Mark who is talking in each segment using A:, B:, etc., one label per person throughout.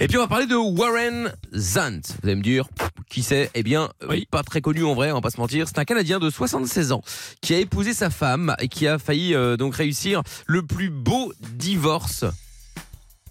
A: Et puis on va parler de Warren Zant. Vous allez me dire, pff, qui c'est Eh bien, euh,
B: Oui.
A: pas très connu en vrai, on va pas se mentir. C'est un Canadien de 76 ans qui a épousé sa femme et qui a failli euh, donc réussir le plus beau divorce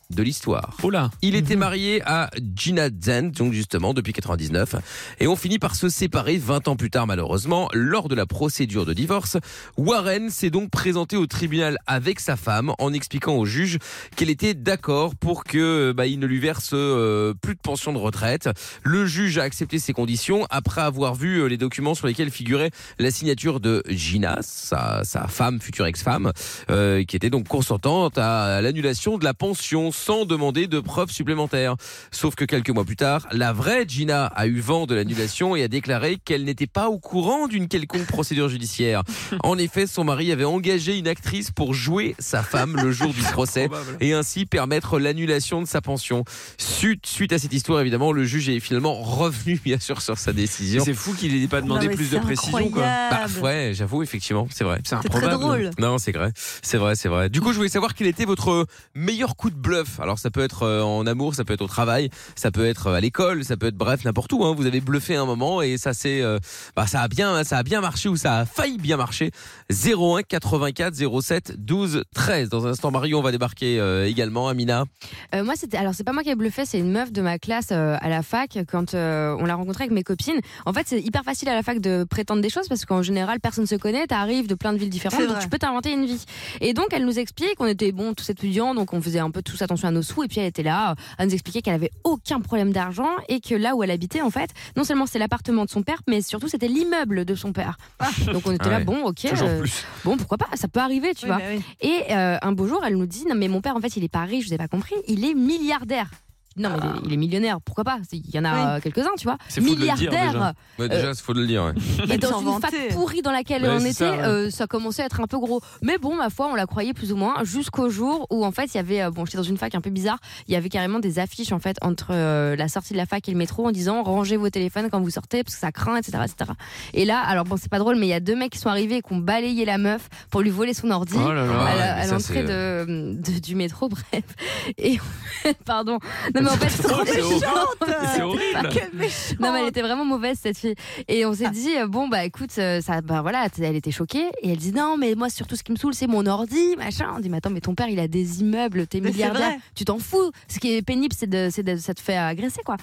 A: de l'histoire.
B: Oh là
A: Il était marié à Gina Zant, donc justement depuis 99, et on finit par se séparer 20 ans plus tard malheureusement. Lors de la procédure de divorce, Warren s'est donc présenté au tribunal avec sa femme en expliquant au juge qu'elle était d'accord pour que bah, il ne lui verse euh, plus de pension de retraite. Le juge a accepté ces conditions après avoir vu euh, les documents sur lesquels figurait la signature de Gina, sa, sa femme, future ex-femme, euh, qui était donc consentante à, à l'annulation de la pension sans demander de preuves supplémentaires. Sauf que quelques mois plus tard, la vraie Gina a eu vent de l'annulation et a déclaré qu'elle n'était pas au courant d'une quelconque procédure judiciaire. En effet, son mari avait engagé une actrice pour jouer sa femme le jour du procès
B: Probable.
A: et ainsi permettre l'annulation de sa pension. Suite, suite à cette histoire, évidemment, le juge est finalement revenu, bien sûr, sur sa décision.
B: C'est fou qu'il n'ait pas demandé
C: Non, mais
B: plus de
C: c'est
B: précision, quoi.
A: Bah,
C: incroyable.
A: ouais, j'avoue, effectivement, c'est vrai.
B: C'est
C: C'est très
B: improbable.
C: drôle.
A: Non, c'est vrai, c'est vrai, c'est vrai. Du coup, je voulais savoir quel était votre meilleur coup de bluff. Alors, ça peut être euh, en amour, ça peut être au travail, ça peut être euh, à l'école, ça peut être bref, n'importe où. hein. Vous avez bluffé un moment et ça c'est, euh, bah, ça a bien, ça a bien marché ou ça a failli bien marcher. 01 84 07 12 13. Dans un instant, Marion va débarquer euh, également. Amina.
D: Euh, moi, c'était. Alors, c'est pas moi qui ai bluffé, c'est une meuf de ma classe euh, à la fac quand euh, on l'a rencontrée avec mes copines. En fait, c'est hyper facile à la fac de prétendre des choses parce qu'en général, personne se connaît, t'arrives de plein de villes différentes,
C: C'est
D: donc
C: vrai.
D: tu peux t'inventer une vie. Et donc, elle nous explique, on était bon, tous étudiants, donc on faisait un peu tous attention à nos sous, et puis elle était là euh, à nous expliquer qu'elle avait aucun problème d'argent et que là où elle habitait, en fait, non seulement c'est l'appartement de son père, mais surtout c'était l'immeuble de son père. Donc, on était
A: Ah
D: là,
A: ouais.
D: bon, ok,
B: Toujours
D: euh,
B: plus.
D: bon, pourquoi pas, ça peut arriver, tu
C: Oui,
D: vois.
C: bah oui.
D: Et euh, un beau jour, elle nous dit Non, mais mon père, en fait, il est pas riche, je vous ai pas compris, il est milliardaire. Non, mais il est, il est millionnaire, pourquoi pas C'est- Il y en a
C: Ah. Oui.
D: euh, quelques-uns, tu vois.
B: C'est fou de le dire,
D: Milliardaire
A: Ouais,
D: déjà,
C: Euh,
A: il faut le dire.
D: Et
C: Ils
D: dans
C: sont
D: une
C: vantés.
D: fac pourrie dans laquelle
B: Ouais,
D: on
B: c'est
D: était,
B: ça, ouais.
D: euh, ça commençait à être un peu gros. Mais bon, ma foi, on la croyait plus ou moins jusqu'au jour où, en fait, il y avait. euh, bon, j'étais dans une fac un peu bizarre, il y avait carrément des affiches, en fait, entre euh, la sortie de la fac et le métro en disant Rangez vos téléphones quand vous sortez, parce que ça craint, etc. etc. Et là, alors bon, c'est pas drôle, mais il y a deux mecs qui sont arrivés et qui ont balayé la meuf pour lui voler son ordi
B: Oh là là.
A: Ah
D: à,
A: ouais,
D: la-
A: mais
D: à
A: ça,
D: l'entrée
B: euh,
D: de, de- du métro, bref. Et pardon. Non mais en fait,
A: Oh,
B: drôle, c'est horrible. C'est
C: Méchante
B: horrible.
C: Quelle méchante
D: non mais elle était vraiment mauvaise cette fille. Et
C: Ah.
D: on s'est dit euh, bon bah écoute, euh, ça, bah voilà, t- elle était choquée et elle dit non mais moi surtout ce qui me saoule c'est mon ordi machin. On dit mais attends mais ton père il a des immeubles, t'es
C: Mais c'est
D: milliardaire,
C: vrai.
D: tu t'en fous. Ce qui est pénible c'est de, c'est de- ça te fait agresser quoi.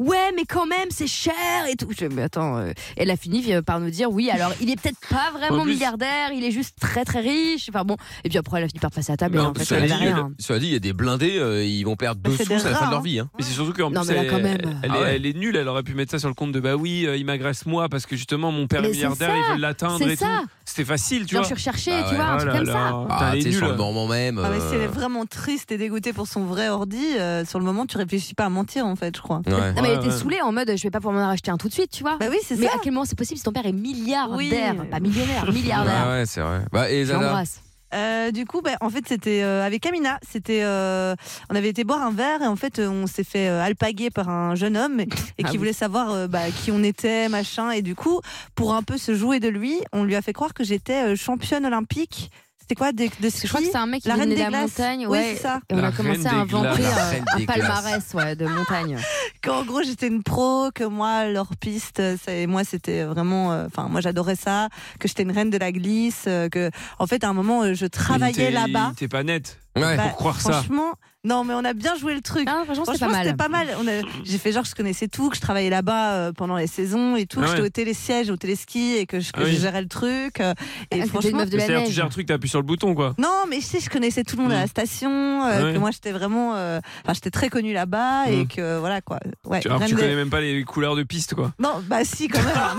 D: Ouais mais quand même c'est cher et tout. Je fais, mais attends, euh, elle a fini euh, par nous dire oui alors il est peut-être pas vraiment
B: En plus-
D: milliardaire, il est juste très très riche. Enfin bon et puis après elle a fini par passer à table.
B: Mais
D: et
B: en
D: en fait,
B: plus,
D: elle
B: elle
D: avait
B: est-
D: rien.
A: Cela dit, il y a des blindés, euh, ils vont perdre
C: Bah,
A: deux
C: c'est
A: sous
C: des
A: à la fin de
C: rats,
A: leur
C: hein.
A: vie. hein.
B: Mais c'est surtout qu'en
D: Non,
B: plus,
D: mais là,
B: elle,
D: quand même.
B: elle
A: Ah
B: est,
A: ouais.
B: elle est nulle. Elle aurait pu mettre ça sur le compte de bah oui, euh, il m'agresse moi parce que justement mon père
D: Mais
B: est
D: c'est
B: milliardaire,
D: ça.
B: ils veulent l'atteindre
D: C'est
B: et
D: ça.
B: tout. C'était facile, tu vois.
D: Genre, je suis recherchée,
A: Bah
D: tu
A: ouais.
D: vois, un
B: Oh
D: truc
B: là
D: comme
B: là.
D: ça.
B: Putain,
A: Ah,
B: elle
A: tu
B: est
A: sais, sur
B: nulle.
A: le moment même.
C: Ah, mais si elle est
A: euh,
C: vraiment triste et dégoûtée pour son vrai ordi, euh, sur le moment tu réfléchis pas à mentir en fait, je crois.
A: ouais.
D: Non, mais elle
B: Ouais,
D: était
B: ouais.
D: saoulée en mode je vais pas pouvoir m'en racheter un tout de suite, tu vois.
C: Bah oui, c'est
D: mais
C: ça.
D: à quel moment c'est possible si ton père est milliardaire
C: Oui.
D: Pas millionnaire,
A: Ouais,
D: milliardaire.
A: ouais, c'est vrai. Bah, et
D: Je
A: Zana
D: l'embrasse.
C: Euh, du coup, bah, en fait, c'était euh, avec Amina. C'était, euh, on avait été boire un verre et en fait, euh, on s'est fait euh, alpaguer par un jeune homme et
D: Ah
C: qui
D: oui.
C: voulait savoir euh, bah, qui on était, machin. Et du coup, pour un peu se jouer de lui, on lui a fait croire que j'étais euh, championne olympique. C'était quoi de, de
D: Je
C: ski
D: crois que c'est un mec qui
C: La reine
D: venait
C: des
D: de la
C: glaces.
D: montagne.
C: Oui,
D: ouais,
C: c'est ça.
D: Et on
B: La
D: a commencé
B: reine
D: à
B: des
D: inventer
A: glaces. La
D: euh,
A: reine
D: un
A: des glaces.
D: palmarès ouais, de montagne.
C: Qu'en gros, j'étais une pro, que moi, leur piste, euh, ça- et moi, c'était vraiment, euh, enfin, moi, j'adorais ça, que j'étais une reine de la glisse, euh, que, en fait, à un moment, euh, je travaillais
B: T'es-
C: là-bas.
B: T'es pas net.
A: Ouais.
C: Bah,
B: Pour croire ça.
C: franchement, non, mais on a bien joué le truc.
D: Ah, franchement, c'était
C: Franchement,
D: pas mal.
C: c'était pas mal. On a- J'ai fait genre que je connaissais tout, que je travaillais là-bas euh, pendant les saisons et tout,
B: Ah
C: que j'étais
B: ouais.
C: au télésiège, au téléski et que je, que
B: Ah oui.
C: je gérais le truc. euh,
D: Ah,
C: et
D: c'était une
C: franchement,
D: meuf de la
B: C'est-à-dire, tu
D: neige.
B: gères un truc, t'appuies sur le bouton, quoi.
C: non, mais je sais, je connaissais tout le monde à
B: Mm.
C: la station, euh,
B: Ah ouais.
C: que moi j'étais vraiment, euh, enfin j'étais très connue là-bas et
B: Mm.
C: que voilà quoi. Ouais.
B: Tu- Alors que tu
C: reine des-
B: connais même pas les couleurs de piste, quoi.
C: Non, bah si quand même un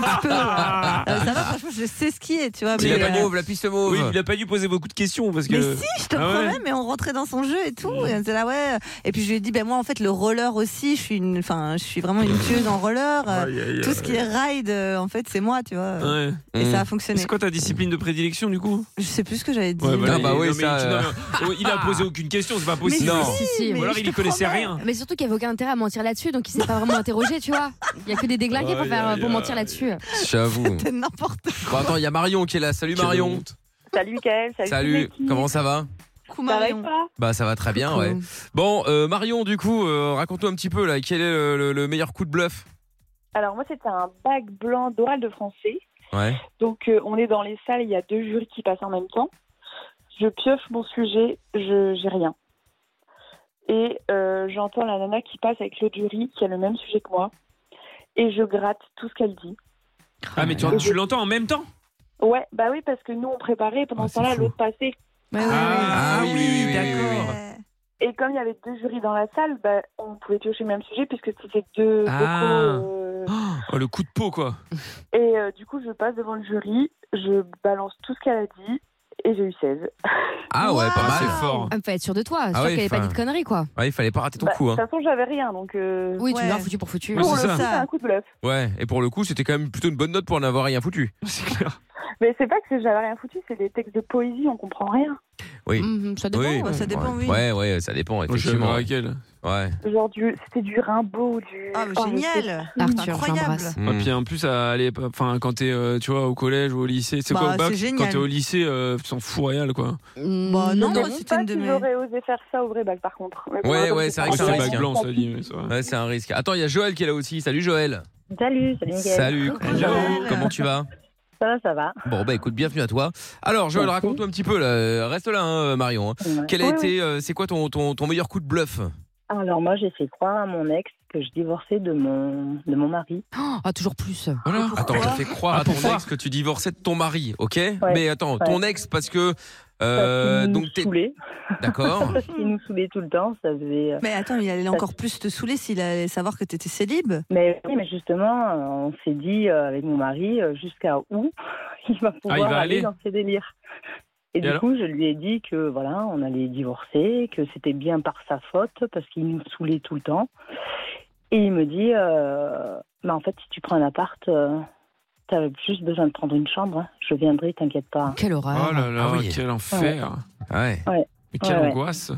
D: Ah,
C: petit peu. Euh, ça va, franchement, je sais skier, tu vois.
A: C'est
C: mais,
A: la
C: euh,
A: mauve, la piste mauve.
B: Oui, il a pas dû poser beaucoup de questions parce que.
C: Mais si, je te
B: Ah ouais. Mm.
C: promets, mais on rentrait dans son jeu et tout. Et on était là, ouais. Et puis je lui ai dit, ben moi en fait le roller aussi, je suis une, enfin je suis vraiment une tueuse en roller. euh,
B: Aïe, aïe, aïe.
C: Tout ce qui est ride, euh, en fait, c'est moi, tu vois.
B: Ouais.
C: Euh, Et
A: Mm.
C: ça a
B: Et
C: fonctionné.
B: C'est quoi ta discipline de prédilection du coup
C: Je sais plus ce que j'avais dit.
A: voilà.
C: mais-
A: bah
B: il-
A: oui,
B: non, mais
A: ça,
B: il-
A: euh.
B: non, mais- oh, il a posé aucune question, c'est pas
C: mais
B: possible.
A: non.
C: si,
D: Si, si,
C: mais
B: Ou alors
C: je
B: il
C: te
B: y connaissait
C: promets.
B: rien.
D: Mais surtout qu'il n'y avait aucun intérêt à mentir là-dessus, donc il s'est pas vraiment interrogé, tu vois. Il y a que des déglingués pour,
B: Aïe,
D: faire,
B: aïe,
D: pour
B: aïe.
D: mentir là-dessus.
A: J'avoue.
C: C'était n'importe
A: Bon, attends, il y a Marion qui est là. Salut
B: Quelle
A: Marion.
B: honte.
E: Salut Mickaël, salut,
A: Salut,
E: toute l'équipe.
A: comment ça va
C: Coup
E: Pareil
C: Marion.
E: pas.
A: Bah ça va très bien, ouais. Bon, euh, Marion, du coup, euh, raconte-nous un petit peu là, quel est le, le- le meilleur coup de bluff
E: Alors moi c'était un bac blanc d'oral de français.
A: Ouais.
E: Donc euh, on est dans les salles, il y a deux jurys qui passent en même temps. Je pioche mon sujet, je j'ai rien. Et euh, j'entends la nana qui passe avec l'autre jury qui a le même sujet que moi. Et je gratte tout ce qu'elle dit.
B: Ah, mais tu, tu l'entends en même temps
E: Ouais, bah oui, parce que nous on préparait, pendant
A: Ah,
E: ce temps-là
A: c'est fou.
E: l'autre passait.
C: Ouais, ouais,
B: Ah,
C: ouais.
B: oui, oui, oui, d'accord.
C: Ouais.
E: Et comme il y avait deux jurys dans la salle, bah, on pouvait piocher le même sujet puisque c'était deux
B: Ah.
E: vocaux, euh,
B: Oh, le coup de peau, quoi.
E: Et euh, du coup, je passe devant le jury, je balance tout ce qu'elle a dit et j'ai eu 16.
A: Ah ouais, pas
B: Ah,
A: mal.
B: c'est fort.
D: Ah, faut être sûr de toi, sûr
A: Ah oui,
D: qu'elle ait pas
A: enfin-
D: dit de conneries quoi.
A: Ouais, il fallait pas rater ton
E: Bah,
A: coup.
E: De
A: Hein.
E: toute façon, j'avais rien, donc euh,
D: Oui, tu
C: Ouais.
D: l'as foutu pour foutu.
B: Ouais,
E: pour
B: c'est
E: le
B: ça.
E: coup, c'est un coup de bluff.
A: Ouais, et pour le coup, c'était quand même plutôt une bonne note pour n'avoir rien foutu.
B: C'est clair.
E: Mais c'est pas que c'est- j'avais rien foutu, c'est des textes de poésie, on comprend rien.
D: Mhm, ça dépend.
A: oui,
D: ouais.
C: ça dépend,
A: ouais.
C: oui.
A: Ouais, ouais, ça dépend,
B: Moi, je suis d'accord
A: effectivement.
B: avec elle.
A: Ouais.
E: Genre, du... c'était du Rimbaud, du.
C: Ah, mais
E: Oh, mais c'est-
C: génial.
D: Arthur,
C: Incroyable.
D: j'embrasse.
A: Mmh.
B: Ah, puis en plus, à aller, enfin, quand t'es, euh, tu vois, au collège ou au lycée, c'est
C: Bah,
B: quoi au bac
C: c'est génial.
B: Quand t'es au lycée, euh, tu t'en fous royal, quoi.
D: Mhm,
C: Bah, non,
E: Je
C: moi,
E: sais
C: c'était
E: pas
C: une de
E: si
C: mes-
F: euh,
E: j'aurais osé faire ça au vrai bac, par contre. Mais pour
A: Ouais,
E: le bac,
A: ouais, c'est vrai que
B: Ah,
A: ça
B: c'est
A: risque,
B: bac
A: hein.
B: blanc, ça dit. mais c'est vrai.
A: Ouais, c'est un risque. Attends, il y a Joël qui est là aussi. Salut Joël.
F: Salut, salut Mickaël.
A: Salut.
C: Coucou,
A: Hello.
C: Joël.
A: Comment tu vas
F: Ça va, ça va.
A: Bon, bah écoute, bienvenue à toi. Alors, Joël,
F: Merci.
A: raconte-nous un petit peu. Là. Reste là, hein, Marion. hein.
F: Ouais.
A: Quel a
E: Oui,
A: été, euh, c'est quoi ton, ton, ton meilleur coup de bluff
F: Alors moi, j'ai fait croire à mon ex que je divorçais de mon, de mon mari.
D: Oh, ah, toujours plus.
B: Voilà.
A: Attends,
C: Pourquoi
A: t'as fait croire
B: Ah,
A: à ton
B: pourquoi
A: ex que tu divorçais de ton mari, ok Mais attends, ton ex parce que euh,
F: Parce qu'il
A: donc
F: nous
A: t'es
F: saoulait.
A: d'accord.
F: Parce qu'il nous saoulait tout le temps. Ça faisait... euh,
C: Mais attends, il allait encore plus te saouler s'il allait savoir que t'étais célib.
F: Mais oui, mais justement, euh, on s'est dit euh, avec mon mari euh, jusqu'à où il va pouvoir
B: il va
F: aller,
B: aller
F: dans ses délires. Et, du
B: alors
F: coup, je lui ai dit que voilà, on allait divorcer, que c'était bien par sa faute parce qu'il nous saoulait tout le temps. Et il me dit, euh, bah, en fait, si tu prends un appart, euh, t'as juste besoin de prendre une chambre. hein. Je viendrai, t'inquiète pas.
D: Quelle horreur.
B: Oh là là,
A: Ah oui.
B: quel enfer.
A: Ouais.
B: Mais quelle
F: Ouais, ouais.
B: angoisse.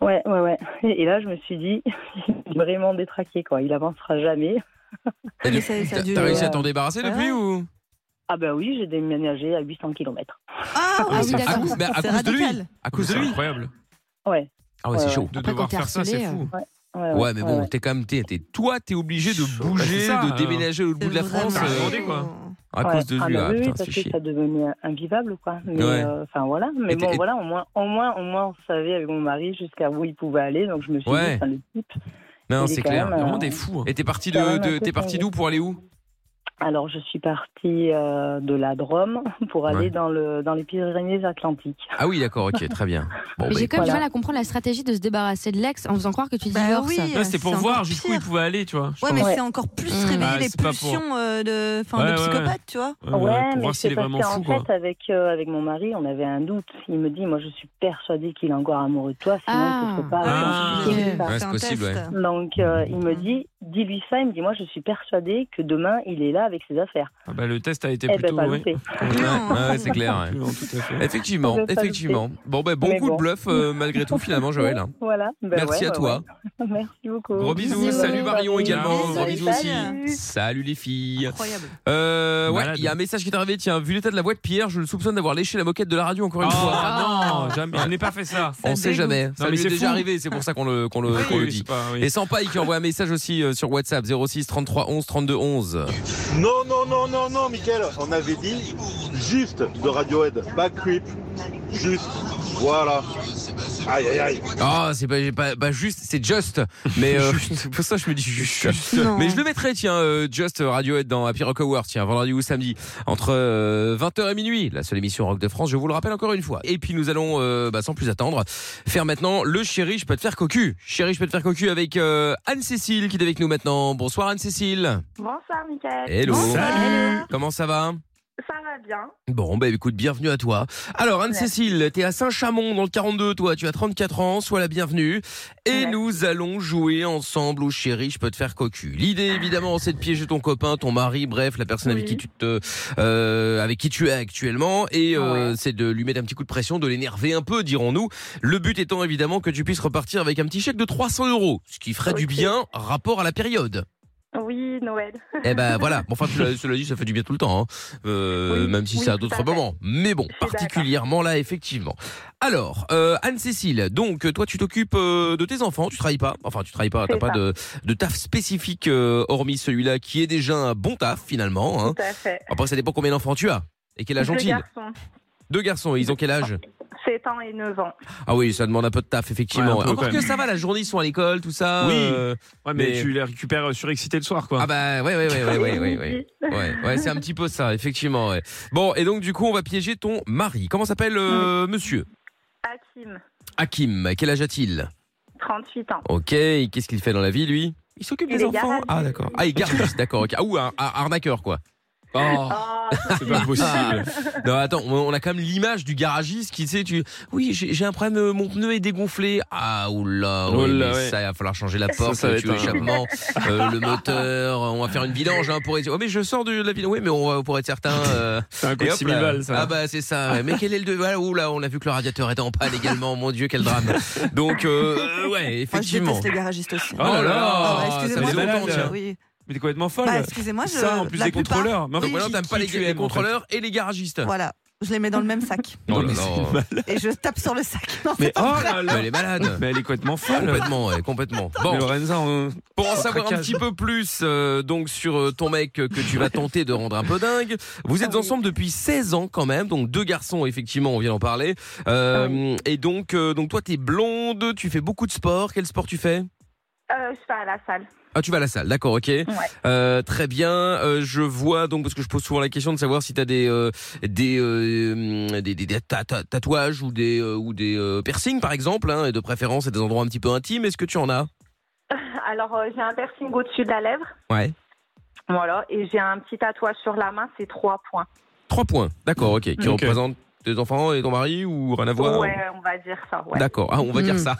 F: Ouais, ouais, ouais. Et, et là, je me suis dit, il est vraiment détraqué quoi. Il avancera jamais.
A: Et
C: Ah, Mais
A: de-
C: ça- ça
A: T'as
C: a dû- euh,
A: t'as réussi à t'en débarrasser
C: Ouais.
A: depuis ou
F: Ah ben oui, j'ai déménagé à 800 kilomètres.
C: Ah,
D: Ah
C: oui,
D: oui,
C: c'est-
A: à,
D: d'accord.
A: cause- mais à
C: c'est
A: cause de lui
C: radical.
A: À cause de
B: C'est
A: lui
B: incroyable.
F: Ouais.
A: Ah ouais, c'est chaud.
B: De
D: Après,
B: devoir
D: quand t'es
B: faire ça, c'est
D: harcelé,
B: fou.
F: Ouais, ouais,
A: Ouais, mais bon,
F: ouais.
A: t'es quand même, t'es, t'es- toi, t'es obligé de bouger,
B: c'est ça,
A: de
B: alors.
A: déménager au bout de la
C: Vraiment,
A: France
B: T'as
A: euh,
B: demandé, quoi.
A: à
F: Ouais.
A: cause de
F: Ah,
A: lui.
F: bah
A: Ah,
F: oui, oui,
A: putain, c'est
F: parce que
A: chier.
F: ça devenait invivable, quoi. Mais
A: Ouais.
F: euh, enfin voilà. Mais
A: Et t'es-
F: bon,
A: et-
F: voilà, au moins, au moins, au moins, on savait avec mon mari jusqu'à où il pouvait aller. Donc je me suis
A: Ouais.
F: dit, enfin, le type.
A: Non,
F: il est
A: c'est
F: quand
A: clair.
F: même, euh,
B: Vraiment des fous. hein.
A: Et t'es parti de,
F: quand même un
A: de-
F: peu
A: t'es parti
F: changé.
A: d'où pour aller où
F: Alors je suis partie euh, de la Drôme pour aller
A: Ouais.
F: dans le dans les Pyrénées-Atlantiques.
A: Ah oui, d'accord, ok, très bien. Bon,
D: Mais
A: bah,
D: j'ai quand même du
F: voilà.
D: mal à comprendre la stratégie de se débarrasser de l'ex en faisant croire que tu
C: Bah
D: divorces.
C: oui.
B: Là, c'était pour
C: c'est
B: voir
C: encore
B: jusqu'où
C: pire.
B: il pouvait aller, tu vois. je
C: Ouais,
B: pense.
C: mais
F: Ah Ouais.
C: c'est encore plus
D: Ah,
C: réveiller les
B: c'est pas pour-
C: pulsions euh, de, enfin, de
B: Ouais, ouais, ouais.
C: psychopathe, tu vois.
B: Ouais, ouais, pour voir s'il est
F: c'est parce
B: vraiment
F: qu'en
B: fou, quoi.
F: fait, avec euh, avec mon mari, on avait un doute. Il me dit, moi, je suis persuadée qu'il est encore amoureux de toi, sinon
D: Ah.
F: je ne peux pas.
B: Ah.
F: je ne peux pas.
A: Ouais, c'est
C: un
A: possible,
C: test.
F: Donc euh, il me dit, dis-lui ça. Il me dit, moi, je suis persuadée que demain, il est là avec ses affaires.
B: Ah bah, le test a été
F: Eh ben,
B: plutôt.
F: pas
B: ouais.
F: loupé.
A: Ouais,
C: Non.
A: ouais, c'est clair. ouais.
B: Plus, hein, tout à fait.
A: Effectivement,
F: Je vais pas
A: effectivement. Bon, ben, bon
F: Mais
A: coup de
F: bon.
A: bluff, euh, malgré tout, finalement, Joël. hein.
B: Oh,
F: Voilà. Ben
A: Merci
F: ouais,
A: à
F: ouais,
A: toi.
F: ouais. Merci beaucoup.
A: Gros bisous.
D: Bisous.
A: Salut Marion
F: Salut.
A: également.
C: Bisous,
A: Gros bisous aussi.
C: Isabelle.
A: Salut les filles.
C: Incroyable.
A: Euh, ouais,
B: Malade.
A: il y a un message qui est arrivé. Tiens, vu l'état de la voix de Pierre, je le soupçonne d'avoir léché la moquette de la radio encore
B: Oh
A: une fois.
B: non, jamais. Je n'ai pas fait ça.
A: On sait
C: dégoûte.
A: jamais. Ça
B: mais
A: lui est
B: c'est
A: déjà
B: fou.
A: arrivé, c'est pour ça qu'on le, qu'on le, qu'on le
B: Oui,
A: dit.
B: c'est pas- oui.
A: Et sans paille qui envoie un message aussi euh, sur WhatsApp 06 33 11 32 11.
G: Non, non, non, non, non, Michael, on avait dit juste de Radiohead, back creep, juste, voilà. Aïe, aïe, aïe.
A: Ah, c'est pas, j'ai pas, bah, juste, c'est just. Mais euh, c'est pour ça que je me dis juste.
C: Non.
A: Mais je le mettrai, tiens, euh, Just Radiohead dans Happy Rock Hour, tiens, vendredi ou samedi, entre 20h et minuit, la seule émission rock de France, je vous le rappelle encore une fois. Et puis nous allons, euh, bah, sans plus attendre, faire maintenant le Chéri, je peux te faire cocu. Chéri, je peux te faire cocu avec euh, Anne-Cécile qui est avec nous maintenant. Bonsoir Anne-Cécile.
E: Bonsoir, Michael.
A: Hello.
B: Salut.
A: Comment ça va
E: Ça va bien
A: Bon, bah écoute, bienvenue à toi. Alors, Anne-Cécile, t'es à Saint-Chamond dans le 42, toi, tu as 34 ans, sois la bienvenue. Et
E: Ouais.
A: nous allons jouer ensemble au chéri, je peux te faire cocu. L'idée, évidemment, c'est de piéger ton copain, ton mari, bref, la personne avec
E: Oui.
A: qui tu te, euh, avec qui tu es actuellement, et euh,
E: Ouais.
A: c'est de lui mettre un petit coup de pression, de l'énerver un peu, dirons-nous. Le but étant évidemment que tu puisses repartir avec un petit chèque de 300 euros, ce qui ferait du
E: Ok.
A: bien rapport à la période.
E: Oui, Noël.
A: Eh ben voilà. Bon, enfin, cela cela dit, ça fait du bien tout le temps, hein. Euh,
E: Oui,
A: même si
E: oui,
A: c'est à
E: tout à
A: d'autres
E: fait.
A: moments. Mais bon,
E: d'accord.
A: particulièrement là, effectivement. Alors, euh, Anne-Cécile, donc toi, tu t'occupes euh, de tes enfants, tu travailles pas. Enfin, tu travailles pas, t'as
E: C'est
A: pas
E: ça.
A: de, de taf spécifique euh, hormis celui-là qui est déjà un bon taf finalement. Hein.
E: Tout à fait.
A: Après, ça dépend combien d'enfants tu as et quel âge
E: Deux
A: ont-ils
E: garçons,
A: Deux garçons. Ils ont quel âge
E: 7 ans et 9 ans.
A: Ah oui, ça demande un peu de taf effectivement.
B: Ouais, un peu,
A: Encore
B: quand
A: que
B: même.
A: ça va, la journée ils sont à l'école, tout ça.
B: Oui.
A: euh,
B: Ouais, mais,
A: Mais-
B: tu les récupères euh, surexcités le soir, quoi.
A: Ah bah ouais ouais ouais ouais ouais ouais. ouais. Ouais, ouais, c'est un petit peu ça, effectivement. ouais. Bon, et donc du coup, on va piéger ton mari. Comment s'appelle euh, monsieur
E: Hakim,
A: Hakim. Quel âge a-t-il
E: 38 ans.
A: Ok, qu'est-ce qu'il fait dans la vie, lui Oh. Il s'occupe
E: Il
A: des
E: est
A: enfants.
E: garagiste.
A: Ah d'accord. Ah, il garde, d'accord. ok. Ah ou un, un arnaqueur quoi.
B: Oh,
E: Oh,
B: c'est pas
A: Ah.
B: possible.
A: Non, attends, on on a quand même l'image du garagiste qui sait tu. Oui, j'ai j'ai un problème, euh, mon pneu est dégonflé. Ah oula, oui,
B: Oula,
A: mais
B: ouais.
A: ça, il va falloir changer la
B: Ça,
A: porte,
B: ça va
A: le tuyau
B: être un-
A: d'échappement, euh, le moteur. On va faire une vidange hein, pour. Oh mais je sors de la vidange. Oui, mais on va pour être certain. euh,
B: C'est un coup
A: Et
B: de
A: hop
B: 6000
A: là.
B: balles, ça.
A: Ah bah c'est ça. ouais. Mais quel est le de ah, Ouh là, on a vu que le radiateur était en panne également. Mon Dieu, quel drame. Donc euh, euh, ouais,
C: Moi, je
A: effectivement.
C: déteste les garagistes aussi.
B: Oh là là,
C: Ah ouais,
A: ça
C: excusez-moi,
B: fait
C: je- hein.
B: longtemps, tiens.
C: oui.
B: Mais t'es complètement folle.
C: Bah, excusez-moi, je.
B: ça, en plus
C: la
B: des
C: plupart-
B: contrôleurs. Mais
A: Donc voilà,
B: qui-
A: t'aimes pas
B: qui
A: les,
B: tu
A: les
B: aimes, en fait
A: contrôleurs et les garagistes.
C: Voilà, je les mets dans le même sac
A: Oh
B: Non,
A: là
B: mais
A: là.
B: c'est mal.
C: et je tape sur le sac. Non,
B: Mais oh
C: c'est pas-
B: là
A: Mais
B: là.
A: elle est malade.
B: Mais elle est complètement folle.
A: complètement, ouais, complètement.
B: Mais
A: Bon,
B: Lorenza, on-
A: pour en
B: Au
A: savoir un
B: craquage.
A: petit peu plus euh, donc sur euh, ton mec euh, que tu vas tenter de rendre un peu dingue, vous êtes
E: Ah oui.
A: ensemble depuis 16 ans quand même, donc deux garçons effectivement, on vient d'en parler. Euh,
E: Ah
A: Et donc, euh, donc toi t'es blonde, tu fais beaucoup de sport, quel sport tu fais
E: euh, je vais à la salle.
A: Ah, tu vas à la salle, d'accord, ok. Euh, très bien. Euh, je vois donc parce que je pose souvent la question de savoir si t'as des euh, des, euh, hum, des des- des ta- ta- tatouages ou des euh, ou des euh, piercings par exemple, hein, et de préférence à des endroits un petit peu intimes. Est-ce que tu en as
E: Alors, euh, j'ai un piercing au-dessus de la lèvre.
A: Ouais.
E: Voilà. Et j'ai un petit tatouage sur la main, c'est 3 points.
A: Trois points, d'accord, ok. Qui
B: Ok.
A: représentent tes enfants et ton mari ou rien à voir
E: Ouais, on va dire ça. Ouais.
A: D'accord, ah, on va dire
D: Mm.
A: ça.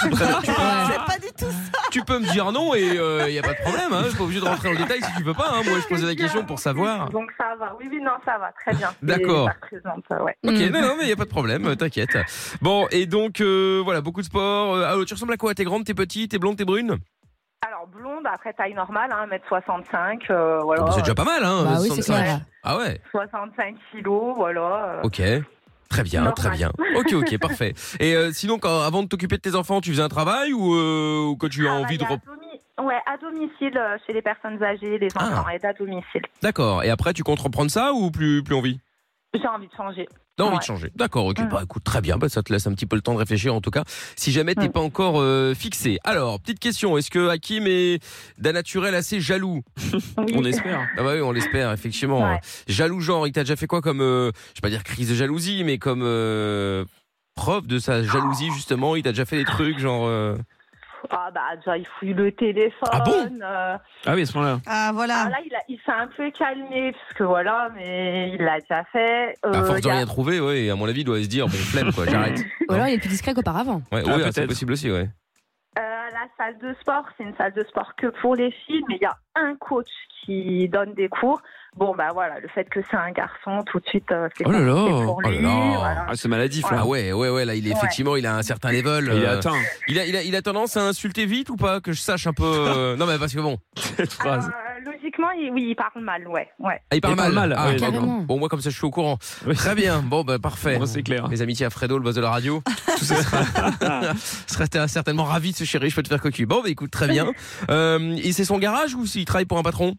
C: C'est pas du tout ça.
A: tu peux me dire non et il n'y a pas de problème. Hein. Je suis pas obligé de rentrer dans le détail si tu veux pas. hein. Moi, je posais la question pour savoir.
E: Donc ça va. Oui, oui, non, ça va. Très bien. C'est-
A: D'accord.
E: Ça représente, euh, ouais.
A: Ok,
D: Mm.
A: non, non, mais il n'y a pas de problème, euh, t'inquiète. Bon, et donc, euh, voilà, beaucoup de sport. Euh, ah, tu ressembles à quoi T'es grande, t'es petite, t'es blonde, t'es brune
E: Alors, blonde, après taille normale, hein, 1m65. euh, voilà.
A: Ah bah, C'est déjà pas mal, hein
D: Bah oui,
A: 65.
D: c'est clair.
A: Ah ouais
E: 65 kilos, voilà. euh.
A: Ok. Très bien,
E: Normal.
A: très bien. Ok, ok, parfait. Et euh, sinon, quand, avant de t'occuper de tes enfants, tu faisais un travail ou, euh, ou que tu as envie de...
E: Travailler
A: rep-
E: à domi- Ouais, à domicile, euh, chez les personnes âgées, les
A: Ah.
E: enfants, aide à domicile.
A: D'accord. Et après, tu comptes reprendre ça ou plus, plus envie
E: J'ai envie de changer.
A: T'as envie
E: Ouais.
A: de changer. D'accord, ok.
E: Mm.
A: Bah écoute, très bien. Bah, ça te laisse un petit peu le temps de réfléchir en tout cas, si jamais t'es
E: Mm.
A: pas encore euh, fixé. Alors, petite question. Est-ce que Hakim est d'un naturel assez jaloux
E: Oui.
B: on espère.
A: Ah bah oui, on l'espère, effectivement.
E: Ouais.
A: Jaloux genre, il t'a déjà fait quoi comme, euh, je vais pas dire crise de jalousie, mais comme euh, preuve de sa jalousie, justement, il t'a déjà fait des trucs genre... euh,
E: Ah bah déjà, il fouille le téléphone.
A: Ah bon
E: euh,
B: Ah oui, à ce moment-là.
C: Ah
E: alors
C: voilà.
E: là, il, a- il s'est un peu calmé, parce que voilà, mais il l'a déjà fait. Euh,
A: À force de
E: il y a-
A: rien trouver, ouais, et à mon avis, il doit se dire, bon, flemme, quoi, j'arrête.
D: Ou alors il est plus discret qu'auparavant.
A: Ouais,
B: Ah,
A: ouais,
B: peut-être.
A: c'est possible aussi, ouais.
E: euh, la salle de sport, c'est une salle de sport que pour les filles, mais il y a un coach qui donne des cours. Bon bah voilà, le fait que c'est un garçon, tout de suite, euh, c'est
B: Oh là là.
E: compliqué pour
A: Oh là
E: lui,
A: là.
E: voilà.
B: Ah, c'est maladif,
A: Ah
B: là.
A: ouais, ouais, ouais, là, il est,
E: Ouais.
A: effectivement, il a un certain level.
B: Il est
A: euh,
B: atteint.
A: Il a, il, a, il a tendance à insulter vite ou pas Que je sache un peu. euh, Non, mais parce que bon.
B: Cette phrase.
E: Euh, logiquement, il- oui, il parle mal, ouais. ouais.
A: Ah, il parle
B: Il parle mal,
A: Ah,
B: ouais,
A: d'accord.
D: carrément.
A: Bon, moi, comme ça, je suis au courant.
B: Oui.
A: Très bien. Bon, bah, parfait.
B: Bon, c'est clair.
A: Mes amitiés à Fredo, le boss de la radio. Tout ça sera... serait certainement ravi de ce chéri. Je peux te faire cocu. Bon, bah, écoute, très bien. Euh, et c'est son garage ou s'il travaille pour un patron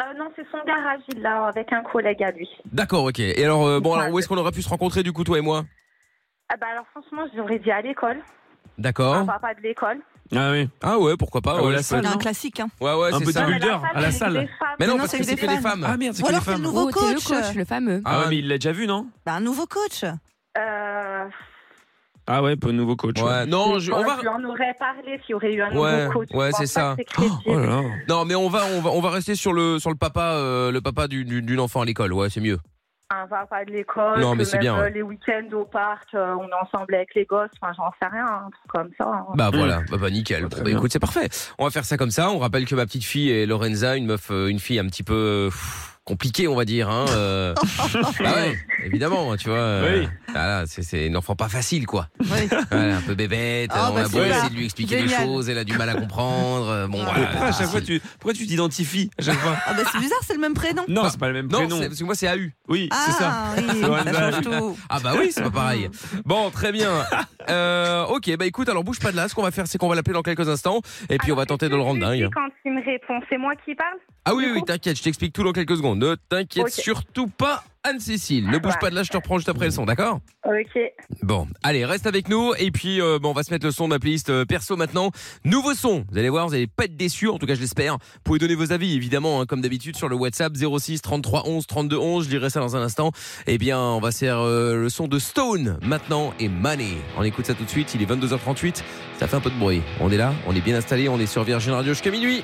E: Euh, non, c'est son garage, il l'a avec un collègue à lui.
A: D'accord, ok. Et alors, euh, bon, alors, où est-ce qu'on aurait pu se rencontrer, du coup, toi et moi
E: Ah bah alors franchement, j'aurais dit à l'école,
A: D'accord.
E: un papa de l'école.
B: Ah oui.
A: Ah ouais, pourquoi pas.
B: Ah ouais,
A: ouais,
B: la
A: je
B: salle,
A: peux-
C: C'est
B: non
C: un classique. Hein.
A: Ouais, ouais,
B: Un
A: c'est
B: petit
A: ça.
B: bout- Bodybuilder, à la
E: c'est
B: salle.
E: des femmes.
A: Mais non,
C: Non,
A: parce
C: c'est
A: que c'est que des femmes.
B: Ah merde, c'est
C: Ou
B: que des
C: alors c'est le
B: femmes.
C: nouveau
D: Oh, t'es le
C: coach.
D: coach, le fameux.
A: Ah,
B: Ah ouais, mais il l'a déjà vu, non
C: Bah, un nouveau coach.
E: Euh,
B: Ah ouais, pour le nouveau coach.
A: Ouais. Non, je- on va.
E: Tu en aurais parlé s'il y aurait eu un
A: Ouais,
E: nouveau coach. Je
A: ouais,
E: pense
A: c'est
E: pas
A: ça.
E: que crédible.
B: Oh là là.
A: Non, mais on va, on va, on va rester sur le, sur le papa, euh, le papa du- du- d'une enfant à l'école. Ouais, c'est mieux.
E: Un papa de l'école.
A: Non,
E: que
A: mais c'est
E: même,
A: bien,
E: euh,
A: ouais.
E: Les week-ends au parc, euh, on est ensemble avec les gosses. Enfin, j'en sais rien, un truc comme ça. hein.
A: Bah voilà, bah, bah nickel. Bon,
B: Très
A: bah,
B: bien.
A: écoute, c'est parfait. On va faire ça comme ça. On rappelle que ma petite fille est Lorenza, une meuf, euh, une fille un petit peu. euh, pff, compliqué, on va dire. Hein, euh. bah ouais, évidemment, tu vois. euh,
B: Oui.
A: voilà, c'est- c'est une enfant pas facile, quoi.
C: Oui.
A: Voilà, un peu bébête,
C: Ah,
A: on
C: bah,
A: a beau
C: super.
A: essayer de lui expliquer
C: Génial.
A: les choses, elle a du mal à comprendre. euh, Bon,
C: Ah.
A: voilà,
B: Pourquoi à chaque fois
A: difficile.
B: tu, pourquoi tu t'identifies à chaque fois
C: Ah bah c'est bizarre, c'est le même prénom.
B: Non, c'est pas le même
A: Non,
B: prénom.
A: c'est- parce que moi, c'est AU.
B: Oui, c'est ça.
C: Ah oui,
B: Johanna.
C: ça change tout.
A: Ah bah oui, c'est pas pareil. Bon, très bien. Euh, ok, bah écoute, alors bouge pas de là. Ce qu'on va faire, c'est qu'on va l'appeler dans quelques instants et puis on va tenter de le rendre dingue.
H: Quand il me répond, c'est moi qui parle
A: Ah oui,
H: Du
A: oui, oui,
H: coup
A: t'inquiète, je t'explique tout dans quelques secondes. Ne t'inquiète
H: Ok.
A: surtout pas, Anne-Cécile. Ne bouge
H: Ouais.
A: pas de là, je te reprends juste après le son, d'accord
H: Ok.
A: Bon, allez, reste avec nous et puis euh, bon, on va se mettre le son de ma playlist euh, perso maintenant. Nouveau son, vous allez voir, vous allez pas être déçus, en tout cas je l'espère. Vous pouvez donner vos avis évidemment, hein, comme d'habitude sur le WhatsApp 06 33 11 32 11. Je lirai ça dans un instant. Eh bien, on va se faire euh, le son de Stone maintenant et Money. On écoute ça tout de suite. Il est 22h38. Ça fait un peu de bruit. On est là, on est bien installé, on est sur Virgin Radio jusqu'à minuit.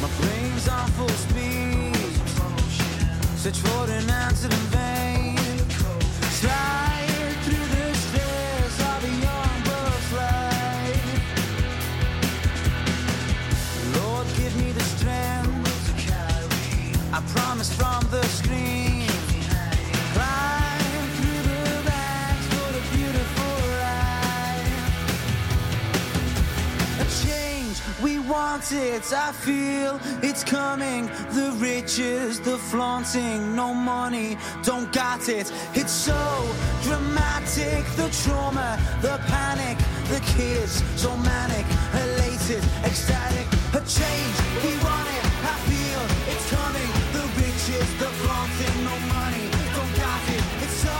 I: My brain's on full speed. Search for an answer in vain. Tired through the stairs of a young bird's flight. Lord, give me the strength to carry. I promise from the screen. Climb through the ranks for the beautiful ride. A change we want it, I feel it's coming. The riches, the flaunting, no money, don't got it. It's so dramatic, the trauma, the panic, the kids, so manic, elated, ecstatic. A change we want it, I feel it's coming. The riches, the flaunting, no money, don't got it. It's so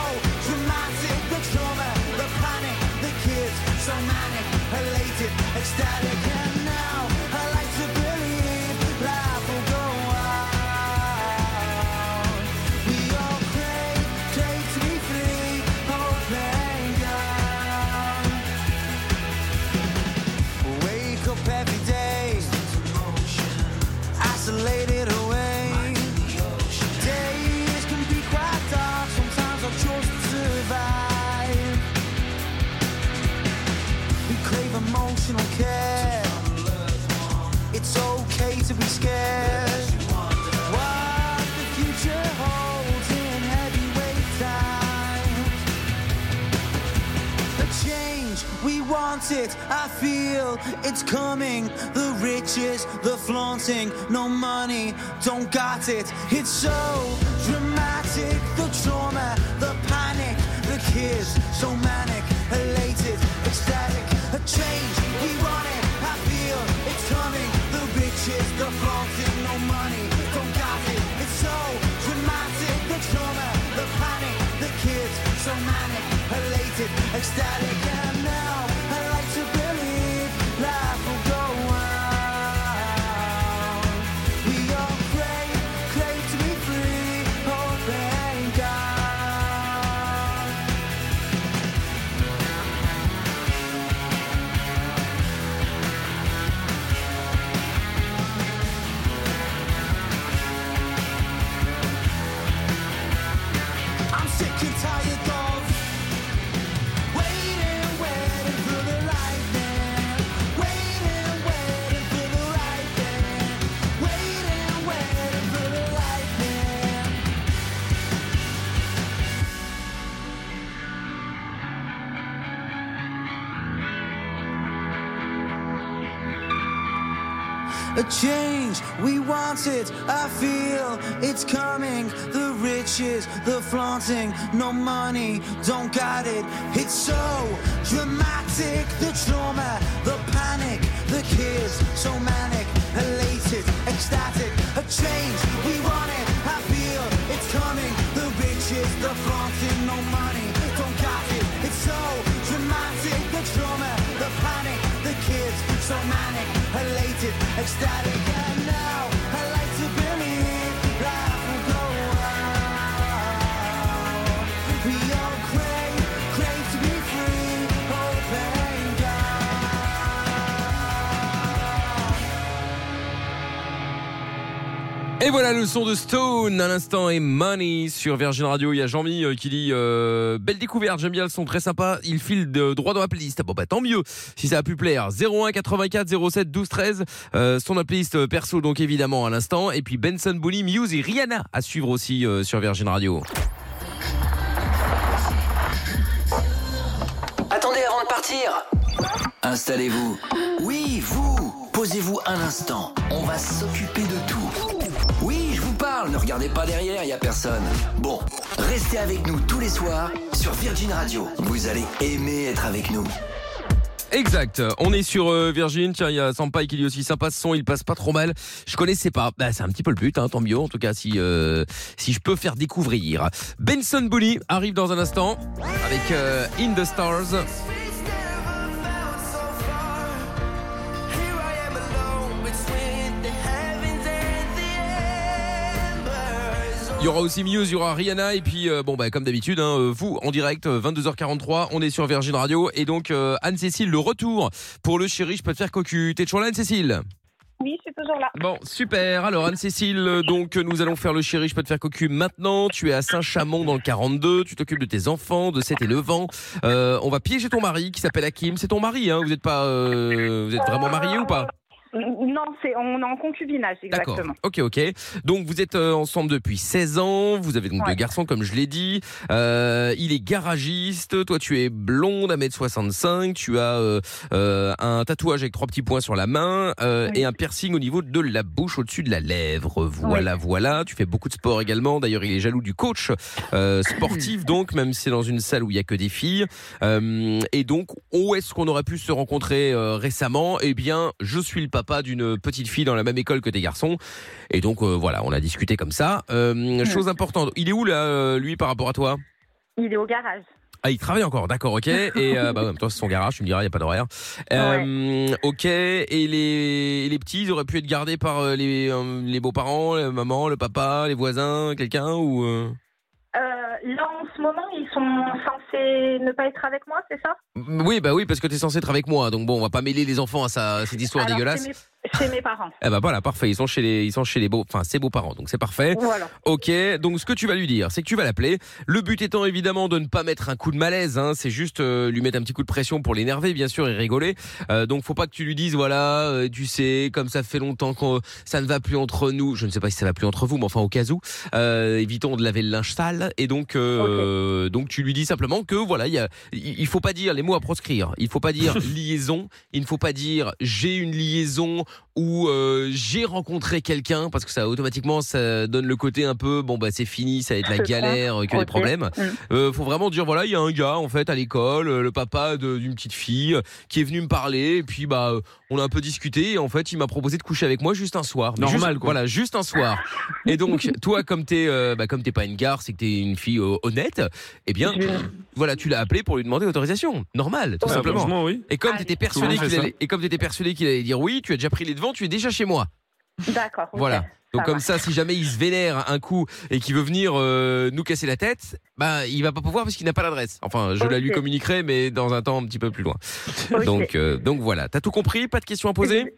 I: dramatic, the trauma, the panic, the kids, so manic, elated, ecstatic. And now I like to believe life will go on. We all crave, crave to be free, all playing God. Wake up every day, isolated away. Days can be quite dark, sometimes I've chosen to survive. We crave emotional care. It's okay to be scared. What the future holds in heavyweight time. The change, we want it, I feel it's coming. The riches, the flaunting, no money, don't got it. It's so dramatic, the trauma, the panic, the kids, so manic, elated, ecstatic. A change, we want it, I feel it's coming. The riches, the flaunting, no money, don't got it. It's so dramatic, the trauma, the panic, the kids, so manic, elated, ecstatic. And now I like to believe life will go on. We all crave, crave to be free, oh thank God. I'm sick and tired of waiting, waiting for the right man. Waiting, waiting for the right man. Waiting, waiting for the right man. a change we want it i feel it's coming the riches the flaunting no money don't got it it's so dramatic the trauma the panic the kids so manic elated ecstatic a change we want it i feel it's coming the riches the flaunting no money don't got it it's so dramatic the trauma the panic the kids so manic elated ecstatic and now i like to believe life will go on we all crave crave to be free oh thank God
A: Et Et voilà le son de Stone à l'instant et Money sur Virgin Radio. Il y a Jean-Mi euh, qui dit euh, belle découverte, j'aime bien le son, très sympa. Il file de, droit dans la playlist. Ah bon bah tant mieux si ça a pu plaire. 01 84 07 12 13 euh, son la playlist euh, perso donc évidemment à l'instant et puis Benson Booney, Muse et Rihanna à suivre aussi euh, sur Virgin Radio.
J: Attendez avant de partir. Installez-vous. Oui, vous. Posez-vous un instant. On va s'occuper de tout. Oui, je vous parle. Ne regardez pas derrière, il y a personne. Bon, restez avec nous tous les soirs sur Virgin Radio. Vous allez aimer être avec nous.
A: Exact. On est sur euh, Virgin. Tiens, il y a Sampaï qui dit aussi sympa ce son. Il passe pas trop mal. Je connaissais pas. Bah, c'est un petit peu le but. Hein, tant mieux. En tout cas, si euh, si je peux faire découvrir. Benson Booney arrive dans un instant avec euh, In the Stars. Il y aura aussi Muse, il y aura Rihanna et puis euh, bon bah comme d'habitude hein, euh, vous en direct euh, 22h43 on est sur Virgin Radio et donc euh, Anne-Cécile le retour pour le chéri je peux te faire cocu t'es toujours là Anne-Cécile
E: Oui, je suis toujours là.
A: Bon super alors Anne-Cécile euh, donc euh, nous allons faire le chéri je peux te faire cocu maintenant tu es à Saint-Chamond dans le 42 tu t'occupes de tes enfants de 7 et 9 ans Euh, on va piéger ton mari qui s'appelle Hakim c'est ton mari hein vous êtes pas euh, vous êtes vraiment marié ou pas
E: Non, c'est on est en concubinage exactement.
A: Ok, ok. Donc vous êtes euh, ensemble depuis 16 ans, vous avez donc
E: Ouais.
A: deux garçons comme je l'ai dit. Euh, il est garagiste, toi tu es blonde à 1m65, tu as euh, euh, un tatouage avec trois petits points sur la main euh,
E: Oui.
A: et un piercing au niveau de la bouche au-dessus de la lèvre. Voilà, voilà. Tu fais beaucoup de sport également, d'ailleurs il est jaloux du coach euh, sportif donc, même si c'est dans une salle où il y a que des filles. Euh, et donc, où est-ce qu'on aurait pu se rencontrer euh, récemment Eh bien, je suis le papa d'une petite fille dans la même école que tes garçons. Et donc, euh, voilà, on a discuté comme ça. Euh, chose importante, il est où là, euh, lui, par rapport à toi
E: Il est au garage.
A: ah, il travaille encore, d'accord, ok. Et euh, bah, en même temps, c'est son garage, tu me diras, il n'y a pas d'horaire. Euh, Ok, et les, et les petits, ils auraient pu être gardés par euh, les, euh, les beaux-parents, la maman, le papa, les voisins, quelqu'un ou euh
E: Euh, là en ce moment, ils sont censés ne pas être avec moi, c'est ça
A: Oui, bah oui, parce que t'es censé être avec moi, donc bon, on va pas mêler les enfants à, sa, à cette histoire
E: Alors,
A: dégueulasse.
E: chez mes, chez mes parents.
A: Eh bah voilà, parfait. Ils sont chez les, ils sont chez les beaux, enfin ses beaux parents, donc c'est parfait.
E: Voilà.
A: Ok, donc ce que tu vas lui dire, c'est que tu vas l'appeler. Le but étant évidemment de ne pas mettre un coup de malaise, hein, c'est juste euh, lui mettre un petit coup de pression pour l'énerver, bien sûr, et rigoler. Euh, donc faut pas que tu lui dises, voilà, euh, tu sais, comme ça fait longtemps qu'on, ça ne va plus entre nous. Je ne sais pas si ça va plus entre vous, mais enfin au cas où, euh, évitons de laver le linge sale. Et donc, euh, donc tu lui dis simplement que voilà, il y a, il il faut pas dire les mots à proscrire. Il faut pas dire liaison. Il ne faut pas dire j'ai une liaison ou euh, j'ai rencontré quelqu'un parce que ça automatiquement ça donne le côté un peu bon bah c'est fini, ça va être la
E: Je
A: galère, que des
E: Ok.
A: problèmes.
E: Mm.
A: Euh, faut vraiment dire voilà, il y a un gars en fait à l'école, euh, le papa de- d'une petite fille euh, qui est venu me parler et puis bah euh, on a un peu discuté et en fait, il m'a proposé de coucher avec moi juste un soir. Mais
B: Normal,
A: juste-
B: quoi.
A: Voilà, juste un soir. Et donc toi comme t'es euh, bah, comme t'es pas une gare, c'est que t'es une fille euh, honnête, eh bien
E: Je-
A: voilà, tu l'as appelé pour lui demander autorisation. Normal, tout
B: Ouais,
A: simplement.
B: Ah, franchement, oui.
A: Et comme
E: Allez.
A: t'étais persuadé
B: Tout le monde
A: qu'il
B: fait ça.
A: allait, et comme t'étais persuadé qu'il allait dire oui, tu as déjà pris les devants, tu es déjà chez moi.
E: D'accord. ok.
A: Voilà. Donc
E: Ça
A: comme
E: va.
A: ça, si jamais il se vénère un coup et qu'il veut venir euh, nous casser la tête, bah il va pas pouvoir parce qu'il n'a pas l'adresse. Enfin, je la lui
E: Ok.
A: communiquerai, mais dans un temps un petit peu plus loin.
E: Ok.
A: Donc euh, donc voilà. T'as tout compris Pas de questions à poser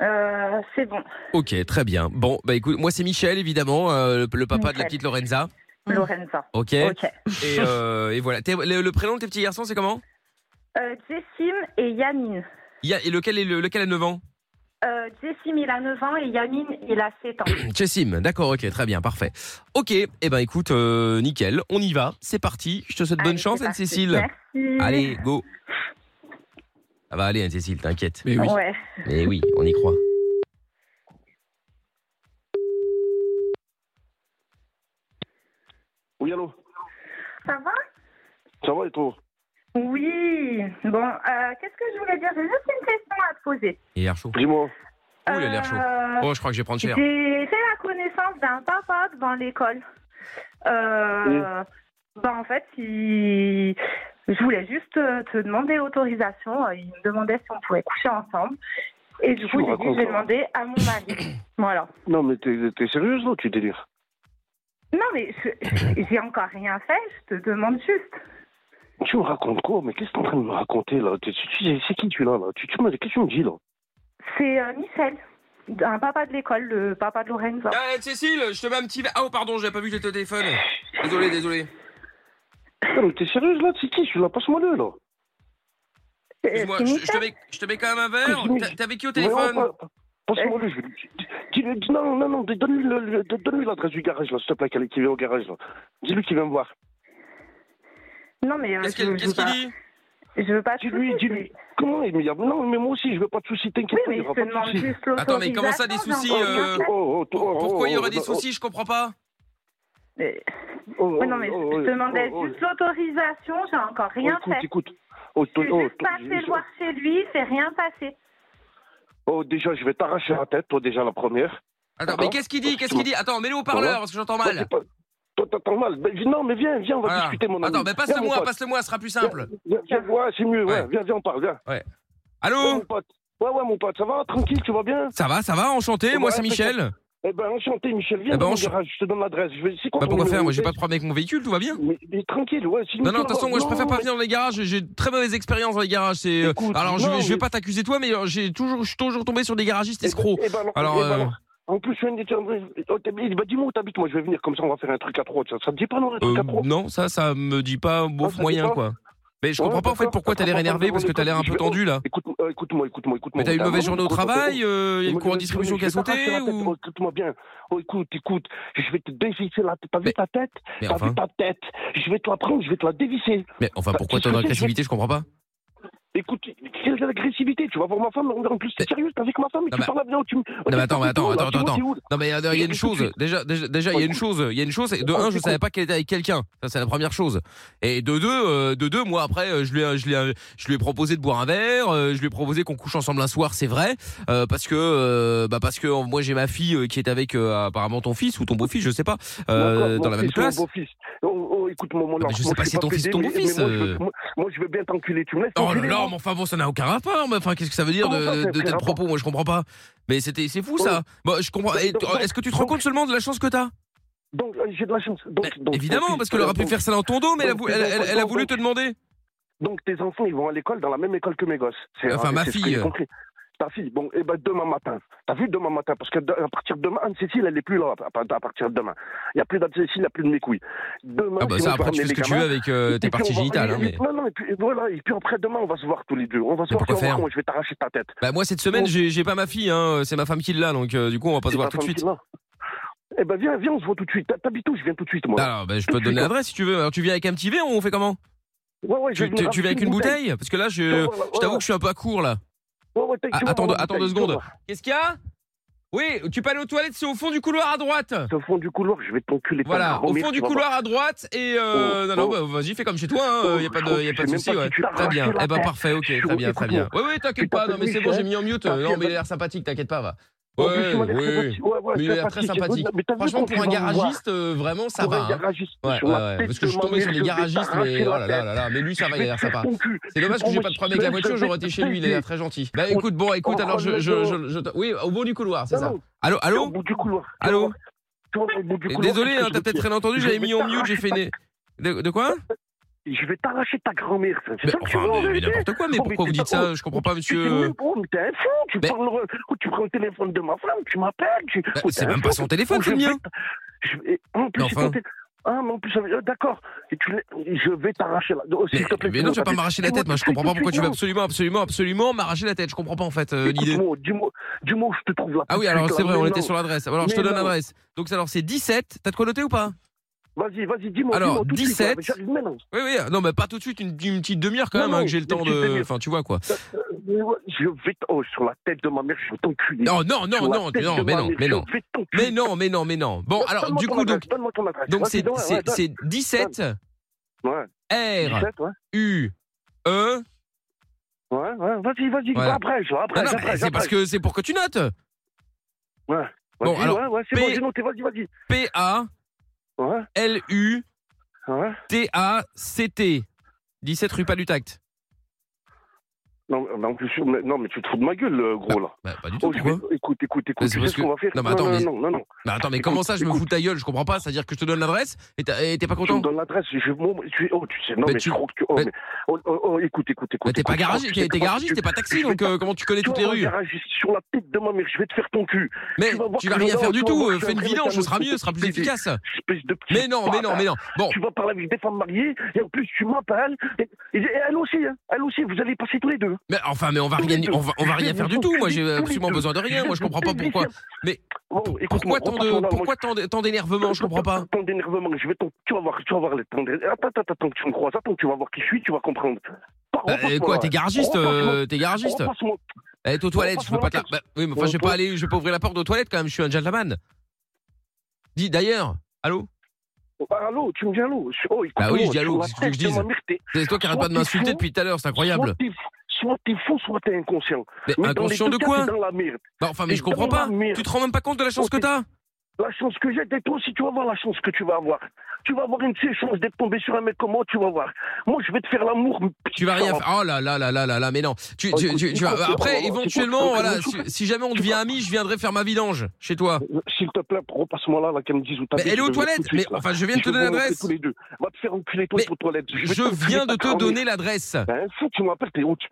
E: Euh, c'est bon.
A: Ok, très bien. Bon, bah écoute, moi c'est Michel évidemment, euh, le, le papa de la
E: Michel.
A: petite Lorenza.
K: Mm.
E: Lorenza.
A: Ok.
E: Ok.
A: Et, euh, et voilà. T'es- Le, le prénom de tes petits garçons, c'est comment
E: Euh, Jessim et Yamine.
A: Il y a- Et lequel est le, lequel a 9 ans
E: Euh, Jessim, il a 9 ans et Yamine, il a 7 ans.
A: Chessim, d'accord, ok, très bien, parfait. Ok, et eh ben écoute, euh, nickel, on y va, c'est parti. Je te souhaite bonne
E: Allez,
A: chance,
E: c'est parti.
A: Anne-Cécile.
E: Merci.
A: Allez, go. Ça va aller, Anne-Cécile, t'inquiète.
B: Mais oui.
E: Ouais.
A: Mais oui, on y croit.
L: Oui, allô
E: Ça va
L: Ça va et toi
E: Oui, bon, euh, qu'est-ce que je voulais dire J'ai juste une question à te poser.
A: Il a l'air chaud.
L: Dis-moi.
A: Oh, il a l'air chaud.
E: Euh,
A: Oh, je crois que je vais prendre cher.
E: J'ai fait la connaissance d'un papa dans l'école. Euh, bah, en fait, il- je voulais juste euh, te demander autorisation. Il me demandait si on pouvait coucher ensemble. Et du
L: Tu
E: coup,
L: me
E: j'ai dit,
L: racontes
E: je vais
L: ça.
E: demander à mon mari. voilà.
L: Non, mais t'es t'es sérieuse là, tu délires
E: Non, mais je- je- j'ai encore rien fait. Je te demande juste.
L: Tu me racontes quoi Mais qu'est-ce que t'es en train de me raconter là T'es- tu- tu- C'est qui tu là, là tu, tu, me- Qu'est-ce que tu me dis là
E: C'est euh, Michel.
H: Un papa de l'école, le papa de Lorenzo.
A: Ah, Cécile, je te mets un petit. Ah, oh, pardon, j'avais pas vu que j'étais au téléphone. Désolé, désolé.
L: Putain, mais t'es sérieuse là C'est qui celui-là Passe-moi le là.
A: Excuse-moi, je, je te mets, je te mets quand même un verre.
L: Euh, Excuse-moi.
A: T'as- T'avais qui au
L: Ouais,
A: téléphone
L: ouais, pa- Passe-moi le. je vais lui- dis-lui- dis- Non, non, non, donne-lui le- le- donne-lui l'adresse du garage là, s'il te plaît, qui qui vient au garage là. Dis-lui qu'il vient me voir.
H: Non, mais. euh, je-
A: Qu'est-ce qu'il
H: je
A: qu'est-ce
H: veux
A: qu'il
H: pas-
A: dit
H: Je veux pas. de
L: Dis-lui,
H: soucis,
L: dis-lui. Comment il me dit Non, mais moi aussi, je veux pas de soucis, t'inquiète
H: Oui,
L: pas,
H: mais
L: il y
H: je
L: aura
H: te
L: pas de
H: demande
L: soucis.
H: juste l'autorisation. hein.
A: Attends, mais comment ça, des
H: j'ai
A: soucis,
H: encore
A: euh,
H: aucun-
L: Oh, oh, oh, oh,
A: Pourquoi il y
L: oh,
A: aurait des
L: oh,
A: soucis Je comprends pas.
H: Mais-
L: oh, oh,
H: Oui, non, mais je
L: oh,
H: je
L: oh,
H: te demandais
L: oh, oh.
H: juste l'autorisation, j'ai encore
L: Oh,
H: rien
L: Écoute,
H: fait.
L: écoute. Oh,
H: Je
L: to-
H: suis
L: oh,
H: juste
L: to-
H: passé le voir chez lui, c'est rien passé.
L: oh, déjà, je vais t'arracher la tête, toi, déjà, la première.
A: Attends, mais
L: D'accord.
A: qu'est-ce qu'il dit Qu'est-ce qu'il dit Attends, mets-le au parleur
L: Voilà.
A: parce que j'entends
L: Toi, t'es
A: mal.
L: pas- Toi, t'attends mal. Ben, viens- non, mais viens, viens, on va
A: Voilà.
L: discuter, mon ami.
A: Attends, mais
L: Viens, mon
A: passe-le-moi,
L: pote.
A: passe-le-moi, ce sera plus simple.
L: Viens, viens, viens, ouais, c'est mieux, ouais.
A: Ouais.
L: Viens, viens, on parle, viens. Ouais, mon
A: Allô
L: pote. Ouais, ouais, mon pote, ça va Tranquille, tu vas bien
A: Ça va, ça va, enchanté,
L: Ouais,
A: moi c'est
L: impeccable.
A: Michel.
L: Eh ben, enchanté, Michel. Viens
A: Eh ben,
L: dans mon
A: enchan-
L: garage, je te donne l'adresse. Je vais... C'est quoi
A: Bah
L: ton
A: pourquoi
L: numéro
A: faire Moi j'ai
L: de
A: pas de problème avec mon véhicule, tout va bien
L: mais, mais tranquille, ouais. c'est
A: Non,
L: nickel,
A: non, de toute façon, moi je
L: non,
A: préfère pas
L: mais-
A: venir dans les garages, j'ai de très mauvaise expérience dans les garages. c'est, euh,
L: Écoute,
A: Alors je
L: non,
A: vais, je vais
L: mais-
A: pas t'accuser toi, mais euh, j'ai toujours, je suis toujours tombé sur des garagistes
L: Eh ben-
A: escrocs.
L: eh ben,
A: Alors,
L: eh ben,
A: euh,
L: En plus, je viens de dire- oh, t'es- il m'a dit, moi, où t'habites, moi, je vais venir, comme ça, on va faire un truc à trois. Ça, ça te dit pas, non, un truc
A: Euh,
L: à trois
A: non, ça, ça me dit pas
L: Ah,
A: bof
L: ça dit
A: moyen
L: pas
A: quoi. Mais je
L: Ouais,
A: comprends pas en fait
L: d'accord.
A: pourquoi t'as l'air
L: Attends,
A: énervé
L: attends,
A: parce que t'as l'air un
L: je
A: peu
L: vais-
A: tendu là.
L: Écoute- euh, Écoute-moi, écoute-moi, écoute-moi.
A: Mais t'as eu une
L: Attends,
A: mauvaise
L: non,
A: journée au
L: attends, attends,
A: travail, euh, il y a une
L: Moi,
A: cour en
L: je vais-
A: distribution
L: je
A: qui a
L: vais t'arracher
A: sauté
L: la tête.
A: ou
L: Oh, Écoute-moi bien. Oh, écoute, écoute. Je vais te dévisser la tête. T'as
A: Mais-
L: vu ta tête
A: Mais
L: T'as
A: enfin,
L: vu ta tête Je vais te la prendre, je vais te la dévisser.
A: mais enfin
L: Bah,
A: pourquoi
L: tu sais
A: ton
L: ce que c'est,
A: agressivité, je comprends pas.
L: Écoute, quelle est l'agressivité Tu vas voir ma femme, en plus, t'es sérieux T'es avec ma femme et
A: Non,
L: tu
A: mais-
L: parles là tu me.
A: mais attends, mais attends, attends, attends.
L: Moi,
A: Non mais euh, il y a il y a une
L: Écoute,
A: chose, déjà déjà déjà il y a une chose, il y a une chose et de
L: Oh,
A: un, je
L: écoute.
A: savais pas qu'elle était avec quelqu'un. Ça c'est la première chose. Et de deux euh, de deux moi après euh, je lui ai, je lui ai, je lui ai proposé de boire un verre, euh, je lui ai proposé qu'on couche ensemble un soir, c'est vrai euh, parce que euh, bah parce que euh, moi j'ai ma fille euh, qui est avec euh, apparemment ton fils ou ton beau-fils, je sais pas, euh, dans la même classe.
L: Oh, oh, écoute-moi, mon
A: mais je sais
L: moi,
A: pas si
L: suis
A: ton fils,
L: pédé,
A: ton
L: mais-
A: beau-fils,
L: mais moi, je
A: euh.
L: veux- Moi, moi, je veux bien t'enculer, tu me laisses.
A: Oh là
L: t'enculer,
A: là,
L: non
A: mais enfin bon, ça n'a aucun rapport. Mais enfin, qu'est-ce que ça veut dire
L: Comment ça,
A: de,
L: ça
A: de, de
L: n'a
A: tels
L: aucun
A: propos Moi, je comprends pas. Mais c'était, c'est fou ça. Bon, je comprends. Et,
L: Bah, Donc- donc-
A: Est-ce que tu te rends
L: donc-
A: compte seulement de la chance que t'as
L: Donc, euh, j'ai de la chance. Donc,
A: Bah,
L: donc,
A: Évidemment,
L: donc,
A: parce qu'elle aurait pu
L: donc-
A: faire ça dans ton dos, mais elle a, vou-
L: donc-
A: elle- elle- elle a
L: donc-
A: voulu te demander.
L: Donc tes enfants, ils vont à l'école dans la même école que mes gosses. C'est- euh,
A: Enfin, ma
L: c'est ce que
A: fille. euh.
L: j'ai compris. Ta fille, bon, et ben demain matin. T'as vu demain matin Parce que de- à partir de demain, Anne-Cécile, elle n'est plus là. À part- à partir de demain. Il n'y a plus d'Anne-Cécile, il n'y a plus de mes couilles. Demain,
A: Ah bah ça,
L: sinon, je vais
A: après, tu fais
L: ramener
A: ce que
L: les
A: tu veux
L: gamins.
A: avec euh, tes
L: Et puis, on
A: parties
L: va-
A: génitales. hein,
L: et-
A: mais...
L: Non, non, et puis et voilà, et puis après-demain, on va se voir tous les deux. On va se voir, tu
A: pourquoi
L: vas voir
A: faire
L: comment je vais t'arracher ta tête.
A: Bah moi, cette
L: Oh.
A: semaine, j'ai j'ai pas ma fille. Hein. C'est ma femme qui l'a, donc euh, du coup, on va pas se
L: Et
A: voir
L: ta
A: tout de
L: femme
A: suite.
L: qui est là. Eh ben viens, viens, on se voit tout de suite. T'as- T'habites où Je viens tout de suite, moi.
A: Alors, bah, je peux te donner l'adresse si tu veux. Alors, tu viens avec un petit verre ou on fait comment
L: Ouais, ouais,
A: tu,
L: je vais
A: tu-
L: venir
A: tu viens avec une bouteille Parce que là, je,
L: Ouais, ouais,
A: je t'avoue
L: ouais.
A: que je suis un peu à court là.
L: Oh, Ouais, ouais, t'as-
A: Ah,
L: tu vas
A: attends,
L: voir ma
A: attends deux
L: bouteille, tu vas
A: secondes.
L: voir.
A: Qu'est-ce qu'il y a Oui, tu peux aller aux toilettes, c'est au fond du couloir à droite.
L: C'est Au fond du couloir, je vais t'enculer. ta
A: Voilà, au
L: grand-mère,
A: fond du
L: tu vas voir.
A: couloir à droite et euh,
L: Oh,
A: non non
L: oh.
A: bah, vas-y fais comme chez toi hein, euh, y a pas de y a pas de
L: Je sais
A: souci
L: même pas
A: ouais.
L: si tu
A: Très
L: l'arraches
A: bien.
L: sur la
A: Eh ben
L: tête.
A: parfait, OK,
L: Chaud,
A: très bien, très bien.
L: écoute-moi.
A: Oui oui, t'inquiète
L: Tu
A: pas,
L: t'appelles
A: non mais c'est bon,
L: Michel.
A: j'ai mis en mute. euh, Non mais il a l'air sympathique, t'inquiète pas va. Ouais, ouais. Mais il a l'air très sympathique. Franchement pour un garagiste euh, vraiment ça va. hein. Ouais, ouais, ouais, parce que je suis tombé sur des garagistes mais oh là là là là, mais lui ça va, il a l'air sympa. C'est dommage que j'ai pas de problème avec la voiture, j'aurais été chez lui, il a l'air très gentil. Bah écoute, bon, écoute, alors je, je, je, je- oui, au bout du couloir, c'est ça. Allô,
L: Allô Au
A: allô,
L: bout du couloir. tu
A: Allô
L: vas voir. Tu vas voir au bout du
A: Et
L: couloir,
A: Désolé,
L: qu'est-ce que
A: hein,
L: je
A: t'as
L: vais
A: peut-être
L: dire
A: très entendu,
L: Je
A: j'avais
L: vais
A: mis en mute, j'ai fait une. De, de quoi
L: Je vais t'arracher ta grand-mère. ça. C'est
A: mais,
L: ça que tu
A: enfin,
L: veux,
A: mais, mais
L: arrêter
A: n'importe quoi, mais
L: Oh,
A: pourquoi
L: mais
A: vous
L: t'es
A: dites
L: pas
A: ça Je comprends pas,
L: Tu es
A: monsieur.
L: bon, mais t'es un fou, tu
A: Mais-
L: parles, écoute, tu prends le téléphone de ma femme, tu m'appelles, tu.
A: Bah,
L: Oh, t'es
A: c'est
L: un
A: même pas
L: fou.
A: son téléphone,
L: Oh,
A: c'est le
L: je
A: mien.
L: vais t- je vais- en plus,
A: Mais
L: c'est
A: enfin.
L: ton tél- Ah, mais en plus, euh, d'accord. Et tu l'es- Je vais t'arracher la. Oh, s'il
A: Mais,
L: te plaît,
A: mais non, tu vas pas
L: t'arrêtes.
A: m'arracher la tête, moi je
L: Écoute,
A: comprends pas pourquoi tu veux
L: non.
A: absolument, absolument, absolument m'arracher la tête. Je comprends pas en fait euh, l'idée.
L: Écoute-moi, dis-moi, dis-moi où je te trouve là.
A: Ah oui, alors c'est vrai, on était sur l'adresse. Alors je te
L: Mais
A: donne
L: non.
A: l'adresse. Donc alors c'est 17, t'as de quoi noter ou pas
L: Vas-y, vas-y, dis-moi.
A: Alors,
L: dis-moi tout de suite,
A: 17.
L: là, mais j'arrive maintenant.
A: Oui, oui, non, mais pas tout de suite, une, une petite demi-heure quand
L: Non,
A: même, hein,
L: non,
A: que j'ai le
L: une
A: temps
L: petite
A: de.
L: demi-heure.
A: Enfin, tu vois quoi.
L: Euh, ouais, Je vais. t- Oh, sur la tête de ma mère, je vais t'enculer.
A: Non, non, non,
L: Sur la
A: non,
L: tête
A: non,
L: de
A: mais
L: ma
A: non,
L: mère,
A: mais
L: je
A: non.
L: vais t'enculer.
A: Mais non, mais non, mais non. Bon, alors
L: Donne-moi
A: du
L: ton
A: coup, donc,
L: adresse, donne-moi ton adresse.
A: donc
L: Vas-y,
A: c'est
L: donne-moi, ouais,
A: c'est- c'est 17
L: donne- ouais.
A: R
L: 17, ouais.
A: U E.
L: Ouais, ouais, vas-y, vas-y,
A: Voilà.
L: après, je après,
A: Non, non, mais
L: après,
A: c'est parce que c'est pour que tu notes. bon,
L: Bon,
A: alors,
L: alors, ouais, ouais, c'est
A: P-
L: bon, j'ai noté, vas-y, vas-y.
A: P A
L: Ouais,
A: L U
L: ouais.
A: T A C T 17 rue Palutact.
L: Non, mais en plus, mais- non, mais tu te fous de ma gueule, euh, gros, là.
A: pas du
L: tout. écoute, écoute, écoute.
A: Mais
L: tu
A: c'est
L: sais
A: parce
L: ce
A: que-
L: qu'on va faire
A: Non, mais attends,
L: non,
A: mais-
L: non, non, non.
A: Bah attends, mais comment ça, je me fous de ta gueule Je comprends pas. C'est-à-dire que je te donne l'adresse et t'as- et t'es pas
L: Tu
A: content
L: me donnes l'adresse, je vais. moi, tu- Oh, tu sais, non,
A: Mais
L: mais,
A: tu-
L: tu crois que tu. Oh, mais... oh, oh, oh, écoute, écoute, écoute.
A: Mais t'es pas
L: écoute, je crois
A: garagiste,
L: que tu sais
A: t'es
L: comment
A: garagiste,
L: tu-
A: t'es pas taxi,
L: je vais
A: donc,
L: te-
A: euh, comment tu connais
L: Toi,
A: toutes les
L: moi,
A: rues
L: garagiste, Sur la tête de ma mère, je vais te faire ton cul.
A: Mais
L: vas voir
A: tu vas
L: que
A: rien
L: maintenant,
A: faire du
L: tu vas
A: tout,
L: voir
A: euh,
L: que
A: fais une
L: je suis un
A: vidange, ce sera
L: truc
A: mieux, ce sera plus
L: pédé.
A: efficace.
L: Espèce de petit
A: Mais non, mais non, mais non. Bon.
L: Tu vas parler avec des femmes mariées, et en plus, tu m'appelles. Et, et- et elle aussi, hein, elle aussi, vous allez passer tous les deux.
A: Mais enfin, mais on va
L: Tous les
A: rien,
L: deux.
A: on va, on va
L: Je vais
A: rien faire
L: vous
A: du tout. Moi,
L: enculer
A: j'ai
L: tous les
A: absolument
L: deux.
A: besoin de rien.
L: Je
A: Moi, je
L: vais
A: comprends
L: vous
A: pas pourquoi.
L: pédé.
A: Mais
L: Bon,
A: pourquoi
L: écoute-moi,
A: tant
L: repassons
A: de,
L: là, moi,
A: pourquoi tant de- tant d'énervement Je comprends pas.
L: Tant d'énervement, je vais t'en- tu vas voir, tu vas voir les temps d'éner- Attends, attends, attends, que tu me croises, attends, tu vas voir qui je suis, tu vas comprendre. Pas-
A: Bah,
L: repasse-moi
A: euh, quoi,
L: là.
A: t'es garagiste,
L: Repasse-moi.
A: euh, t'es garagiste.
L: Repasse-moi.
A: Eh, T'es aux toilettes, je peux pas te. la-
L: repasse-moi
A: Bah, oui, mais enfin, je vais pas aller, je vais pas ouvrir la porte aux toilettes quand même. Je suis un gentleman. Dis d'ailleurs. Allô
L: Ah, allô, tu me dis allô Je- oh, écoute-moi,
A: Bah oui, je dis
L: sur
A: allô.
L: la
A: Qu'est-ce que tu veux que je
L: tête de
A: dise
L: ma mère, t'es-
A: C'est toi qui arrête
L: soit
A: pas de
L: t'es
A: m'insulter
L: fou,
A: depuis tout à l'heure. C'est incroyable.
L: Soit t'es- Soit t'es fou, soit t'es inconscient.
A: Mais
L: dans les
A: inconscient
L: deux
A: de
L: cas,
A: quoi
L: t'es dans la merde.
A: Bah, enfin, mais
L: T'es
A: je comprends
L: dans la
A: pas.
L: merde.
A: Tu te rends même pas compte de la chance que
L: Soit t'es-
A: t'as.
L: La chance que j'ai, et toi aussi, tu vas voir la chance que tu vas avoir. Tu vas avoir une de ces chances d'être tombé sur un mec comme moi, tu vas voir. Moi, je vais te faire l'amour.
A: Tu vas rien faire. Oh là là là là là là, mais non. Tu,
L: Oh,
A: tu-
L: écoute,
A: tu- tu
L: écoute,
A: vas-
L: écoute,
A: Après,
L: on va voir.
A: éventuellement,
L: Écoute,
A: voilà, si,
L: écoute,
A: si jamais on devient amis, je viendrai faire ma vidange chez toi.
L: Euh, S'il te plaît, repasse-moi là, là, qu'elle me dise où
A: Mais
L: t'habites.
A: elle est aux
L: je vais
A: toilettes.
L: tout de suite,
A: Mais
L: là.
A: enfin, je viens de te
L: vais
A: donner
L: vous montrer
A: l'adresse.
L: tous les deux. Va te faire enculer, toi,
A: Mais
L: sur toilettes. vais
A: Je
L: t'enculer,
A: viens de
L: ta
A: te
L: grand-mère.
A: donner l'adresse.
L: Ben, fou, tu m'appelles, t'es où tu-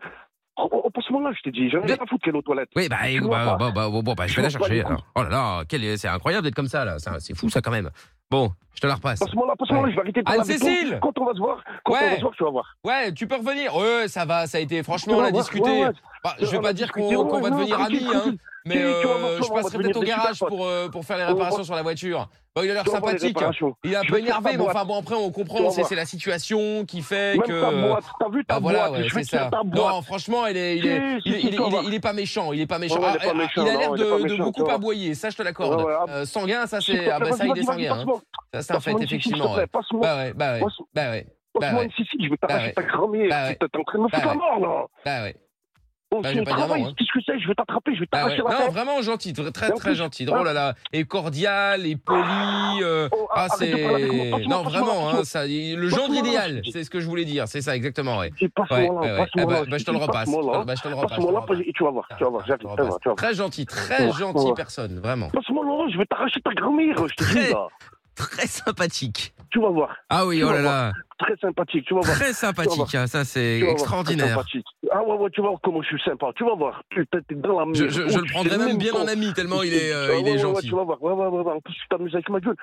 L: Oh, oh, Repasse-moi là, je t'ai dit. J'en ai rien à foutre qu'elle est aux toilettes.
A: Oui, bah,
L: Tu
A: bah,
L: vois
A: bah,
L: pas.
A: bah, bah, bon, bon, bah, je vais
L: Tu
A: la
L: vois pas
A: chercher.
L: les
A: alors. Oh là là, quel, c'est incroyable d'être comme ça, là. Ça, C'est fou, ça, quand même. Bon, je te la repasse.
L: Passe-moi là, passe-moi là, je vais arrêter de parler avec toi.
A: Anne-Cécile
L: Quand on va se voir, quand
A: Ouais.
L: on va se voir, tu vas voir.
A: Ouais, tu peux revenir. Ouais, ça va, ça a été. Franchement, on
L: Ouais,
A: a
L: ouais,
A: discuté.
L: ouais, ouais.
A: Bah, je vais
L: On
A: pas
L: a
A: dire qu'on
L: discuté,
A: qu'on
L: ouais,
A: va
L: non,
A: devenir
L: tranquille,
A: amis, hein.
L: tranquille.
A: Mais
L: Tu- tu vas voir
A: euh,
L: ça, on
A: je
L: va
A: passerai
L: devenir
A: peut-être au
L: des super
A: garage
L: potes.
A: pour, euh, pour faire les
L: On va-
A: réparations sur la voiture. Bon, il a l'air
L: On va voir les
A: sympathique.
L: réparations.
A: Il est un
L: Je
A: peu
L: vais te faire
A: énervé,
L: ta
A: mais
L: boîte.
A: enfin bon, après on
L: Tu
A: comprend,
L: vas
A: c'est
L: voir.
A: c'est la situation qui fait
L: Même
A: que.
L: ta boîte, t'as vu ta
A: Bah voilà,
L: boîte,
A: ouais,
L: je
A: c'est
L: vais te faire
A: ça.
L: ta boîte.
A: Non, franchement, il est, il est,
L: Si, si,
A: il est,
L: si,
A: il est-
L: tu vas
A: il est-
L: voir.
A: il est pas méchant, il est pas méchant.
L: Ouais, ouais, il est
A: Ah,
L: pas
A: ah,
L: méchant,
A: il a
L: non,
A: l'air
L: il est pas
A: de, de
L: méchant,
A: beaucoup
L: tu vas.
A: aboyer, ça je te l'accorde.
L: Ouais, ouais, ah,
A: Euh, sanguin, ça
L: S'il te
A: c'est,
L: plaît,
A: ah bah
L: vas-y,
A: ça il
L: vas-y,
A: est
L: vas-y,
A: sanguin. hein.
L: passe-moi.
A: Ça c'est un fait
L: Passe-moi une scie, s'il te
A: effectivement. ouais.
L: plaît, passe-moi.
A: Bah ouais, bah ouais,
L: Passe-
A: bah ouais, bah
L: Passe-moi
A: ouais,
L: une Sicile, je
A: Bah
L: vais
A: ouais.
L: t'arracher ta
A: Bah
L: grand-mère.
A: ouais.
L: Tu t'es en train de me foutre
A: Bah
L: la mort, là.
A: bah ouais.
L: Oh,
A: Bah,
L: c'est
A: j'ai
L: mon
A: pas dit la mort,
L: travail,
A: hein.
L: qu'est-ce que c'est Je vais t'attraper, je vais
A: Bah ouais.
L: t'arracher la
A: Non,
L: tête.
A: vraiment gentil, tr- très
L: Et en
A: très
L: plus,
A: gentil.
L: hein.
A: Oh là là, et cordial, et poli. euh,
L: Oh,
A: ah,
L: arrête de
A: c'est.
L: parler avec moi, passe-moi,
A: Non,
L: passe-moi,
A: vraiment, hein,
L: passe-moi.
A: ça, le
L: Passe-moi
A: genre
L: là,
A: idéal,
L: je te dis.
A: c'est ce que je voulais dire, c'est ça, exactement, ouais.
L: Dis, Passe-moi
A: Ouais,
L: là,
A: ouais, ouais.
L: passe-moi
A: Ah bah,
L: là,
A: bah, je te
L: dis,
A: le repasse.
L: passe-moi là.
A: Ah bah, je te le repasse,
L: Passe-moi
A: je
L: là,
A: te le
L: passe- et tu vas voir, tu vas voir,
A: Je te
L: j'arrive,
A: le
L: tu vas voir,
A: repasse.
L: tu vas voir.
A: Très gentil,
L: Ouais,
A: très
L: ouais.
A: gentille personne, vraiment.
L: Passe-moi là, Oh, je vais t'arracher ta grand-mère, je te
A: Très-
L: dis là.
A: Très sympathique.
L: Tu vas voir,
A: Ah oui,
L: Tu
A: oh
L: vas
A: là
L: voir.
A: là,
L: très sympathique, tu vas voir.
A: très
L: Tu vas
A: sympathique,
L: voir.
A: hein, ça c'est
L: Tu vas voir, très
A: extraordinaire.
L: sympathique. Ah ouais, ouais, tu vas voir comment je suis sympa. Tu vas voir, tu t'es t'es dans la merde.
A: Je, je- je
L: Oh,
A: le
L: tu
A: prendrais
L: sais
A: même bien
L: pas.
A: en ami, tellement il est, euh,
L: Ah
A: il est
L: ouais, ouais, ouais,
A: gentil.
L: tu vas voir, ouais, ouais, ouais, ouais. En plus, tu t'amuses avec ma gueule.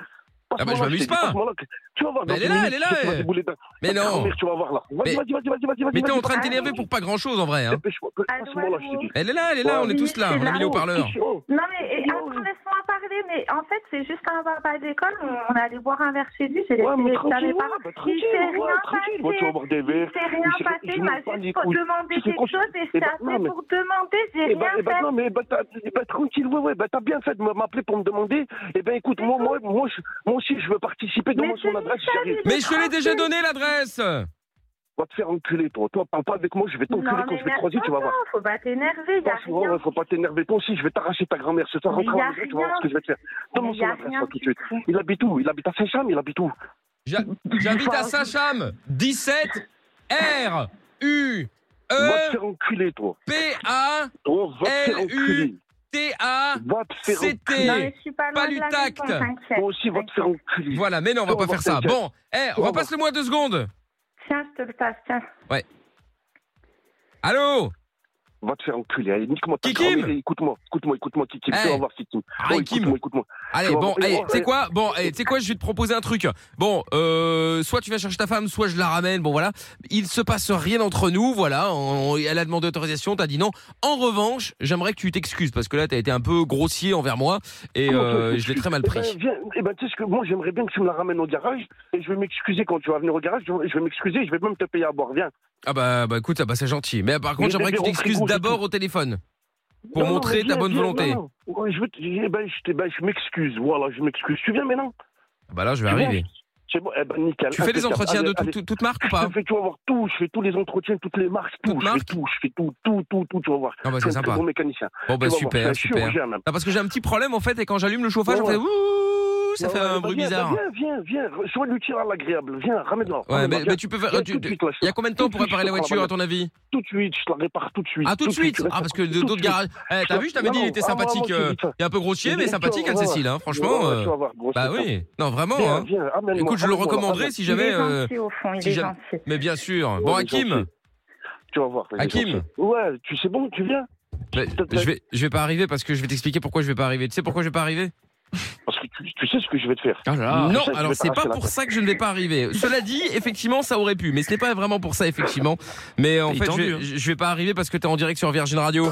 A: Ah bah, je
L: Passe-moi là,
A: m'amuse
L: t'ai dit,
A: pas.
L: passe-moi là, que- Tu vas voir,
A: Mais
L: dans
A: elle est
L: une
A: là,
L: minute,
A: elle est là,
L: tu vas
A: elle.
L: débouler ta- ta
A: Mais non.
L: grand-mère, Tu vas voir là.
A: Mais-
L: Vas-y, vas-y, vas-y, vas-y, vas-y.
A: Mais t'es en
L: vas-y,
A: train de
L: vas-y.
A: t'énerver pour pas grand chose en vrai. Hein.
L: Dépêche-moi, Passe-moi là, je te dis.
A: Elle est là, elle est là, on
H: Oui,
A: est tous là,
H: c'est
A: on a
H: là.
A: mis les haut-parleurs.
L: Oh,
H: Non, mais et, attends, laisse-moi parler. Mais en fait, c'est juste un papa d'école. On, on est allé boire un verre chez lui. J'ai laissé
L: Ouais, mais
H: les
L: tranquille,
H: mes
L: ouais,
H: parents.
L: bah,
H: Il
L: tranquille,
H: s'est
L: ouais,
H: rien
L: tranquille. Moi, tu vas
H: passé.
L: boire des
H: Il
L: verres.
H: s'est
L: Il
H: rien
L: s'est-
H: passé.
L: je
H: Il
L: m'en
H: m'a
L: bats les
H: juste pour
L: couilles.
H: demander
L: Tu sais
H: quelque
L: quoi, je-
H: chose et
L: Eh
H: je
L: ben,
H: t'ai
L: non,
H: appelé
L: mais-
H: pour demander. J'ai
L: Eh ben,
H: rien
L: eh ben,
H: fait.
L: non, mais bah, t'as- eh ben, tranquille, ouais, ouais, bah, t'as bien fait de me- m'appeler pour me demander. Eh ben, écoute, moi, moi, moi, je- moi aussi, je veux participer.
H: Mais
L: Donne-moi
H: c'est
L: son adresse,
H: ça, il
L: j'arrive.
H: est
A: Mais je te l'ai déjà
H: tranquille.
A: donné l'adresse
L: Va te faire enculer, toi. Toi, parle pas avec moi, je vais
H: Non,
L: t'enculer quand
H: mais
L: je vais te croiser, tu vas voir.
H: attends, faut pas t'énerver. Y a
L: Passe-moi,
H: rien.
L: ouais, faut pas t'énerver. Toi aussi, je vais t'arracher ta grand-mère ce soir.
H: Mais
L: Rentre
H: y
L: à la
H: a
L: maison, tu vas voir
H: rien.
L: ce que je vais te faire. Donne-moi
H: Mais y
L: son
H: a
L: adresse,
H: rien
L: là, tout de
H: qui
L: suite. Il habite où Il habite à Saint-Cham, il habite où
A: J'a- J'habite à Sacham, 17 R U
L: Va te
A: E
L: faire enculer, toi.
A: P A
L: Oh, va te faire
A: L, U,
L: enculer.
A: T A
L: Va te faire
A: C
L: enculer.
H: Non, mais
A: T.
H: je suis pas
A: Pas
H: loin
A: du
H: de la
A: tact.
H: maison, t'inquiète.
L: Toi aussi, va te faire enculer.
A: Voilà, mais non, on va
L: Toi,
A: pas
L: on va
A: faire ça.
L: faire
A: Bon, eh,
L: Toi, on va
A: repasse-le-moi deux secondes.
H: Tiens, je te le passe. Tiens.
A: Allô
L: Va te faire enculer. Allez, nique-moi ta
A: Kikim
L: grand-mère et Écoute-moi, écoute-moi, écoute-moi, Kikim.
A: Eh.
L: Tu vas voir, Kikim.
A: Arrête,
L: Oh,
A: Kim.
L: écoute-moi, écoute-moi.
A: Allez,
L: Tu vas
A: bon,
L: voir-
A: allez,
L: Oh,
A: tu sais
L: eh.
A: quoi Bon, eh, tu sais quoi Je vais te proposer un truc. Bon, euh, soit tu vas chercher ta femme, soit je la ramène. Bon, voilà. Il se passe rien entre nous. Voilà. On- elle a demandé autorisation, t'as dit non. En revanche, j'aimerais que tu t'excuses parce que là, t'as été un peu grossier envers moi et
L: Comment
A: euh,
L: tu veux
A: je l'ai
L: que
A: très mal
L: Eh ben,
A: pris.
L: viens, eh ben, tu sais ce que moi j'aimerais bien que tu me la ramènes au garage et je vais m'excuser quand tu vas venir au garage. Je je vais m'excuser, je vais même te payer à boire. Viens.
A: Ah bah, bah écoute, ah bah, c'est gentil. Mais par contre,
L: Mais
A: j'aimerais que tu
L: Véro,
A: t'excuses
L: frigo, c'est
A: d'abord
L: tout.
A: au téléphone pour
L: Non, non,
A: montrer
L: mais
A: ta
L: viens,
A: bonne
L: viens,
A: volonté.
L: non, non. Ouais, je veux te- eh ben, je, t'ai- ben, je m'excuse. Voilà, je m'excuse. Tu viens maintenant
A: Ah Bah là, je vais
L: Tu vois,
A: arriver.
L: C'est bon. Eh ben nickel.
A: Tu fais les
L: impeccable.
A: entretiens
L: Allez,
A: de tout-
L: allez.
A: tout- toute marque ou
L: Je
A: pas
L: te fais, tu vas voir tout, je fais tous les entretiens, toutes les marques, tout,
A: Toutes
L: je fais
A: marques
L: tout, je fais tout, tout, tout, tout, tu vas voir.
A: Ah bah
L: Je suis
A: c'est
L: un très
A: sympa.
L: bon mécanicien.
A: Bon bah
L: Tu vas voir, je suis un
A: super, super.
L: chirurgien, même.
A: Ah, parce que j'ai un petit problème en fait et quand j'allume le chauffage,
L: Ouais,
A: on fait
L: ouais. bah,
A: ouh, ça fait un bruit bizarre.
L: Viens, viens, viens, viens. Sois l'utile à l'agréable. Viens, ramène-la.
A: Ouais,
L: Ramène-la,
A: mais,
L: viens.
A: mais tu peux faire.
L: Viens
A: tu-
L: tout de suite, là, je-
A: il y a combien de temps pour
L: tout de suite,
A: réparer la
L: je te
A: voiture, à
L: ramène.
A: ton avis
L: Tout de suite, je te la répare tout de suite.
A: Ah, tout de suite Ah, parce que
L: Bah, Tout de
A: d'autres
L: suite.
A: garages. Eh, t'as
L: Tu
A: vu, je
L: vas-
A: t'avais dit,
L: non,
A: il était
L: non,
A: sympathique.
L: vraiment,
A: euh,
L: tu-
A: Il est un peu grossier,
L: tu-
A: mais
L: tu-
A: sympathique,
L: tu vas voir.
A: Anne-Cécile, hein, franchement.
L: Ouais, ouais, tu
A: euh,
L: vas voir, grossier,
A: Bah oui. Non, vraiment,
L: Viens,
A: hein.
L: viens, amène-moi,
A: Écoute, je le
L: amène-moi,
A: recommanderais si jamais.
H: il est
A: euh,
H: gentil au fond, il
A: si
H: est
A: jamais-
H: gentil.
A: Mais bien sûr.
L: Ouais,
A: Bon,
L: il est
A: Hakim,
L: gentil. Tu vas voir. il est
A: Hakim.
L: gentil. Ouais, tu sais bon, tu viens
A: bah, je vais, je vais pas arriver parce que je vais t'expliquer pourquoi je vais pas arriver. Tu sais pourquoi je vais pas arriver
L: Parce que tu, tu sais ce que je vais te faire.
B: Ah,
A: Non,
L: ça, je vais
A: alors c'est
L: t'arracher
A: pas
L: la
A: pour
L: tête.
A: ça que je ne vais pas arriver. Cela dit, effectivement, ça aurait pu, mais ce n'est pas vraiment pour ça, effectivement. Mais en
B: Il est
A: fait, je
B: tendu, hein.
A: vais, je vais pas arriver parce que t'es en direct sur Virgin Radio.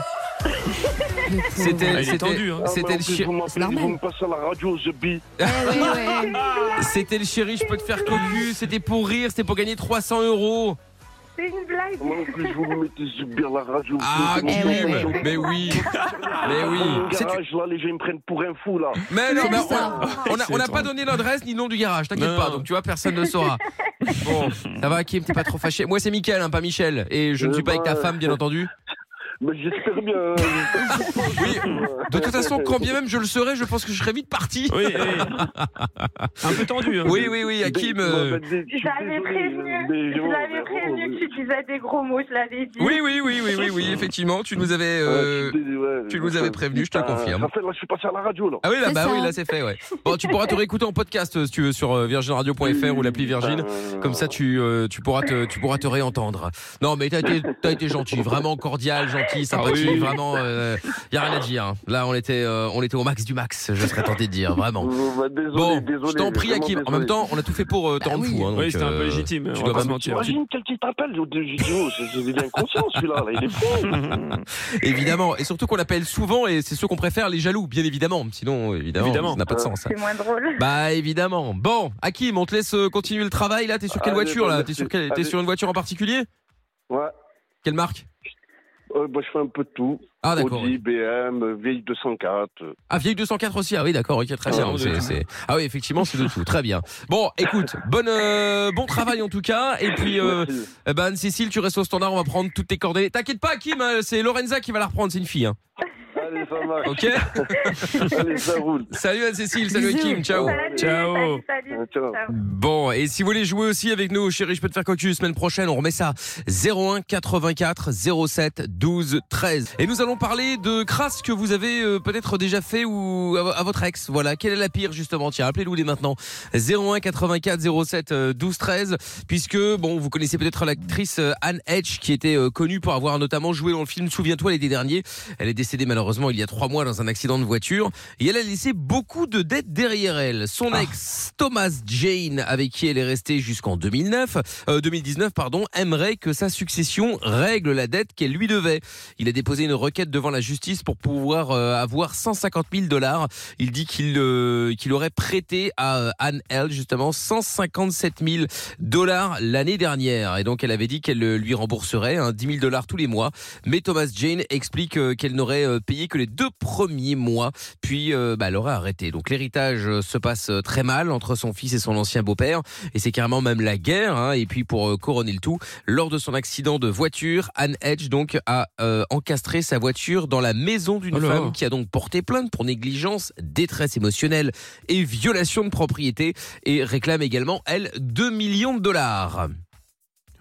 A: C'était,
B: il est
A: c'était,
B: tendu, hein.
L: Ah, mais
A: c'était
L: en
A: le
L: plus,
A: chi-
L: vous
D: c'est
L: m'appelez,
D: normal.
L: vous me passez à la radio, The
B: Eh
L: Bee.
D: Ouais, ouais, ouais.
A: c'était le chéri, je peux te faire cocu. C'était pour rire, c'était pour gagner 300 euros.
H: C'est une blague.
L: Moi en plus, vous me mettez The Bee à la radio.
A: Ah,
B: Eh
L: Vous me
A: Kim,
D: ouais,
L: mettez-
D: ouais.
A: mais oui, mais oui.
L: Dans mon
A: C'est-
L: garage, là, les gens ils me prennent pour un fou, là.
A: Mais non,
D: C'est
A: mais
D: bizarre.
A: on- on n'a on n'a pas donné l'adresse ni le nom du garage, t'inquiète
B: Non.
A: pas, donc tu vois, personne ne le saura. Bon, ça va, Kim, t'es pas trop fâché. Moi, c'est Mickaël, hein, pas Michel. Et je ne
L: Euh,
A: suis pas avec ta
L: bah,
A: femme, bien entendu.
L: Mais j'espère bien. euh,
A: Oui,
L: euh,
A: de toute façon, quand bien même je le serais, je pense que je serais vite parti.
B: Oui, oui. un peu tendu. hein.
A: Oui, oui, oui, Hakim. euh,
L: Ouais, bah, des- je suis
H: Je l'avais
L: désolé,
H: prévenu.
L: mais
H: Je
L: bon,
H: l'avais
L: bah,
H: prévenu
L: oh,
H: que tu disais des gros mots, je l'avais dit.
A: Oui, oui, oui, oui, oui, oui, effectivement, tu nous avais.
L: ouais,
A: euh,
L: je suis dés- ouais,
A: tu nous avais prévenu, je te le
L: putain,
A: confirme.
L: Euh, En fait, là, je suis passé à la radio, là.
A: Ah oui, là,
D: C'est
A: bah
D: ça.
A: oui, là, c'est fait, ouais. Bon, Oh, tu pourras te réécouter en podcast euh, si tu veux sur euh, virginradio.fr ou l'appli Virgin.
L: Putain,
A: Comme ça, tu, euh, tu, pourras te, tu pourras te réentendre. Non, mais t'as été, t'as été gentil, vraiment cordial, gentil, sympathique,
B: Ah oui.
A: vraiment. Euh, y a rien à dire. Là, on était, euh, on était au max du max, je serais tenté de dire, vraiment.
L: Euh, bah, désolé,
A: Bon,
L: désolé,
A: je t'en prie,
L: vraiment
A: Hakim. En
L: désolé.
A: même temps, on a tout fait pour euh, te rendre fou. Hein, donc,
B: Bah Oui, c'était un peu
A: euh,
B: légitime.
A: tu
B: on
A: dois
B: va pas
A: pas
B: se mentir.
L: Imagine quel petit appel, je dis, oh, c'est- c'est- il est inconscient celui-là, là, il est fou.
A: Évidemment, et surtout qu'on l'appelle souvent, et c'est ceux qu'on préfère, les jaloux, bien évidemment. Sinon, euh, évidemment,
B: Évidemment.
A: ça n'a pas de sens. ça.
H: C'est moins drôle.
A: Bah évidemment. Bon, Hakim, on te laisse euh, continuer le travail là. T'es sur quelle
L: Allez,
A: voiture
L: bon,
A: là
L: merci.
A: T'es sur, quelle- t'es
L: Allez.
A: sur une voiture en particulier
L: Ah, Ouais,
A: Quelle marque
L: euh, bah, je fais un peu de tout.
A: Ah d'accord.
L: Audi, BM, vieille 204. euh,
A: Ah vieille 204 aussi. Ah oui d'accord. Ok très
B: Ah,
A: bien.
B: mon
A: C'est-
B: Dieu.
A: c'est- Ah oui effectivement c'est de tout. Très bien. Bon écoute, bonne euh, bon travail en tout cas. Et puis euh,
L: merci.
A: eh ben Cécile, tu restes au standard. On va prendre toutes tes coordonnées. T'inquiète pas, Hakim. hein, c'est Lorenza qui va la reprendre. C'est une fille. Hein.
L: Allez, ça marche.
A: Ok.
L: Allez, ça roule.
A: salut Anne Cécile. Salut Hakim. Ciao.
H: Salut,
B: Ciao.
H: salut, salut.
L: Euh, Ciao.
H: Ciao.
A: Bon, et si vous voulez jouer aussi avec nous, chérie, je peux te faire cocu, semaine prochaine, on remet ça. 01 84 07 12 13. Et nous allons parler de crasse que vous avez euh, peut-être déjà fait ou à, vo- à votre ex. Voilà, quelle est la pire justement Tiens, appelez-nous dès maintenant. 01 84 07 euh, 12 13. Puisque, bon, vous connaissez peut-être l'actrice euh, Anne Hedge qui était euh, connue pour avoir notamment joué dans le film Souviens-toi l'été dernier. Elle est décédée malheureusement il y a trois mois dans un accident de voiture et elle a laissé beaucoup de dettes derrière elle. Son ex Thomas Jane, avec qui elle est restée jusqu'en 2009, euh, 2019 pardon, aimerait que sa succession règle la dette qu'elle lui devait. Il a déposé une requête devant la justice pour pouvoir euh, avoir 150 000 dollars. Il dit qu'il euh, qu'il aurait prêté à euh, Anne Hell justement 157 000 dollars l'année dernière et donc elle avait dit qu'elle euh, lui rembourserait hein, 10 000 dollars tous les mois. Mais Thomas Jane explique euh, qu'elle n'aurait euh, payé que les deux premiers mois puis euh, bah, elle aurait arrêté. Donc l'héritage euh, se passe euh, très mal entre son fils et son ancien beau-père, et c'est carrément même la guerre. hein. Et puis pour euh, couronner le tout, lors de son accident de voiture, Anne Hedge donc a euh, encastré sa voiture dans la maison d'une
B: Oh là là.
A: femme qui a donc porté plainte pour négligence, détresse émotionnelle et violation de propriété, et réclame également elle 2 millions de dollars.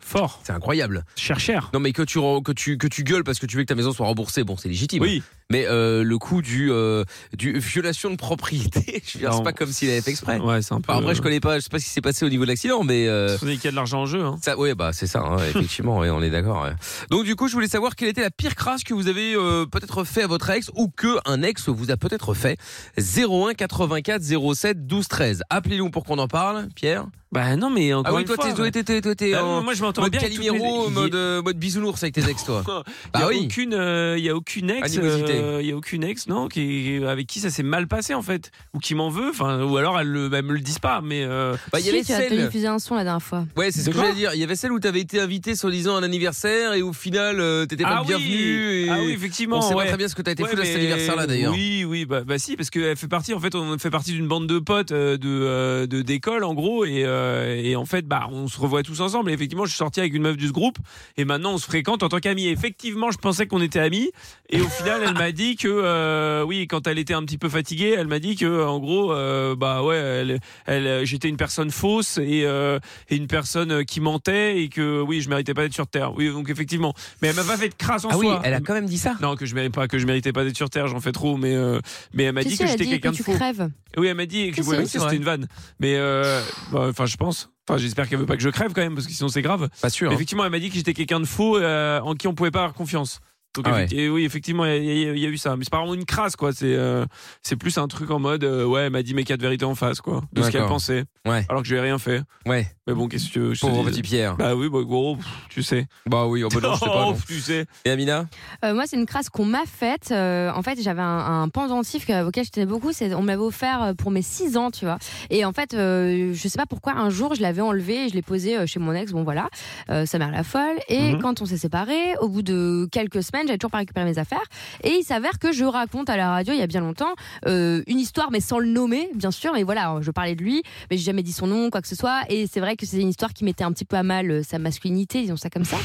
B: Fort.
A: C'est incroyable.
B: Cher, cher.
A: Non mais que tu re- que tu que tu gueules parce que tu veux que ta maison soit remboursée, bon c'est légitime.
B: Oui.
A: Mais euh, le coup du, euh, du violation de propriété, je veux dire, c'est
B: Non.
A: pas comme s'il avait fait exprès.
B: Ouais, c'est un peu.
A: Enfin, après, je connais pas, je sais pas ce qui s'est passé au niveau de l'accident, mais euh,
B: Attendez qu'il y a de l'argent en jeu. Hein.
A: ça, ouais, bah c'est ça, hein, effectivement, ouais, on est d'accord. ouais. Donc du coup, je voulais savoir quelle était la pire crasse que vous avez euh, peut-être fait à votre ex ou que un ex vous a peut-être fait. 01 84 07 12 13. Appelez-nous pour qu'on en parle, Pierre.
B: Bah non, mais encore
A: ah oui,
B: une
A: toi,
B: fois.
A: t'es, toi, t'es- toi, t'es- t'es
B: Bah,
A: en
B: moi, je m'entends
A: mode
B: bien. avec toutes
A: Calimero,
B: mes-
A: mode, euh, mode bisounours avec tes ex, toi.
B: Il y
A: Bah
B: a
A: oui.
B: aucune, euh, il y a aucune ex,
A: Animosité.
B: euh, il y a aucune ex, non, qui, avec qui ça s'est mal passé en fait, ou qui m'en veut, enfin, ou alors elle, le- elle me le disent pas, mais euh,
A: Bah, il y
D: Si,
A: avait
D: tu as
A: celle.
D: te diffusé un son la dernière fois.
A: Ouais, c'est ce
B: De
A: que
B: quoi
A: j'allais dire. Il y avait celle où t'avais été invité soi-disant à un anniversaire et au final euh, t'étais pas
B: ah
A: le bienvenu.
B: oui,
A: Et...
B: ah oui, effectivement,
A: on sait
B: ouais.
A: pas très bien ce que t'as été
B: Ouais,
A: fait à cet
B: mais-
A: anniversaire-là d'ailleurs.
B: Oui, oui, bah, bah si, parce qu'elle fait partie, en fait, on fait partie d'une bande de potes euh, de euh, de- d'école en gros, et, euh, et en fait, bah, on se revoit tous ensemble. Et effectivement, je suis sorti avec une meuf du groupe et maintenant on se fréquente en tant qu'amis. Effectivement, je pensais qu'on était amis et au final, elle m'a dit que euh, oui, quand elle était un petit peu fatiguée, elle m'a dit que en gros, euh, bah ouais, elle, elle, euh, j'étais une personne fausse et, euh, et une personne qui mentait et que oui, je méritais pas d'être sur terre. Oui, donc effectivement, mais elle m'a pas fait de crasse en
A: Ah oui,
B: soi.
A: elle a quand même dit ça.
B: Non, que je méritais pas, que je méritais pas d'être sur terre, j'en fais trop, mais euh, mais elle m'a
D: Si,
B: dit
D: si,
B: que
D: elle
B: j'étais
D: dit
B: quelqu'un de
D: tu
B: faux.
D: crèves.
B: Oui, elle m'a dit que
D: Si,
B: ouais,
D: si.
B: oui,
D: C'est
B: c'était
D: vrai.
B: une vanne. Mais euh, bah, enfin, je pense. Enfin, j'espère qu'elle veut pas que je crève quand même, parce que sinon c'est grave.
A: Pas sûr.
B: Mais
A: hein.
B: Effectivement, elle m'a dit que j'étais quelqu'un de faux euh, en qui on pouvait pas avoir confiance. Donc,
A: Ah ouais.
B: effecti- et oui, effectivement, il y, a- il y a- il y a eu ça. Mais c'est pas vraiment une crasse, quoi. C'est euh, c'est plus un truc en mode, euh, ouais, elle m'a dit mes quatre vérités en face, quoi. De ce qu'elle
A: D'accord.
B: pensait.
A: Ouais.
B: Alors que je n'ai rien fait.
A: Ouais.
B: Mais bon, qu'est-ce que tu veux que je te
A: Pauvre
B: dise
A: petit Pierre.
B: Bah oui, bah gros, pff, tu sais.
A: Bah oui, oh, bah non, je sais pas.
B: Oh,
A: non.
B: tu sais.
A: Et Amina
D: Euh, moi, c'est une crasse qu'on m'a faite. Euh, en fait, j'avais un, un pendentif que- auquel je tenais beaucoup. C'est, on me l'avait offert euh, pour mes 6 ans, tu vois. Et en fait, euh, je sais pas pourquoi, un jour, je l'avais enlevé et je l'ai posé euh, chez mon ex. Bon, voilà, euh, sa mère la folle. Et
B: Mhm.
D: quand on s'est séparés, au bout de quelques semaines, j'avais toujours pas récupéré mes affaires. Et il s'avère que je raconte à la radio, il y a bien longtemps, euh, une histoire, mais sans le nommer, bien sûr. Mais voilà, je parlais de lui, mais j'ai jamais dit son nom, quoi que ce soit. Et c'est vrai que c'est une histoire qui mettait un petit peu à mal euh, sa masculinité, disons ça comme ça.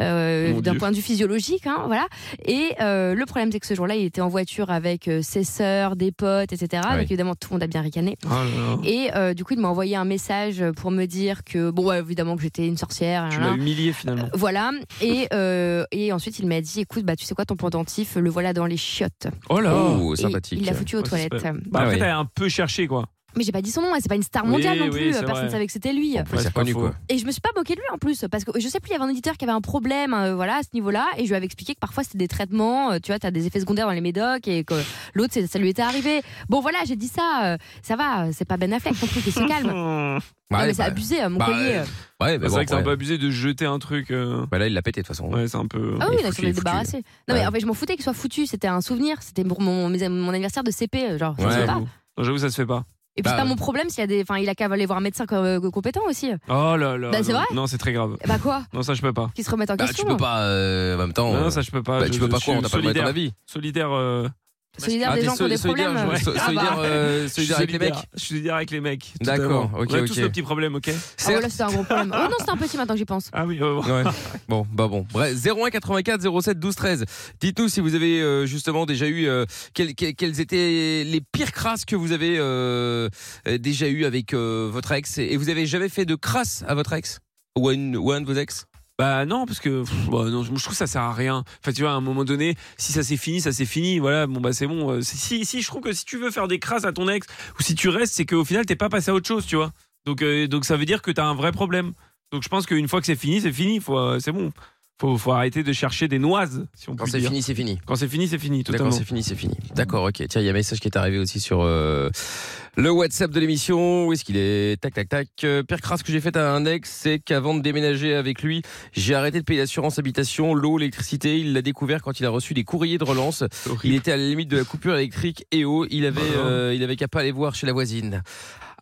D: Euh,
B: Mon
D: d'un
B: Dieu.
D: point de vue physiologique, hein, voilà. Et euh, le problème, c'est que ce jour-là, il était en voiture avec euh, ses sœurs, des potes, etc.
A: Ah oui.
D: Donc évidemment, tout le monde a bien ricané.
B: Oh là là.
D: Et euh, du coup, il m'a envoyé un message pour me dire que, bon, ouais, évidemment, que j'étais une sorcière.
B: Tu
D: hein,
B: l'as humilié finalement.
D: voilà. Et, euh, et ensuite, il m'a dit écoute, bah, tu sais quoi, ton pendentif, le voilà dans les chiottes.
B: Oh là.
A: Oh,
D: Et
A: sympathique.
D: Il l'a foutu aux
B: Ouais, ça, c'est
D: toilettes.
B: Bah,
A: Ah
B: après,
A: oui.
B: t'as un peu cherché, quoi.
D: Mais j'ai pas dit son nom, hein, c'est pas une star
B: Oui,
D: mondiale non
B: oui,
D: plus.
B: c'est
D: Personne
B: vrai.
D: savait que c'était lui.
A: Ouais, c'est
B: c'est pas
A: reconnu
B: faux.
A: quoi.
D: Et je me suis pas moquée de lui en plus, parce que je sais plus, il y avait un auditeur qui avait un problème euh, voilà, à ce niveau-là, et je lui avais expliqué que parfois c'était des traitements, euh, tu vois, t'as des effets secondaires dans les médocs, et que l'autre, c'est- ça lui était arrivé. Bon voilà, j'ai dit ça, euh, ça va, euh, c'est pas Ben Affleck, mon truc, il se calme. Ah Non,
B: Hmm.
D: mais
A: Ouais,
D: c'est
A: bah,
D: abusé, euh, mon
A: bah,
D: collier.
A: euh,
D: euh.
A: ouais, mais
B: c'est
A: bon,
B: vrai que c'est un
A: ouais.
B: peu abusé de jeter un truc. euh,
A: Bah là, il l'a pété de toute façon.
B: Ouais, c'est un peu.
D: Ah
A: il
D: oui,
A: est
D: là,
A: foutu,
D: sur
A: il
D: les
A: est foutu.
D: débarrasser. Non,
A: Ouais.
D: mais en fait, je m'en foutais qu'il soit foutu, c'était un souvenir, c'était pour mon, mes- mon anniversaire de CP, euh, genre, ça se fait
A: Ouais.
D: pas.
B: J'avoue. J'avoue, ça se fait pas.
D: Et puis
A: Bah,
D: c'est pas
A: ouais.
D: mon problème s'il y a des. Enfin, il a qu'à aller voir un médecin euh, compétent aussi.
B: Oh là là.
D: Bah, c'est
B: non.
D: vrai
B: Non, c'est très grave.
D: Bah quoi
B: Non, ça, je peux pas.
D: Qu'il se remette en
A: Bah, tu
D: question.
A: peux
D: hein
A: pas euh, en même temps.
B: Non,
A: euh,
B: non, ça, je peux pas.
A: bah,
B: Je-
A: tu peux
B: je
A: pas
B: suis
A: quoi On t'a pas demandé ton
B: solidaire.
A: avis.
B: Solidaire. euh,
D: Solidaire
A: Ah,
D: des
A: t'es
D: gens qui ont
A: soli-
D: des
A: solidaire,
D: problèmes.
A: ouais.
D: euh,
A: So-
D: ah
A: Solidaire
D: bah.
A: euh,
B: Je suis
A: solidaire avec les mecs.
B: solidaire. Je suis solidaire avec les mecs. tout
A: D'accord,
B: d'abord.
A: ok,
B: On a
A: ok.
B: tous nos petits problèmes, ok
D: Ah ouais, là, c'était un gros problème. Oh non, c'était un petit maintenant que j'y pense.
B: Ah oui, euh,
A: Ouais. Bon, bah bon. Bref, 01 84 07 12 13. Dites-nous si vous avez euh, justement déjà eu euh, quelles, quelles- quelles étaient les pires crasses que vous avez euh, euh, déjà eues avec euh, votre ex et et vous avez jamais fait de crasse à votre ex ou à, une, ou à un de vos ex
B: Bah non, parce que pff, bah non, je trouve que ça sert à rien. Enfin, tu vois, à un moment donné, si ça s'est fini, ça s'est fini. Voilà, bon bah c'est bon. Euh, Si, si, si, je trouve que si tu veux faire des crasses à ton ex ou si tu restes, c'est qu'au final t'es pas passé à autre chose, tu vois. Donc euh, donc ça veut dire que t'as un vrai problème. Donc je pense qu'une fois que c'est fini, c'est fini. Faut euh, c'est bon. Faut faut arrêter de chercher des noises, si on
A: Quand
B: peut
A: c'est
B: dire.
A: fini, c'est fini.
B: Quand c'est fini, c'est fini.
A: D'accord,
B: Totalement.
A: c'est fini, c'est fini. D'accord, ok. Tiens, il y a un message qui est arrivé aussi sur euh, le WhatsApp de l'émission. Où est-ce qu'il est Tac, tac, tac. Euh, pire crasse que j'ai faite à un ex, c'est qu'avant de déménager avec lui, j'ai arrêté de payer l'assurance habitation, l'eau, l'électricité. Il l'a découvert quand il a reçu des courriers de relance.
B: C'est
A: Il
B: horrible.
A: était à la limite de la coupure électrique et eau. Il avait,
B: Bah.
A: euh, il avait qu'à pas aller voir chez la voisine.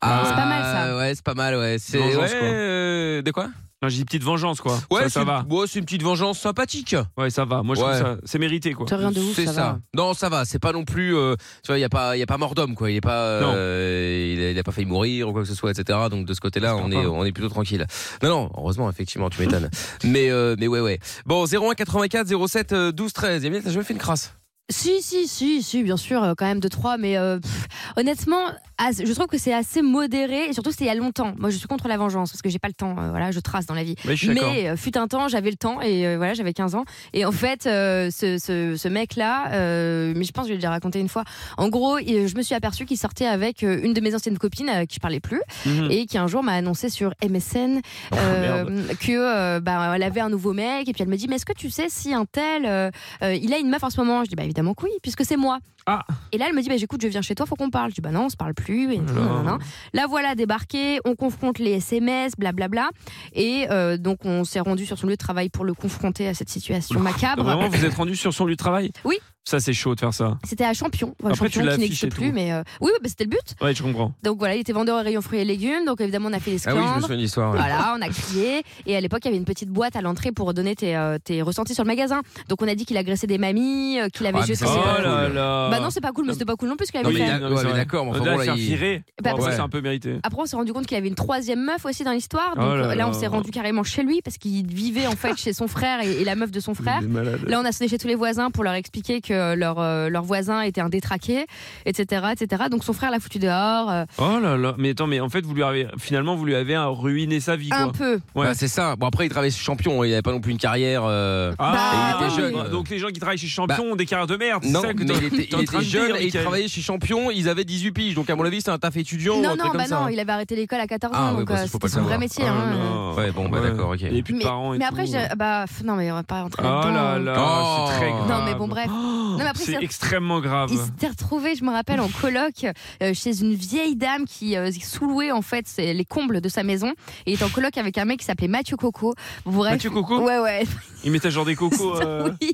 D: Ah, C'est pas mal, ça.
A: Ouais, c'est pas mal, ouais. C'est
B: Vengeance,
A: ouais,
B: quoi.
A: euh, de quoi
B: Non, j'ai dit petite vengeance quoi.
A: Ouais,
B: ça, ça
A: c'est-
B: va.
A: ouais, c'est une petite vengeance sympathique.
B: Ouais, ça va. Moi je
A: Ouais.
B: trouve ça c'est mérité quoi.
D: T'as rien de ouf,
A: C'est
D: ça.
A: ça.
D: va.
A: Non, ça va. C'est pas non plus. euh, tu vois, il y a pas, il y a pas mort d'homme, quoi. Il est pas, euh, il, a, il a pas failli mourir ou quoi que ce soit, etc. Donc de ce côté-là,
B: J'espère
A: on
B: pas.
A: est, on est plutôt tranquille. Non, non. Heureusement, effectivement, tu m'étonnes. mais, euh, mais ouais, ouais. Bon, 01 84 07 euh, 12 13. Emile, t'as jamais fait une crasse
D: Si, si, si, si, bien sûr, euh, quand même, deux, trois, mais euh, pff, honnêtement, as- je trouve que c'est assez modéré, et surtout c'était il y a longtemps. Moi, je suis contre la vengeance, parce que j'ai pas le temps, euh, voilà, je trace dans la vie.
B: Ouais, je suis d'accord.
D: Mais euh, fut un temps, j'avais le temps, et euh, voilà, j'avais 15 ans. Et en fait, euh, ce, ce- ce mec-là, euh, mais je pense que je l'ai déjà raconté une fois, en gros, il- je me suis aperçue qu'il sortait avec euh, une de mes anciennes copines, euh, qui je parlais plus,
B: Mhm. Oh,
D: et qui un jour m'a annoncé sur MSN euh, que euh, bah, elle avait un nouveau mec et puis elle me dit mais est-ce que tu sais si un tel euh, euh, il a une meuf en ce moment je dis bah évidemment que oui puisque c'est moi
B: Ah.
D: et là elle me dit bah j'écoute je viens chez toi faut qu'on parle je dis bah non on se parle plus et tout,
B: Alors.
D: nanana. la voilà débarquée on confronte les SMS blablabla et euh, donc on s'est rendu sur son lieu de travail pour le confronter à cette situation macabre
B: Vraiment, vous êtes rendu sur son lieu de travail
D: Oui.
B: Ça, c'est chaud de faire ça.
D: C'était à Champion, Enfin,
B: Après, tu
D: Champion
B: l'as
D: qui n'existe
B: affiché et
D: plus,
B: tout.
D: mais euh, oui, oui, bah, c'était le but.
B: Ouais, je comprends.
D: Donc voilà, il était vendeur au rayon fruits et légumes, donc évidemment on a fait des
A: Ah
D: scandales.
A: oui, je me souviens de l'histoire. ouais.
D: Voilà, on a crié. Et à l'époque, il y avait une petite boîte à l'entrée pour donner tes, euh, tes ressentis sur le magasin. Donc on a dit qu'il agressait des mamies, euh, qu'il avait
A: Ah, mais
D: jeté.
A: ça, c'est
B: Oh
A: pas
B: là
A: cool.
B: là.
D: Bah non, c'est pas cool, mais c'était pas cool non plus qu'il
A: Non,
D: avait
A: mais
D: fait.
A: il a- ouais, mais d'accord, mais enfin, bon, là, il-
D: Bah,
B: Bon, après,
A: ouais.
B: c'est un peu mérité.
D: Après, on s'est rendu compte qu'il avait une troisième meuf aussi dans l'histoire. Donc
B: Oh là
D: là,
B: là.
D: on s'est rendu carrément chez lui parce qu'il vivait en fait chez son frère et, et la meuf de son frère.
A: Il est malade.
D: Là, on a sonné chez tous les voisins pour leur expliquer que leur, euh, leur voisin était un détraqué, etc., etc. Donc son frère l'a foutu dehors. euh,
B: Oh là là. Mais attends, mais en fait, vous lui avez, finalement, vous lui avez euh, ruiné sa vie,
D: un
B: quoi.
D: peu.
B: Ouais.
A: Bah, c'est ça. Bon, après, il travaillait chez champion. Il n'avait pas non plus une carrière. euh,
D: Bah,
B: Ah,
A: Et il était
B: oui.
A: jeune.
B: Donc les gens qui travaillent chez Champion
A: Bah,
B: ont des carrières de merde. c'est
A: Non,
B: ça que
A: mais
B: t'es-
A: il était,
B: t'es en
A: il
B: train
A: était
B: de
A: jeune
B: dire,
A: et il
B: Mickaël.
A: travaillait chez Champion. Ils avaient 18 piges. Donc, à mon avis, c'était un taf étudiant ou un
D: Non,
A: truc
D: non,
A: comme
D: bah
A: ça. hein.
D: non, il avait arrêté l'école à 14
A: Ah,
D: ans,
A: ouais,
D: donc
A: bah,
D: euh,
A: c'est faut pas
D: c'était son
A: le
D: vrai
A: savoir.
D: métier.
B: Oh là.
D: hein, euh.
A: Ouais, bon, bah
B: Ouais.
A: d'accord, ok.
B: Il n'y a plus de
D: Mais,
B: parents et
D: mais
B: tout.
D: après, je- bah pff, non, mais on va pas
B: Oh
D: rentrer
B: là
D: là-dedans.
B: là,
A: Oh.
B: c'est très grave.
D: Non, mais bon, bref. Non, mais après,
B: c'est
D: c'est-
B: extrêmement grave.
D: Il s'était retrouvé, je me rappelle, en coloc euh, chez une vieille dame qui euh, sous-louait en fait c'est les combles de sa maison. Et il était en coloc avec un mec qui s'appelait Mathieu Coco. Bref.
B: Mathieu Coco
D: Ouais, ouais.
B: Il mettait genre des cocos. euh,
D: Oui.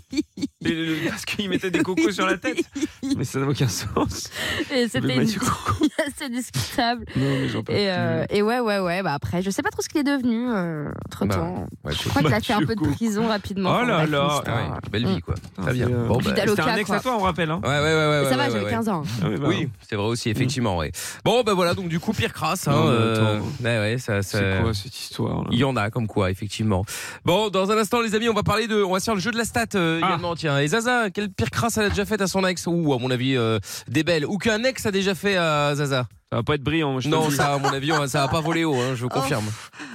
B: et le- Parce qu'il mettait des cocos sur la tête. Mais ça n'a aucun sens.
D: Et c'était
B: Le
D: une...
B: Mathieu Coco.
D: assez discutable.
B: Non, mais j'en peux
D: Et, euh,
B: plus.
D: et ouais, ouais, ouais. Bah après, je sais pas trop ce qu'il est devenu entre temps.
A: Ouais,
D: je
A: cool.
D: crois qu'il a fait un
B: Bah, Mathieu
D: peu de
B: Coco.
D: prison rapidement.
B: Oh
D: Enfin,
B: là
D: bref,
B: là.
D: l'histoire.
A: Ah ouais, belle
D: Mmh.
A: vie, quoi. Très
B: Ah,
A: bien.
B: c'est, euh,
A: Bon,
D: Puis
A: bah,
D: d'aller au
B: C'était un
D: cas,
B: ex
D: quoi.
B: à toi, on rappelle. Hein.
A: Ouais, ouais, ouais, ouais.
D: Ça
A: ouais,
D: va,
A: ouais,
D: j'avais
A: ouais.
D: 15 ans.
B: Ah bah,
A: Oui, c'est vrai aussi, effectivement, ouais. Bon, ben voilà, donc du coup, pire crasse, hein.
B: Non, mais
A: euh,
B: attends.
A: ouais, ouais, ça, ça-
B: C'est quoi cette histoire là
A: Il y en a, comme quoi, effectivement. Bon, dans un instant, les amis, on va parler de, on va se faire le jeu de la stat euh,
B: Ah.
A: également. Tiens, et Zaza, quelle pire crasse elle a déjà faite à son ex Ou, à mon avis, euh, des belles. Ou qu'un ex a déjà fait à Zaza
B: Ça va pas être brillant, moi, je te
A: Non,
B: le dis.
A: ça, à mon avis, on- ça a pas volé haut, hein, je vous
D: Oh.
A: confirme.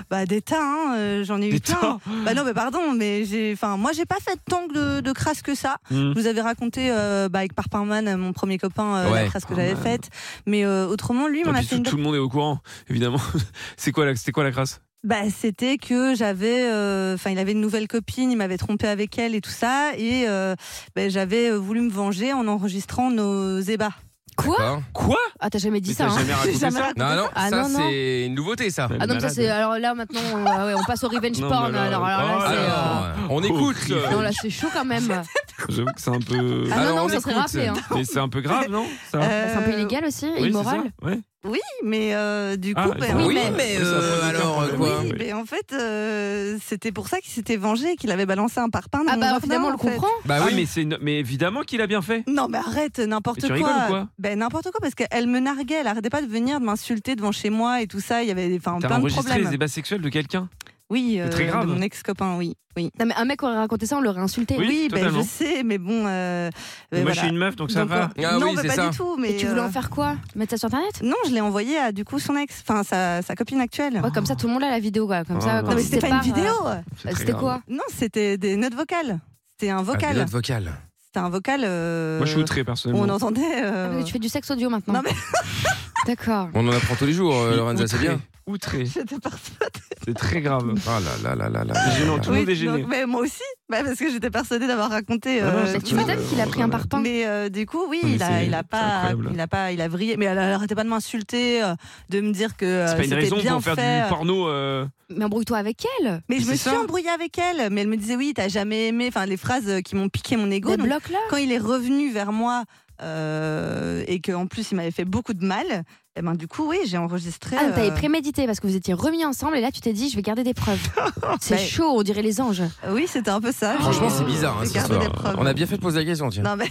C: Bah des tas, hein, euh, j'en ai
B: Des
C: eu plein. Bah non, mais pardon, mais j'ai, enfin, moi j'ai pas fait tant de, de crasse que ça.
B: Hmm.
C: Je vous avais raconté euh, bah, avec Parparman, euh, mon premier copain, euh,
A: Ouais.
C: la crasse que j'avais
D: Oh,
C: faite. Mais euh, autrement, lui,
B: Et
C: il m'en a
B: puis,
C: fait
B: tout,
C: une.
B: tout le monde est au courant, évidemment. C'est quoi, la- c'était quoi la crasse
C: Bah, c'était que j'avais, euh, enfin, il avait une nouvelle copine, il m'avait trompé avec elle et tout ça, et euh, bah, j'avais euh, voulu me venger en enregistrant nos ébats.
D: Quoi
A: Hein
B: Quoi
D: Ah, t'as jamais dit
B: Mais t'as
D: ça, hein.
B: jamais raconté
C: Jamais
B: ça
A: non, non,
D: Ah,
A: ça,
D: non, non.
A: c'est une nouveauté, ça.
D: Ah non, mais ça c'est. Alors là, maintenant, on, ah ouais, on passe au revenge
B: hein. Non,
D: porn.
B: mais là-
D: alors, alors là,
B: oh
A: Ah,
D: c'est.
B: là
D: euh,
A: non, non, on écoute.
B: Horrible.
D: Non, là, c'est chaud quand même.
B: Oh, J'avoue que c'est un peu.
D: Ah,
A: Ah
D: non,
A: non,
D: non,
A: on
D: ça serait
A: écoute.
D: rappelé. Hein.
B: Mais c'est un peu grave, non ça
C: Euh,
D: C'est un peu illégal aussi,
B: Oui, c'est
D: immoral.
B: ça Ouais.
C: Oui, mais euh, du coup,
B: Ah,
C: bah,
A: Oui,
D: Oui,
A: mais,
D: mais-
A: euh,
B: Ça pose aucun
A: alors,
B: problème.
A: quoi
C: Oui,
B: Ouais.
C: mais en fait, euh, c'était pour ça qu'il s'était vengé, qu'il avait balancé un parpaing. dans
D: Ah
C: mon
D: bah
C: jardin,
D: finalement, on le
C: en fait.
D: comprend.
A: Bah
B: Ah
A: oui,
B: oui, mais, c'est une- mais évidemment qu'il a bien fait.
C: Non, mais arrête,
B: Mais
C: n'importe
B: tu
C: quoi.
B: rigoles ou quoi
C: ben n'importe quoi, parce qu'elle me narguait, elle arrêtait pas de venir de m'insulter devant chez moi et tout ça. Il y avait enfin,
B: T'as
C: plein de
B: enregistré les
C: problèmes.
B: débats sexuels de quelqu'un
C: Oui, euh,
B: très grave.
C: de mon ex-copain, oui, oui.
D: Non, mais un mec aurait raconté ça, on l'aurait insulté.
B: Oui,
C: Oui, ben,
B: totalement.
C: je sais, mais bon. euh,
B: Mais Moi,
C: euh, voilà.
B: je suis une meuf, donc ça
C: Donc,
B: va.
C: euh,
A: Ah
C: non,
A: oui,
C: mais
A: c'est
C: pas
A: ça.
C: du tout.
D: Et
C: Mais
D: tu voulais
C: euh,
D: en faire quoi Mettre ça sur internet
C: Non, je l'ai envoyé à du coup son ex, enfin sa, sa copine actuelle.
D: Ouais, comme ça, tout le monde a la vidéo, quoi. Comme
B: Ah,
D: ça,
B: non,
D: quand
C: non, mais
D: ils se
C: c'était pas une
D: séparent,
C: vidéo.
B: C'est
D: euh,
B: très
D: C'était
B: grave. Ah,
D: quoi
C: Non, c'était des notes vocales. C'était un vocal.
A: Note vocale.
C: C'était un vocal. euh,
B: Moi, je suis outré,
C: où On
B: personnellement.
C: entendait.
D: Ah,
C: euh,
D: mais Tu fais du sexe audio
C: Non,
D: maintenant.
C: mais
D: D'accord.
A: On en apprend tous les jours,
B: Je
A: euh,
B: suis
A: Lorenza, c'est
B: outré.
A: bien.
B: Outré.
C: j'étais partie.
B: C'est très grave.
A: Ah là là là là là.
B: C'est gênant, tout le monde est gêné.
C: donc, mais moi aussi, bah, parce que j'étais persuadée d'avoir raconté.
B: Ah non,
C: euh,
B: c'est
D: Mais
B: que
D: Tu
B: Euh,
D: m'étonnes qu'il a pris un
B: voilà.
D: parpaing.
C: Mais euh, du coup, oui,
B: Non, mais
C: il a,
B: c'est-
C: il a
B: c'est
C: pas,
B: incroyable.
C: il a pas, il a vrillé. Mais elle, elle arrêtait pas de m'insulter, euh, de me dire que euh,
B: C'est pas une
C: c'était
B: raison
C: bien
B: pour faire
C: fait.
B: du porno. euh,
D: Mais embrouille-toi avec elle.
C: Mais je
B: Mais
C: me
B: c'est
C: suis
B: ça.
C: embrouillée avec elle. Mais elle me disait oui, t'as jamais aimé. Enfin, les phrases euh, qui m'ont piqué mon ego.
D: Des
C: Donc,
D: blocs là
C: quand il est revenu vers moi euh, et qu'en plus il m'avait fait beaucoup de mal, eh ben du coup, oui, j'ai enregistré.
D: Ah, donc t'avais
C: euh,
D: prémédité parce que vous étiez remis ensemble et là tu t'es dit je vais garder des preuves. C'est
C: Bah, euh,
D: chaud, on dirait les anges.
C: Oui, c'était un peu ça. euh,
A: Franchement,
C: J'ai-
A: c'est bizarre, hein,
C: Oh, j'ai
A: cette
C: gardé
A: histoire.
C: des preuves.
A: On a bien fait de poser la question, tiens.
C: Non mais,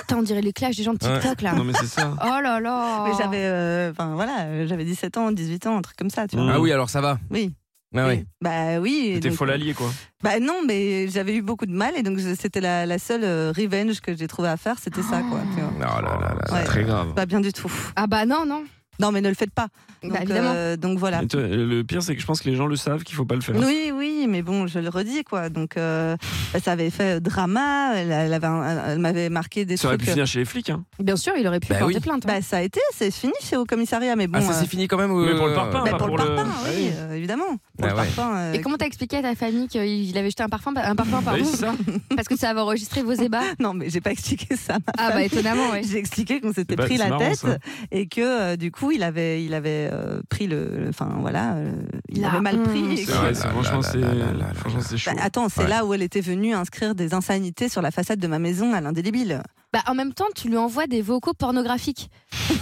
D: Putain, on dirait les clashs des gens de TikTok là.
B: Non, mais c'est ça.
A: Ah
D: Oh là là.
C: mais j'avais, euh, enfin voilà, euh, j'avais 17 ans, 18 ans, un truc comme ça, tu vois.
A: Ah oui, alors ça va.
C: Oui.
A: Ah oui.
C: oui. Bah oui.
B: T'étais
C: donc-
B: folle alliée, quoi.
C: Bah non, mais j'avais eu beaucoup de mal et donc je- c'était la, la seule euh, revenge que j'ai trouvé à faire, c'était ça quoi. tu vois.
A: Oh là là là.
C: Ouais.
B: Très grave.
C: Pas bien du tout.
D: Ah bah non, non.
C: Non mais ne le faites pas. Donc,
D: Bah, évidemment.
C: euh, donc voilà.
B: Et toi, Le pire, c'est que je pense que les gens le savent qu'il faut pas le faire.
C: Oui, oui, mais bon, je le redis quoi. Donc euh, bah, ça avait fait drama. Elle, elle avait un- elle m'avait marqué des
B: Ça aurait
C: trucs.
B: pu
C: euh,
B: finir chez les flics, hein.
D: Bien sûr, il aurait pu
A: Bah
D: porter
A: oui.
D: plainte. hein.
C: Bah ça a été, c'est fini chez au commissariat, mais bon.
A: Ah, ça
C: euh,
A: c'est fini quand même.
B: Mais
A: euh,
B: pour le parpaing,
C: bah,
B: pas
C: pour, le
B: pour le-
C: parpain,
B: Ah
C: oui,
B: oui.
C: euh, évidemment.
A: Ah
C: Pour le
A: ouais.
C: parpain. euh,
D: Et comment t'as expliqué à ta famille qu'il avait jeté un parfum, un parfum
B: Bah oui,
D: pardon,
B: c'est ça.
D: parce que ça avait enregistré vos ébats
C: Non, mais j'ai pas expliqué ça. à ma
D: Ah bah étonnamment, ouais.
C: J'ai expliqué qu'on s'était
B: bah,
C: pris
B: c'est
C: la
B: marrant,
C: tête
B: ça.
C: et que euh, du coup il avait il avait euh, pris le enfin voilà euh, il
D: La
C: avait mal
D: honte.
C: pris. et
B: C'est
C: que-
B: vrai,
A: là
B: c'est-
A: Ah là
C: Ah
B: franchement,
A: là là là là
B: c'est- franchement, c'est chaud.
C: Bah, attends, c'est
A: Ouais.
C: là où elle était venue inscrire des insanités sur la façade de ma maison à l'indélébile.
D: Bah, en même temps, tu lui envoies des vocaux pornographiques.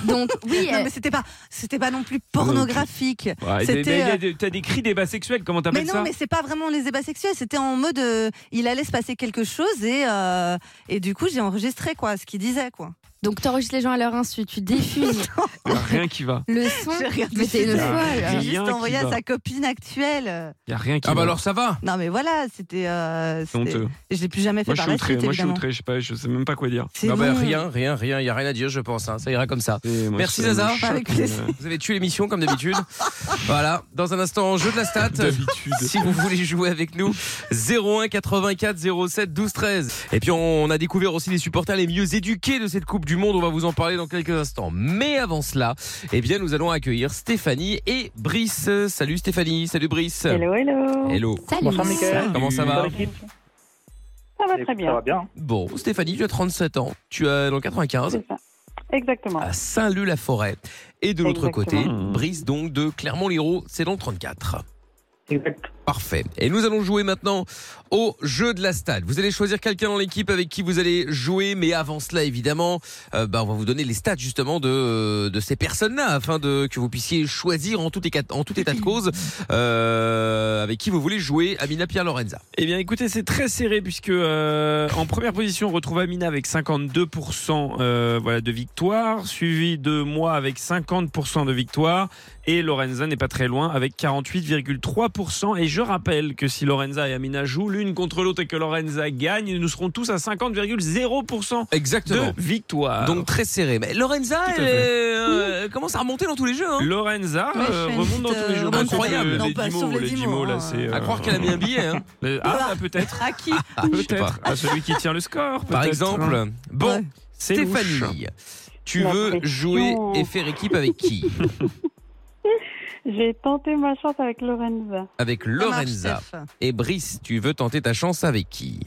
D: Donc, oui.
C: Non, mais c'était pas, c'était pas non plus pornographique.
B: Ouais, des-
C: c'était. euh,
B: des- des- T'as des cris débats sexuels, comment
C: Mais
B: t'appelles
C: non,
B: ça
C: mais c'est pas vraiment les ébats sexuels. C'était en mode, euh, il allait se passer quelque chose et euh, et du coup j'ai enregistré quoi, ce qu'il disait quoi.
D: Donc, t'enregistres les gens à leur insu, tu diffuses
B: Y a rien qui va.
D: le son.
C: J'ai regardé
D: Mais t'es
C: ce
D: une
C: film.
B: Ah,
D: folle.
C: J'ai
B: rien
C: juste
B: qui
C: envoyé à
B: va.
C: sa copine actuelle.
B: Y a rien qui
A: Ah
B: va.
A: bah alors ça va.
C: Non mais voilà, c'était. euh,
B: C'est
C: c'était-
B: honteux.
C: je l'ai plus jamais fait
B: Moi je
C: par
B: suis
C: la
B: outré,
C: suite
B: moi je suis
C: évidemment.
B: outré, je sais pas, je sais même pas quoi dire.
C: C'est
A: Non, bah,
C: bon.
A: rien, rien, rien. Il y a rien à dire, je pense. hein. Ça ira comme ça.
B: Et moi,
A: Merci,
B: ça me
A: Zaza.
B: choque,
C: Avec plaisir.
B: mais, euh,
A: Vous avez tué l'émission comme d'habitude. voilà. Dans un instant, jeu de la stat.
B: euh, D'habitude.
A: Si vous voulez jouer avec nous, 01 84 07 12 13. Et puis on a découvert aussi les supporters les mieux éduqués de cette Coupe du Monde. On va vous en parler dans quelques instants. Mais avant cela, eh bien nous allons accueillir Stéphanie et Brice. Salut Stéphanie, salut Brice.
E: Hello, hello.
A: Hello.
D: Salut.
G: Bonsoir, Mickaël.
A: Comment ça
E: Ça
A: va
E: va très bien.
G: Ça va bien.
A: Bon, Stéphanie, tu as 37 ans. Tu as dans le 95
E: C'est ça. Exactement.
A: à Saint-Leu-la-Forêt. Et de l'autre côté,
E: Exactement.
A: Brice donc de Clermont-Lérault, c'est dans le 34.
G: Exact.
A: Parfait. Et nous allons jouer maintenant au jeu de la stade. Vous allez choisir quelqu'un dans l'équipe avec qui vous allez jouer, mais avant cela, évidemment, euh, bah, on va vous donner les stats justement de, de ces personnes-là, afin de, que vous puissiez choisir en tout, éca- en tout état de cause euh, avec qui vous voulez jouer Amina Pierre Lorenza.
B: Eh bien, écoutez, c'est très serré puisque euh, en première position, on retrouve Amina avec 52% euh, voilà, de victoire, suivi de moi avec 50% de victoire, et Lorenza n'est pas très loin avec 48,3%. Et je rappelle que si Lorenza et Amina jouent l'une contre l'autre et que Lorenza gagne, nous serons tous à 50,0%
A: Exactement.
B: de victoire.
A: Donc très serré. Mais Lorenza,
B: Tout à
A: elle
B: fait.
A: est, euh, elle commence à remonter dans tous les jeux. Hein.
B: Lorenza
C: Ouais,
B: euh,
C: je fais
B: remonte
C: une
B: dans tous les
C: petite,
B: jeux.
A: euh, Incroyable.
B: Les
C: Non, pas
B: 10
C: sauf
B: mots,
C: les
B: les
C: dix
B: 10
C: mots,
B: là,
C: hein.
B: c'est.
A: À
B: euh,
A: croire qu'elle a mis un billet. hein.
B: euh, Ah, peut-être. Ah,
C: À qui
A: Je sais pas.
B: Peut-être. À celui qui tient le score. peut-être.
A: Par
B: hein.
A: exemple. Bon,
C: Ouais.
B: C'est louche.
A: Stéphanie, tu
E: La
A: veux jouer
E: pression.
A: et faire équipe avec qui
E: J'ai tenté ma chance avec Lorenza.
A: Avec
C: Ça marche,
A: Lorenza.
C: Steph.
A: Et Brice, tu veux tenter ta chance avec qui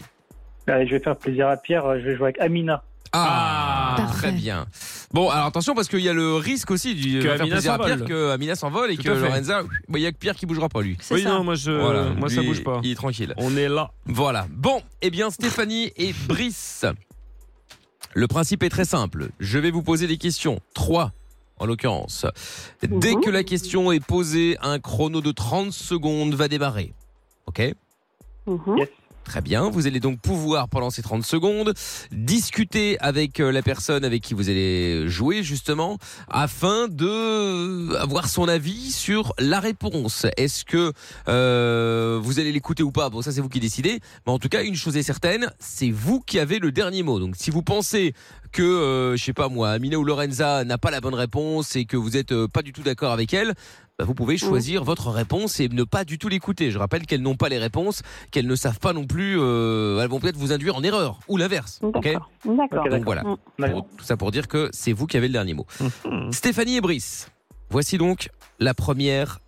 M: Allez, Bah, je vais faire plaisir à Pierre, euh, je vais jouer avec Amina.
A: Ah,
D: Parfait.
A: très bien. Bon, alors attention parce qu'il y a le risque aussi du
B: Que
A: faire
B: Amina
A: plaisir à Pierre
B: s'envole.
A: que Amina s'envole et
B: Tout
A: que
B: à fait.
A: Lorenza, il y a que Pierre qui bougera pas lui.
C: C'est
B: Oui,
C: ça.
B: non, moi, je,
A: Voilà,
B: moi ça
A: Lui,
B: bouge pas.
A: Il est tranquille.
B: On est là.
A: Voilà. Bon, eh bien Stéphanie et Brice. Le principe est très simple. Je vais vous poser des questions. Trois, en l'occurrence. Dès que la question est posée, un chrono de 30 secondes va démarrer. Ok
E: Mhm.
A: Très bien, vous allez donc pouvoir pendant ces 30 secondes discuter avec euh, la personne avec qui vous allez jouer justement afin de euh, avoir son avis sur la réponse. Est-ce que euh, vous allez l'écouter ou pas Bon ça c'est vous qui décidez, mais en tout cas une chose est certaine, c'est vous qui avez le dernier mot. Donc si vous pensez que euh, je sais pas moi, Amina ou Lorenza n'a pas la bonne réponse et que vous êtes euh, pas du tout d'accord avec elle, bah, vous
E: Mm.
A: pouvez choisir votre réponse et ne pas du tout l'écouter. Je rappelle qu'elles n'ont pas les réponses qu'elles ne savent pas non plus, euh, elles vont peut-être vous induire en erreur ou l'inverse. ok
E: D'accord. D'accord.
A: Donc voilà,
E: Mm.
M: D'accord.
A: Pour- tout ça pour dire que c'est vous qui avez le dernier mot. Stéphanie et Brice, voici donc la première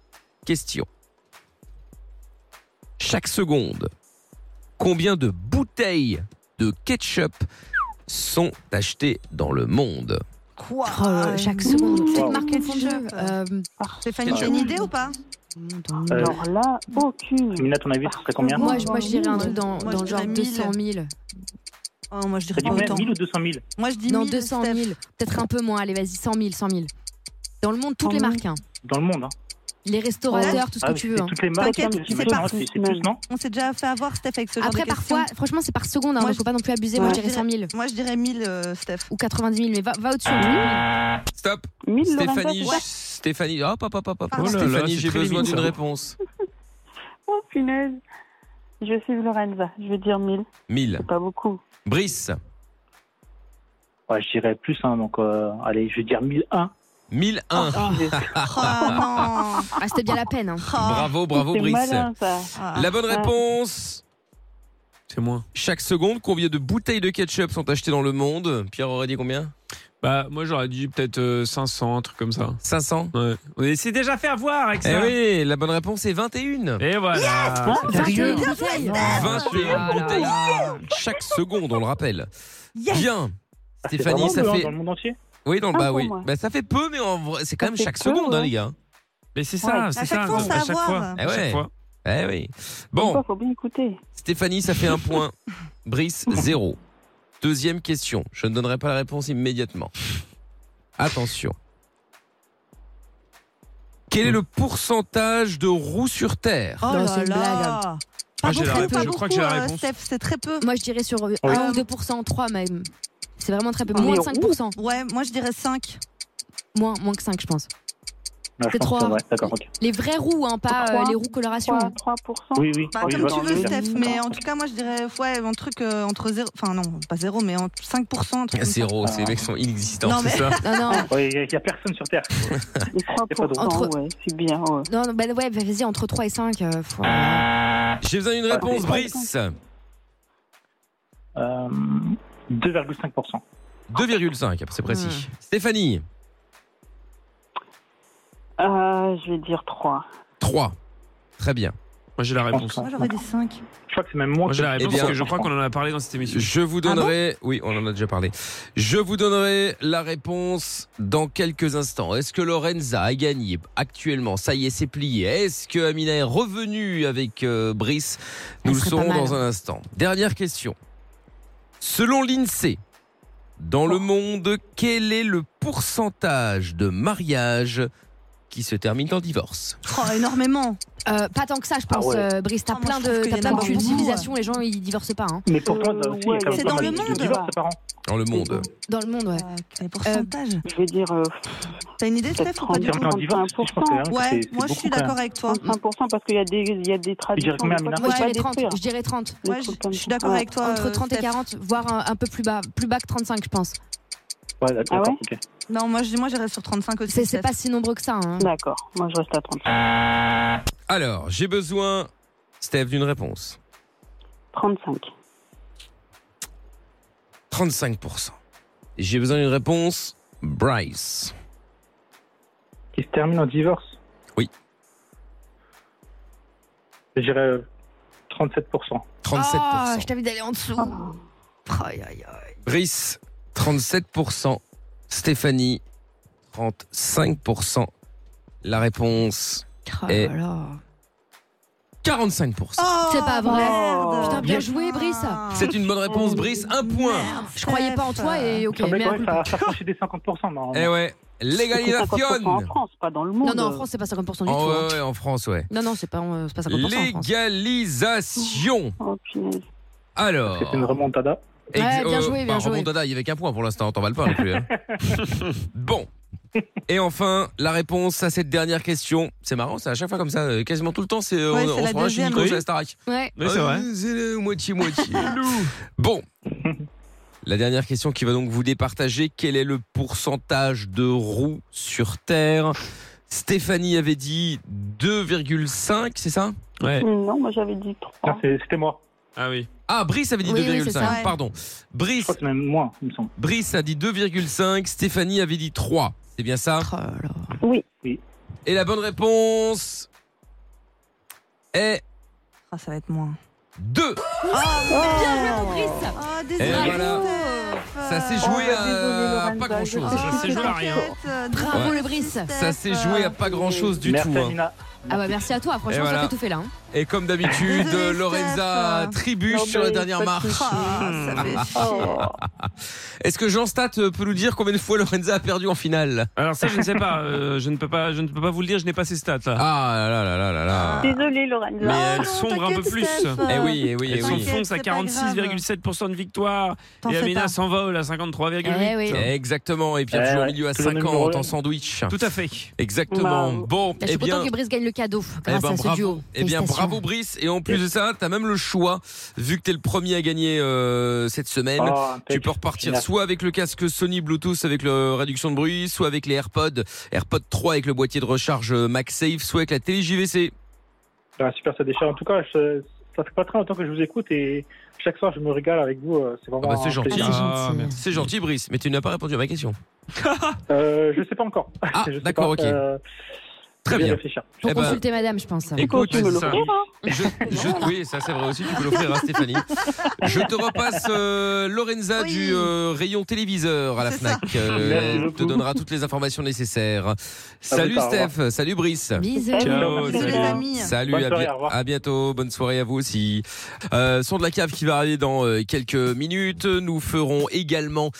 A: question. Chaque seconde, combien de bouteilles de ketchup sont achetées dans le monde
C: Quoi Ah,
D: Oh, euh, chaque seconde,
E: Wow.
D: toute marque confondue. Euh,
C: Stéphanie, t'as une idée ou pas
M: Euh,
E: Alors là, aucune.
M: Amina, ton avis, ce serait combien
D: moi, je, moi, je dirais un truc dans,
C: Moi,
D: dans
C: je
D: le genre
C: dirais
D: 200 000.
C: Oh, Moi je
M: T'as
C: dirais
M: dit
C: pas
M: combien
C: autant.
M: 1000 ou 200 000
C: Moi je dis
D: Non,
C: 1000,
D: 200
C: Steph.
D: 000. Peut-être un peu moins. Allez, vas-y, 100 000, 100 000. Dans le monde, toutes les
E: 100 000.
D: marques. hein.
M: Dans le monde, hein.
D: Les restaurateurs, tout ce
M: Ah,
D: que
M: oui,
D: tu
M: c'est
D: veux. hein.
M: toutes les marques,
C: T'inquiète,
M: j'imagine,
C: c'est pas-
M: hein, c'est c'est plus, non
C: On s'est déjà fait avoir Steph avec ce genre
D: Après,
C: de questions.
D: parfois, franchement, c'est par seconde. Hein,
C: Moi,
D: donc,
C: je-
D: faut pas non plus abuser. Moi,
C: Ouais.
D: je dirais 100 000
C: Moi je dirais 1000 euh, Steph.
D: ou 90 000. Mais va, va au-dessus.
A: Ah, Stop
E: Mille
A: Stéphanie,
E: Lorenza.
A: Stéphanie, hop, hop, hop, hop, hop.
C: Pardon.
B: Oh là là,
A: Stéphanie,
B: c'est
A: j'ai
B: très
A: besoin
B: limite,
A: d'une
B: ça.
A: réponse.
E: Oh, punaise. Je vais suivre Lorenza. Je vais dire 1000.
A: 1000.
E: C'est pas beaucoup.
A: Brice,
M: Ouais, je dirais plus, hein, donc euh, allez, je vais dire Ah, 1001.
A: 1001.
C: Oh non
D: Ah, c'était bien la peine. hein.
C: Oh.
A: Bravo, bravo,
E: C'est
A: Brice.
E: malin, ça.
C: Ah.
A: La bonne
E: Ah.
A: réponse.
B: C'est moins.
A: Chaque seconde, combien de bouteilles de ketchup sont achetées dans le monde Pierre aurait dit combien
B: Bah, moi, j'aurais dit peut-être euh, 500, un truc comme ça.
A: 500
B: Ouais. On s'est déjà fait avoir avec
A: Eh
B: ça.
A: oui, la bonne réponse est 21.
B: Et voilà.
M: Sérieux
D: 21 bouteilles.
A: 21
D: Ah là
A: bouteilles
D: là.
A: chaque seconde, on le rappelle.
C: Yes.
A: Bien.
M: Ah, c'est
A: Stéphanie,
M: vraiment
A: ça
M: peu, hein,
A: fait-
M: Dans le monde entier
A: Oui, donc
E: Ah,
A: bah
E: pour
A: oui.
E: moi.
A: Bah, ça fait peu, mais en vrai, c'est quand même
E: fait
A: chaque
E: peu,
A: seconde, hein,
E: ouais.
A: les gars.
B: Mais c'est ça,
E: Ouais.
B: c'est
C: À
B: ça.
C: chaque fois, on
B: donc,
C: s'est
B: à chaque
C: avoir.
B: fois.
A: Eh
B: À
A: ouais.
B: chaque fois.
A: Eh oui.
E: Bon.
A: Bon,
E: faut bien écouter.
A: Stéphanie, ça fait un point. Brice, zéro. Deuxième question. Je ne donnerai pas la réponse immédiatement. Attention. Quel est le pourcentage de roues sur Terre
C: Oh là là. Pas
A: Ah, j'ai la
C: beaucoup,
A: réponse.
C: pas
A: Je crois que j'ai la
C: beaucoup, euh,
A: réponse.
C: Steph, c'est très peu.
D: Moi, je dirais sur 1 ou 2%, 3 même. C'est vraiment très peu.
C: Ah,
D: Moins de
C: mais
D: 5%. Ouais, moi, je dirais 5. Moins, moins que 5, je pense.
M: Non, Ah, je
D: C'est
M: pense
D: trois.
M: que- ouais, d'accord, ok.
D: Les vraies roues, hein, pas euh,
C: Trois.
D: les roues coloration.
E: 3%.
M: Oui, oui.
C: Bah,
M: oui, je
C: comme
M: vois
C: tu
M: ce que
C: veux,
M: tu veux dire.
C: Steph, mais en tout cas, moi je dirais ouais, un truc euh, entre 0, enfin non, pas 0, mais entre 5%. un truc comme ça.
A: Zéro, ces mecs sont inexistants,
C: Non,
A: c'est
C: mais-
A: ça
D: Non, non.
M: Il n'y a personne sur Terre.
E: Les 3%,
D: Entre-
E: ouais, c'est bien. ouais.
D: Non, non, bah ouais, bah, vas-y, entre 3 et 5. euh, faut-
A: Ah. J'ai besoin d'une réponse, Brice.
M: Euh, 2,5%.
A: 2,5, c'est précis. Stéphanie,
E: Euh, je vais dire 3.
A: 3. Très bien.
B: Moi, j'ai la réponse.
C: Moi j'aurais dit 5.
M: Je crois que c'est même moins
B: Moi, j'ai la
A: Eh
B: réponse
A: bien-
B: parce que je crois qu'on en a parlé dans cette émission.
A: Je vous donnerai,
D: Ah
A: oui, on en a déjà parlé. Je vous donnerai la réponse dans quelques instants. Est-ce que Lorenza a gagné actuellement Ça y est, c'est plié. Est-ce que Amina est revenue avec euh, Brice Nous
D: Elle
A: le
D: serait pas
A: saurons
D: mal.
A: dans un instant. Dernière question. Selon l'INSEE, dans
D: Oh.
A: le monde, quel est le pourcentage de mariages qui se terminent en divorce
C: Oh, énormément.
D: Euh, pas tant que ça, je pense,
A: Ah ouais.
D: euh, Brice. T'as
C: Ah, moi,
D: plein
C: je trouve
D: de,
C: qu'il y
D: t'as
C: en a
D: plein de
C: beaucoup,
D: civilisations, les gens ils divorcent pas. hein.
M: Mais pour toi, aussi, il y a quand même
C: Euh, c'est
M: pas
C: dans
M: mal
C: le
M: de
C: monde.
M: divorces par an.
A: Dans le monde.
D: Dans le monde, ouais. Euh,
C: Les pourcentages.
E: Je vais dire euh,
C: T'as une idée, Steph, ou pas du
M: Terminé
C: tout
M: en divorce, je pense que c'est- c'est-
C: Ouais,
M: c'est
C: moi je
M: beaucoup
C: suis
M: quand même.
C: d'accord avec toi.
E: 35% parce qu'il y a des, il y a des traditions.
M: Ah, combien,
E: des fois,
M: Amina
E: qu'il
D: Moi,
E: faut
D: je
E: pas
D: dirais 30.
E: détruire.
D: Je dirais 30.
E: Des
C: Ouais, je
E: trucs comme
C: je suis
E: ça.
C: d'accord
E: Ouais.
C: avec toi.
D: Entre
C: euh,
D: 30 et
C: Steph.
D: 40, voire un, un peu plus bas. Plus bas que 35, je pense.
M: Ouais, d'accord,
E: Ah ouais
M: ok.
C: Non, moi je moi j'irais sur 35 aussi.
D: C'est c'est
C: Steph.
D: pas si nombreux que ça. hein.
E: D'accord, moi je reste à 35.
A: Alors, j'ai besoin, Steph, d'une réponse.
E: 35.
A: 35%. Et J'ai besoin d'une réponse, Bryce.
M: Qui se termine en divorce
A: Oui.
M: Je dirais euh, 37%.
D: Oh,
C: Ah.
A: 37%.
D: je t'invite d'aller en dessous.
C: Oh.
D: Aïe, aïe, aïe.
A: Brice, 37%. Stéphanie, 35%. La réponse,
D: Oh
A: Et-
D: là là.
A: 45%.
C: Oh,
D: C'est pas vrai.
C: merde.
D: Putain, bien joué, Brice.
A: C'est une bonne réponse, Brice. Un
D: Mmh.
A: point.
C: Merde,
D: Je croyais pas en toi
C: Steph.
D: et ok.
M: Ça,
D: mais-
M: Ah, ouais, ça, ça franchit des 50%. Non,
A: Eh ouais,
E: C'est 50%
A: légalisation.
E: en France, pas dans le monde.
D: Non, non, en France, c'est pas 50% du
A: Oh,
D: tout. hein.
A: ouais, ouais, en France, ouais.
D: Non, non, c'est pas, euh, c'est pas 50% en France.
A: Légalisation.
E: Oh, punaise.
A: Alors.
M: C'est une remontada.
D: Ouais,
A: Ex-
D: bien
A: euh,
D: joué, bien
A: bah,
D: joué.
A: remontada, il y avait qu'un point pour l'instant, t'en vales pas non plus. hein. bon. Et enfin, la réponse à cette dernière question. C'est marrant, c'est à chaque fois comme ça, euh, quasiment tout le temps, c'est euh,
C: Ouais,
A: on,
C: c'est
A: on
C: la
A: se rend chez
C: deuxième.
A: Nico,
B: Oui.
A: c'est la Starac.
D: Ouais.
B: Oui, c'est vrai.
A: Euh, C'est le moitié-moitié. bon. La dernière question qui va donc vous départager. Quel est le pourcentage de roues sur Terre Stéphanie avait dit 2,5, c'est ça
B: Ouais.
E: Non, moi j'avais dit 3.
M: Non, c'est- C'était moi.
B: Ah oui.
A: Ah, Brice avait dit
D: Oui, oui,
A: 2,5,
D: c'est ça,
C: ouais.
A: pardon.
M: Je
A: Brice,
M: crois que c'est même moins, il me semble.
A: Brice a dit 2,5, Stéphanie avait dit 3. C'est bien ça
D: Oh là là.
A: Et la bonne réponse est Ah,
C: Ah, ça va être moins.
A: 2.
D: Brice.
C: Oh, désolé.
A: Eh voilà.
C: Steph.
A: Ça s'est joué à pas grand-chose.
C: Ah,
B: Ça s'est joué à rien.
C: t'inquiète,
D: Bravo,
C: désolé,
D: le Brice.
C: Steph.
A: Ça s'est joué à pas grand-chose du
M: Merci,
A: tout. hein.
M: Amina.
D: Ah bah merci à toi, franchement,
A: Et
D: ça
A: voilà.
D: fait tout fait là. hein.
A: Et comme d'habitude,
C: Désolé,
A: Lorenza
C: Steph.
A: tribuche
E: Non,
A: sur la
E: mais
A: dernière
E: pas de Hmm.
A: marche.
C: Ah, ça fait chier.
A: Oh. Est-ce que Jean Stat euh, peut nous dire combien de fois Lorenza a perdu en finale
B: Alors ça, je ne sais pas. euh, je ne peux pas. Je ne peux pas vous le dire. Je n'ai pas ces stats là.
A: Ah là là là là là.
E: Désolée, Lorraine.
B: Mais
C: Ah,
B: elle
C: non,
B: sombre un peu
C: t'inquiète,
B: plus.
C: Steph.
A: Eh oui, eh oui, eh
B: Elles
A: oui.
B: s'enfoncent à
C: C'est pas grave.
B: 46,7% de victoire
C: T'en
B: et
C: fais
B: Amina
C: pas.
B: s'envole à 53,8.
D: Eh oui.
A: Exactement, et Pierre
M: Eh
A: toujours au
M: ouais,
A: milieu à
M: toujours
A: 50
M: numéro un.
A: en sandwich.
B: Tout à fait.
A: Exactement.
E: Wow.
A: Bon,
D: Je
A: eh
D: suis
A: bien,
D: content que Brice gagne le cadeau
A: Eh
D: grâce
A: ben,
D: à ce
A: bravo.
D: duo.
A: Eh bien,
D: Félicitations.
A: bravo Brice. Et en plus de ça, t'as même le choix, vu que t'es le premier à gagner euh, cette semaine.
M: Oh,
A: Tu peux repartir
M: Génial.
A: soit avec le casque Sony Bluetooth avec la réduction de bruit, soit avec les AirPods, AirPods 3 avec le boîtier de recharge euh, MagSafe, soit avec la télé JVC.
M: Ah, super, ça déchire. En tout cas, je- ça fait pas très longtemps que je vous écoute et chaque soir, je me régale avec vous. euh, C'est vraiment.
A: Ah bah, c'est
M: un
A: gentil.
M: plaisir.
B: Ah,
D: gentil.
B: merci.
A: C'est gentil Brice, mais tu n'as pas répondu à ma question.
M: Euh, je sais pas encore.
A: Ah,
M: Je sais
A: d'accord,
M: pas,
A: ok.
M: euh,
A: Très bien.
D: Pour
A: Eh ben,
D: consulter madame, je pense.
A: Écoute, Tu peux c'est ça. l'offrir,
E: hein.
D: Je-
A: je- oui, ça c'est vrai aussi, tu peux l'offrir à Stéphanie. Je te repasse euh, Lorenza du euh, rayon téléviseur à la FNAC. Euh,
B: Merci
A: elle te donnera toutes les informations nécessaires. Salut
B: plus tard, au
A: Steph, salut Brice.
B: Bisous. Ciao, Bisous, salut. les amis.
A: Salut,
B: Bonne
A: à,
B: soirée,
A: bi-
B: au revoir.
A: à bientôt, bonne soirée à vous aussi. Euh, son de la cave qui va arriver dans euh, quelques minutes. Nous ferons également,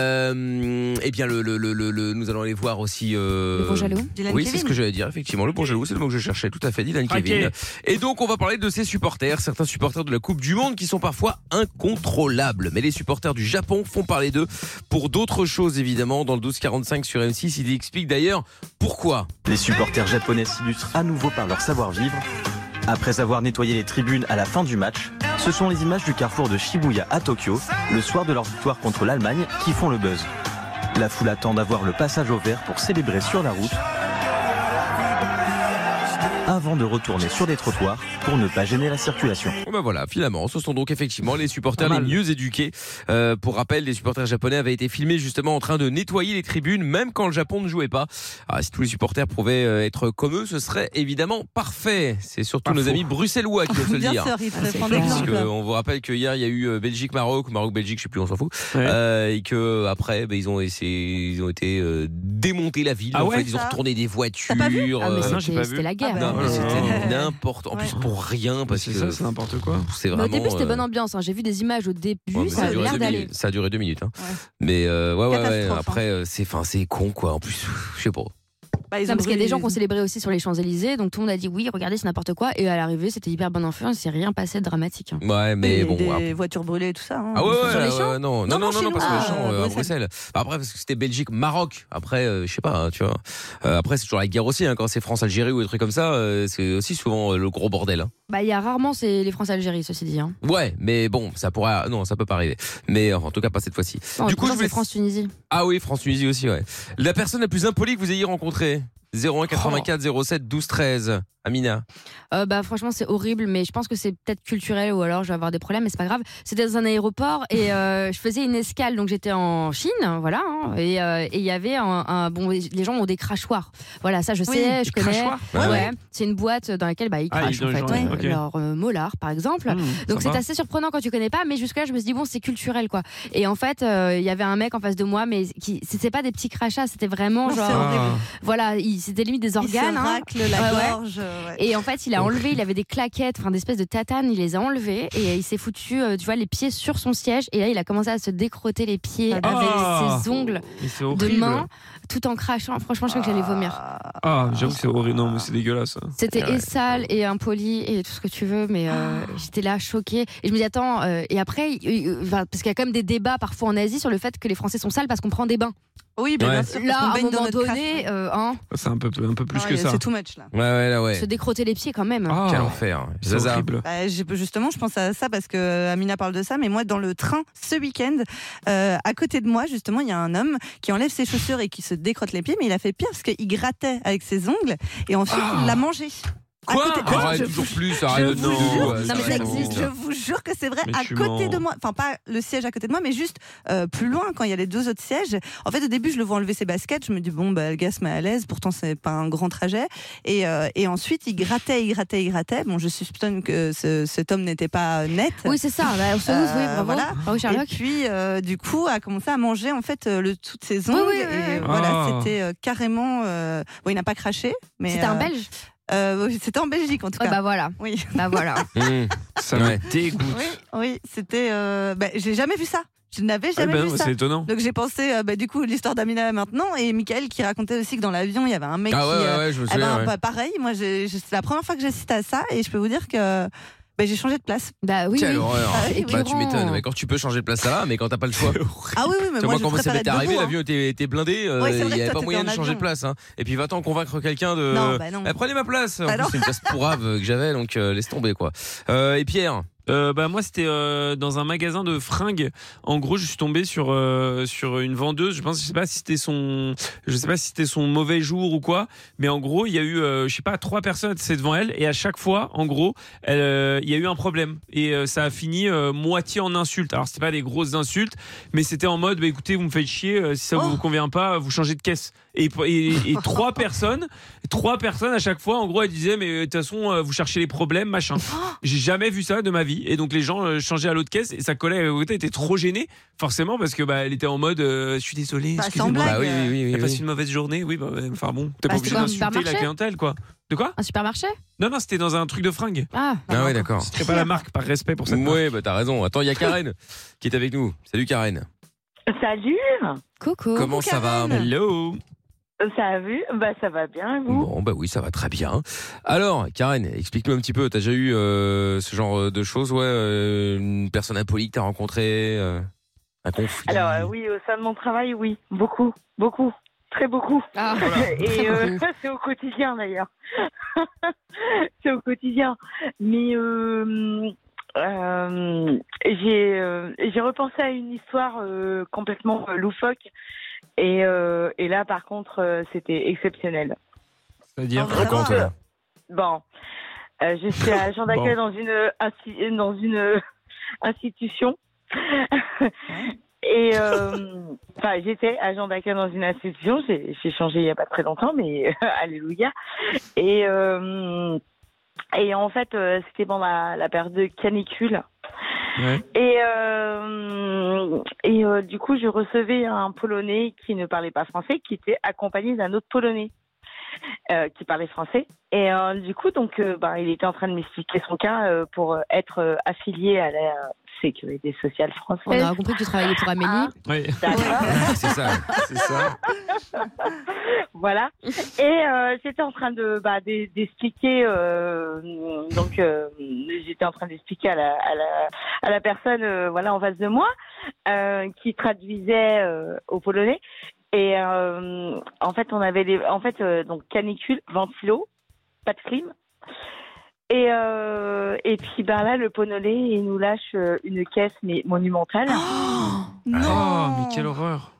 A: euh, eh bien, le, le- le- le- le- nous allons aller voir aussi. euh,
D: Le bon jaloux. Dylan
A: Oui, c'est
D: Kevin.
A: ce que j'allais dire, effectivement. Le bon jaloux, c'est le mot que je cherchais. Tout à fait, Dylan
B: Ok.
A: Kevin. Et donc, on va parler de ses supporters, certains supporters de la Coupe du Monde qui sont parfois incontrôlables. Mais les supporters du Japon font parler d'eux pour d'autres choses, évidemment, dans le 1245 sur M6. Il explique d'ailleurs pourquoi.
N: Les supporters japonais s'illustrent à nouveau par leur savoir-vivre. Après avoir nettoyé les tribunes à la fin du match, ce sont les images du carrefour de Shibuya à Tokyo, le soir de leur victoire contre l'Allemagne, qui font le buzz. La foule attend d'avoir le passage au vert pour célébrer sur la route, avant de retourner sur les trottoirs pour ne pas gêner la circulation.
A: Bon, ben voilà, finalement, ce sont donc effectivement les supporters les mieux éduqués. Euh, pour rappel, les supporters japonais avaient été filmés justement en train de nettoyer les tribunes, même quand le Japon ne jouait pas. Ah, si tous les supporters pouvaient euh, être comme eux, ce serait évidemment parfait. C'est surtout
B: Pas
A: nos
B: faux.
A: amis bruxellois qui doivent se le
B: Bien
A: dire.
B: sûr, ils
D: Ah,
B: pourraient prendre
A: Parce
B: exemple.
A: que on vous rappelle que hier il y a eu euh, Belgique-Maroc, Maroc-Belgique, je sais plus, on s'en fout, Euh, et que après, ben, ils ont essayé, ils ont été euh, démontés la ville.
B: Ah
A: en
B: ouais
A: fait, ils ont retourné des voitures.
D: pas vu Ah, mais
A: euh,
D: c'était- Non, j'ai pas vu. c'était la guerre.
A: Non, mais
D: Ah,
A: c'était
D: ouais.
A: n'importe. En plus pour rien parce que
B: ça, c'est n'importe quoi.
A: C'est
D: Mais
A: vraiment.
D: au début, c'était
A: euh,
D: bonne ambiance. hein. J'ai vu des images au début,
A: Ouais, mais
D: ça
A: ça, a
D: avait
A: duré
D: l'air
A: deux
D: d'aller.
A: minutes, ça a duré deux minutes. hein. Mais euh, ouais, ouais, ouais,
D: Catastrophe, hein.
A: Après, euh, c'est enfin, c'est con, quoi. En plus, je sais pas.
E: Bah,
D: Non, parce qu'il y a des gens qui ont célébré aussi sur les Champs-Élysées, donc tout le monde a dit oui, regardez, c'est n'importe quoi. Et à l'arrivée, c'était hyper bonne influence, il s'est rien passé de dramatique. hein.
A: Ouais, mais
C: Et
A: bon.
C: Des
A: après-
C: voitures brûlées et tout ça. hein.
A: Ah ouais, ouais,
C: Sur les champs.
A: euh, non, non, non, non,
C: chez
A: non,
C: nous.
A: pas sur les
C: Ah,
A: champs, euh, à
C: Bruxelles.
A: Bruxelles. Bah, Après, parce que c'était Belgique, Maroc. Après, euh, je sais pas, hein, tu vois. Euh, après, c'est toujours la guerre aussi. hein, quand c'est France, Algérie ou des trucs comme ça, euh, c'est aussi souvent euh, le gros bordel. hein.
D: Bah, il y a rarement c'est les France-Algérie, ceci dit. hein.
A: Ouais, mais bon, ça pourrait, non, ça peut pas arriver. Mais enfin, en tout cas, pas cette fois-ci.
D: Non,
A: du coup, je
D: Oh, c'est
A: voulais.
D: France-Tunisie.
A: Ah oui, France Tunisie aussi, ouais. La personne la plus impolie que vous ayez rencontrée. 01
C: Oh.
A: 84 07 12 13. Amina.
D: Euh, bah franchement c'est horrible mais je pense que c'est peut-être culturel ou alors je vais avoir des problèmes mais c'est pas grave c'était dans un aéroport et euh, je faisais une escale donc j'étais en Chine voilà hein, et euh, et il y avait un, un- bon les les gens ont des crachoirs voilà ça je
C: Oui,
D: sais
C: des
D: je connais
C: crachoirs.
D: ouais,
C: Ouais,
D: ouais.
C: ouais.
D: c'est une boîte dans laquelle bah ils
C: Ah,
D: crachent
C: ils
D: en fait
C: ont- ouais,
D: euh,
C: ok. Hmm,
D: leur euh, molar par exemple donc c'est
C: sympa.
D: assez surprenant quand tu connais pas mais jusque là je me suis dit bon c'est culturel quoi et en fait euh, il y avait un mec en face de moi mais qui c'était pas des petits crachats c'était vraiment
C: Non, c'est
D: genre euh,
C: horrible.
D: voilà il- c'était limite des
C: Il se
D: organes hein.
C: racle la
D: Ouais, ouais.
C: gorge. euh, ouais.
D: Et en fait, il a enlevé, il avait des claquettes, enfin des espèces de tatanes, il les a enlevées et il s'est foutu, euh, tu vois, les pieds sur son siège. Et là, il a commencé à se décrotter les pieds
B: Ah.
D: avec ses ongles
B: Mais c'est
D: de
B: horrible.
D: main, tout en crachant. Franchement, je crois que j'allais vomir.
B: Ah, j'avoue que c'est horrible. Non, mais c'est Ah. dégueulasse. hein.
D: C'était
B: Ouais.
D: et sale et impoli et tout ce que tu veux, mais euh, j'étais là choquée. Et je me dis, attends, euh, et après, il- il- enfin, parce qu'il y a quand même des débats parfois en Asie sur le fait que les Français sont sales parce qu'on prend des bains.
C: Oui,
B: ben, bien Ouais. sûr, parce
D: là,
C: qu'on
D: à un
C: baigne dans
D: moment
C: notre crache,
D: donné, euh, hein,
B: C'est un peu, un peu plus
C: Ah,
B: que ça. Ah.
C: C'est too much là.
A: Ouais, Ah ouais, Ah. là,
D: se décrotter les pieds quand même.
A: Quel enfer.
B: C'est
A: Zaza.
B: horrible.
C: Bah, j'ai- justement, je pense à ça parce que Amina parle de ça, mais moi, dans le train ce week-end, euh, à côté de moi, justement, il y a un homme qui enlève ses chaussures et qui se décrotte les pieds, mais il a fait pire parce qu'il grattait avec ses ongles et ensuite il l'a mangé. À
A: Quoi
C: côté de- Ah,
A: Arrête
C: je
A: toujours
C: vous-
A: plus,
C: je
A: arrête
C: vous
A: non, ouais,
C: jure, non, mais ça
A: arrête, non.
C: existe, je vous jure que c'est vrai,
A: Mais
C: à
A: tu
C: côté
A: mens.
C: de moi, enfin pas le siège à côté de moi, mais juste euh, plus loin quand il y a les deux autres sièges. En fait, au début, je le vois enlever ses baskets, je me dis bon, bah, le gars se met à l'aise, pourtant c'est pas un grand trajet. Et, euh, et ensuite, il grattait, il grattait, il grattait. Bon, je suspecte que ce- cet homme n'était pas net. Euh,
D: Oui, c'est ça, bah, on se doute, oui, bravo.
C: voilà.
D: Bravo, Sherlock.
C: Et puis, euh, du coup, a commencé à manger en fait euh, le, toutes ses ongles.
D: oui, oui,
C: et
D: oui.
C: voilà,
D: Ah.
C: c'était euh, carrément. euh, Bon, il n'a pas craché, mais.
D: C'était un
C: euh,
D: Belge
C: euh, oui, C'était en Belgique en tout cas.
D: bah voilà.
C: Oui.
D: Bah voilà.
A: Mmh.
B: Ça
A: Ouais.
B: me dégoûte.
C: Oui, oui, c'était. euh, bah, j'ai jamais vu ça. Je
A: Ah
C: n'avais jamais
A: bah
B: ben
C: vu
B: non,
C: ça.
B: c'est étonnant.
C: Donc j'ai pensé, euh, bah, du coup, l'histoire d'Amina maintenant et Michael qui racontait aussi que dans l'avion il y avait un mec
A: Ah ouais,
C: qui.
A: ouais, ouais, je me
C: eh
A: souviens,
C: ben,
A: ouais.
C: bah, pareil, moi, j'ai- j'ai- c'est la première fois que j'assiste à ça et je peux vous dire que bah, j'ai changé de place.
D: Bah oui.
A: Quelle horreur.
O: Ah
A: Bah, tu
C: écœurant.
A: m'étonnes. Mais quand tu peux changer de place, ça là, mais quand t'as pas le choix.
C: Ah oui, oui, mais
A: Tu
C: moi,
A: vois,
C: je
A: quand ça
C: préfère
A: m'était
C: être
A: arrivé,
C: debout,
A: l'avion était, était blindé, euh,
C: Ouais, c'est
A: il
C: vrai
A: n'y
C: que
A: avait pas
C: toi, t'étais
A: moyen de
C: en
A: changer de
C: avion.
A: place. hein. Et puis va-t'en convaincre quelqu'un de.
C: Non, bah non.
A: Eh, prenez ma place. En
C: Bah
A: plus,
C: non.
A: c'est une place pourrave que j'avais, donc euh, laisse tomber quoi. Euh, et Pierre
B: Euh, bah moi c'était euh, dans un magasin de fringues. En gros, je suis tombé sur euh, sur une vendeuse. Je pense, je sais pas si c'était son, je sais pas si c'était son mauvais jour ou quoi. Mais en gros, il y a eu, euh, je sais pas, trois personnes c'est devant elle et à chaque fois, en gros, elle, euh, il y a eu un problème et euh, ça a fini euh, moitié en insultes. Alors c'était pas des grosses insultes, mais c'était en mode, bah, écoutez, vous me faites chier. euh, si ça vous convient pas, vous changez de caisse. Et, et- et trois personnes, trois personnes à chaque fois, en gros, elles disaient, mais euh, de toute façon, euh, vous cherchez les problèmes, machin.
D: Oh
B: J'ai jamais vu ça de ma vie. Et donc, les gens euh, changeaient à l'autre caisse et sa collègue à côté était trop gênée, forcément, parce que bah, elle était en mode, euh, je suis désolé,
A: Bah, sans
B: excusez-moi.
A: blague. Bah oui, oui, oui, oui,
B: Elle passe
A: oui.
B: une mauvaise journée, oui, bah, ouais, enfin bon, t'es
D: Bah,
B: pas obligé
D: c'était pas un
B: d'insulter la
D: supermarché
B: clientèle, quoi. De quoi
D: Un supermarché
B: Non, non, c'était dans un truc de fringue.
D: Ah,
A: Ah ouais, d'accord.
B: Je pas la marque par respect pour cette
A: Ouais, bah t'as raison. Attends, il y a Karen qui est avec nous. Salut Karen.
O: Salut
D: Coucou
A: Comment ça va
B: Hello
E: Euh,
O: Ça va Bah ça va bien, et vous
A: Bon, bah oui, ça va très bien. Alors, Karen, explique-nous un petit peu. T'as déjà eu euh, ce genre de choses, ouais euh, Une personne impolie que t'as rencontrée euh, Un conflit
O: Alors euh, oui, au sein de mon travail, oui, beaucoup, beaucoup, très beaucoup.
D: très
O: et euh,
D: beaucoup.
O: ça c'est au quotidien d'ailleurs. c'est au quotidien. Mais euh, euh, j'ai euh, j'ai repensé à une histoire euh, complètement euh, loufoque. Et, euh, et là, par contre, euh, c'était exceptionnel.
B: C'est-à-dire
O: euh, Bon, Euh, je suis agent d'accueil dans
B: Bon.
O: une insti- dans une institution. Et euh, enfin, j'étais agent d'accueil dans une institution. J'ai j'ai changé il n'y a pas très longtemps, mais alléluia. Et euh, et en fait, euh, c'était pendant la, la période de canicule. Et, euh, et euh, du coup, je recevais un Polonais qui ne parlait pas français, qui était accompagné d'un autre Polonais euh, qui parlait français. Et euh, du coup, donc, euh, bah, il était en train de m'expliquer son cas euh, pour euh, être euh, affilié à la euh, sécurité sociale française.
D: On a compris que tu travaillais pour Amélie.
B: Ah,
A: C'est ça, c'est ça.
O: voilà. Et euh, j'étais en train de bah, d'e- d'expliquer euh, donc euh, j'étais en train d'expliquer à la, à la à la personne euh, voilà en face de moi euh, qui traduisait euh, au polonais et euh, en fait on avait des en fait euh, donc canicule ventilo pas de clim et euh, et puis bah là le polonais il nous lâche euh, une caisse mais monumentale
B: Oh, mais quelle horreur.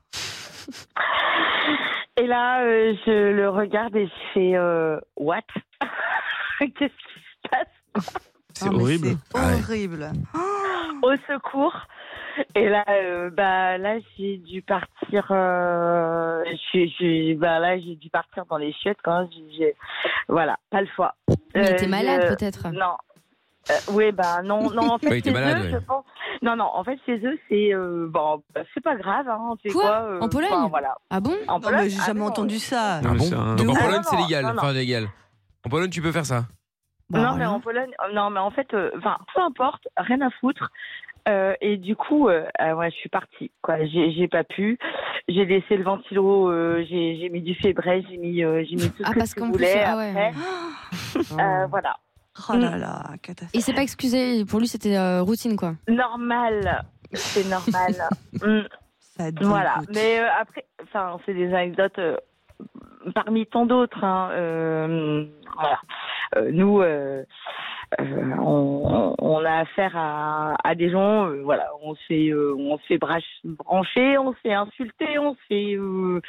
O: Et là, euh, je le regarde et je fais euh, What Qu'est-ce qui se passe
B: C'est horrible.
D: Ah
O: Horrible. Au secours. Et là, euh, bah là, j'ai dû partir. euh, j'ai- j'ai- bah là, j'ai dû partir dans les chiottes quand même. J'ai- j'ai- Voilà, pas le choix.
D: Mais
O: Euh,
D: t'es malade,
O: je-
D: peut-être
O: Non. Euh, oui, bah non, non, en fait,
D: Oui, t'es
O: chez
D: malade,
O: eux,
D: ouais.
O: je pense. Non, non, en fait, chez eux, c'est euh, bon, bah, c'est pas grave, hein. c'est
D: Quoi
O: quoi, euh,
D: En Pologne
O: enfin, voilà.
D: Ah bon
O: En
C: Non, mais j'ai jamais entendu ça.
A: Ah bon Donc en
O: ouf.
A: Pologne,
O: Ah, non,
A: c'est
O: non,
A: légal.
O: non, non.
A: Enfin, légal. En Pologne, tu peux faire ça.
C: Bah,
O: non, mais en Pologne, euh, non, mais en fait, euh, enfin, peu importe, rien à foutre. Euh, et du coup, euh, euh, ouais, je suis partie. Quoi, j'ai, j'ai pas pu. J'ai laissé le ventilo. euh, j'ai, j'ai mis du fébré. J'ai mis, euh, j'ai mis tout ce
D: Ah,
O: que
D: parce
O: tu
D: qu'en plus,
O: voulais
D: ah ouais.
O: après. Euh, voilà. Mm.
C: Oh là là, catastrophe.
D: Il s'est pas excusé, pour lui c'était euh, routine quoi.
O: Normal. C'est normal. Mm. Voilà. Mais euh, après, enfin, c'est des anecdotes euh, parmi tant d'autres. hein, euh, voilà. Euh, nous, euh, euh, on, on a affaire à, à des gens. euh, voilà, on se fait, euh, on se fait brach- brancher, on se fait insulter, on se fait. euh,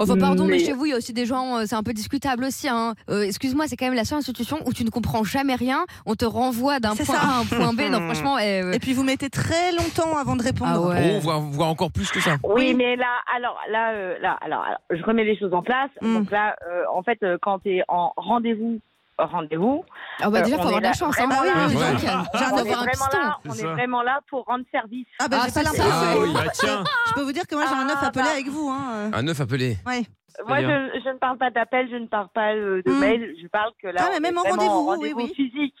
D: Enfin pardon, mais, chez vous il y a aussi des gens, euh, c'est un peu discutable aussi. hein. Euh, Excuse-moi, c'est quand même la seule institution où tu ne comprends jamais rien, on te renvoie d'un
C: C'est
D: point
C: ça.
D: A à un point B. Non franchement, euh,
C: Et puis vous mettez très longtemps avant de répondre.
A: Oh, voire, voire encore plus que ça.
O: Oui, mais là, alors là, euh, là, alors, alors, je remets les choses en place.
D: Mm.
O: Donc là, euh, en fait, euh, quand t'es en rendez-vous, rendez-vous. euh,
D: Ah bah déjà,
O: on
D: faut avoir
O: est
D: de la
O: là
D: chance, hein.
O: vraiment
D: Ah oui,
O: là-
D: oui,
O: on
D: oui,
O: est
D: donc, j'ai un avoir un
O: vraiment
D: piston.
O: là-
D: C'est
O: On est
D: ça.
O: vraiment là pour rendre service.
C: hein. Ah bah j'ai pas l'impression. Parce que moi j'ai un œuf
O: Ah, bah,
C: appelé avec vous.
D: euh,
C: Hein.
A: Un œuf appelé.
C: Ouais.
O: Moi, je, je ne parle pas d'appel, je ne parle pas euh,
D: Mm.
O: de mail, je parle que là.
C: Ah, mais
O: on
C: même
O: est
C: en
O: vraiment
C: rendez-vous, oui, oui.
O: physique.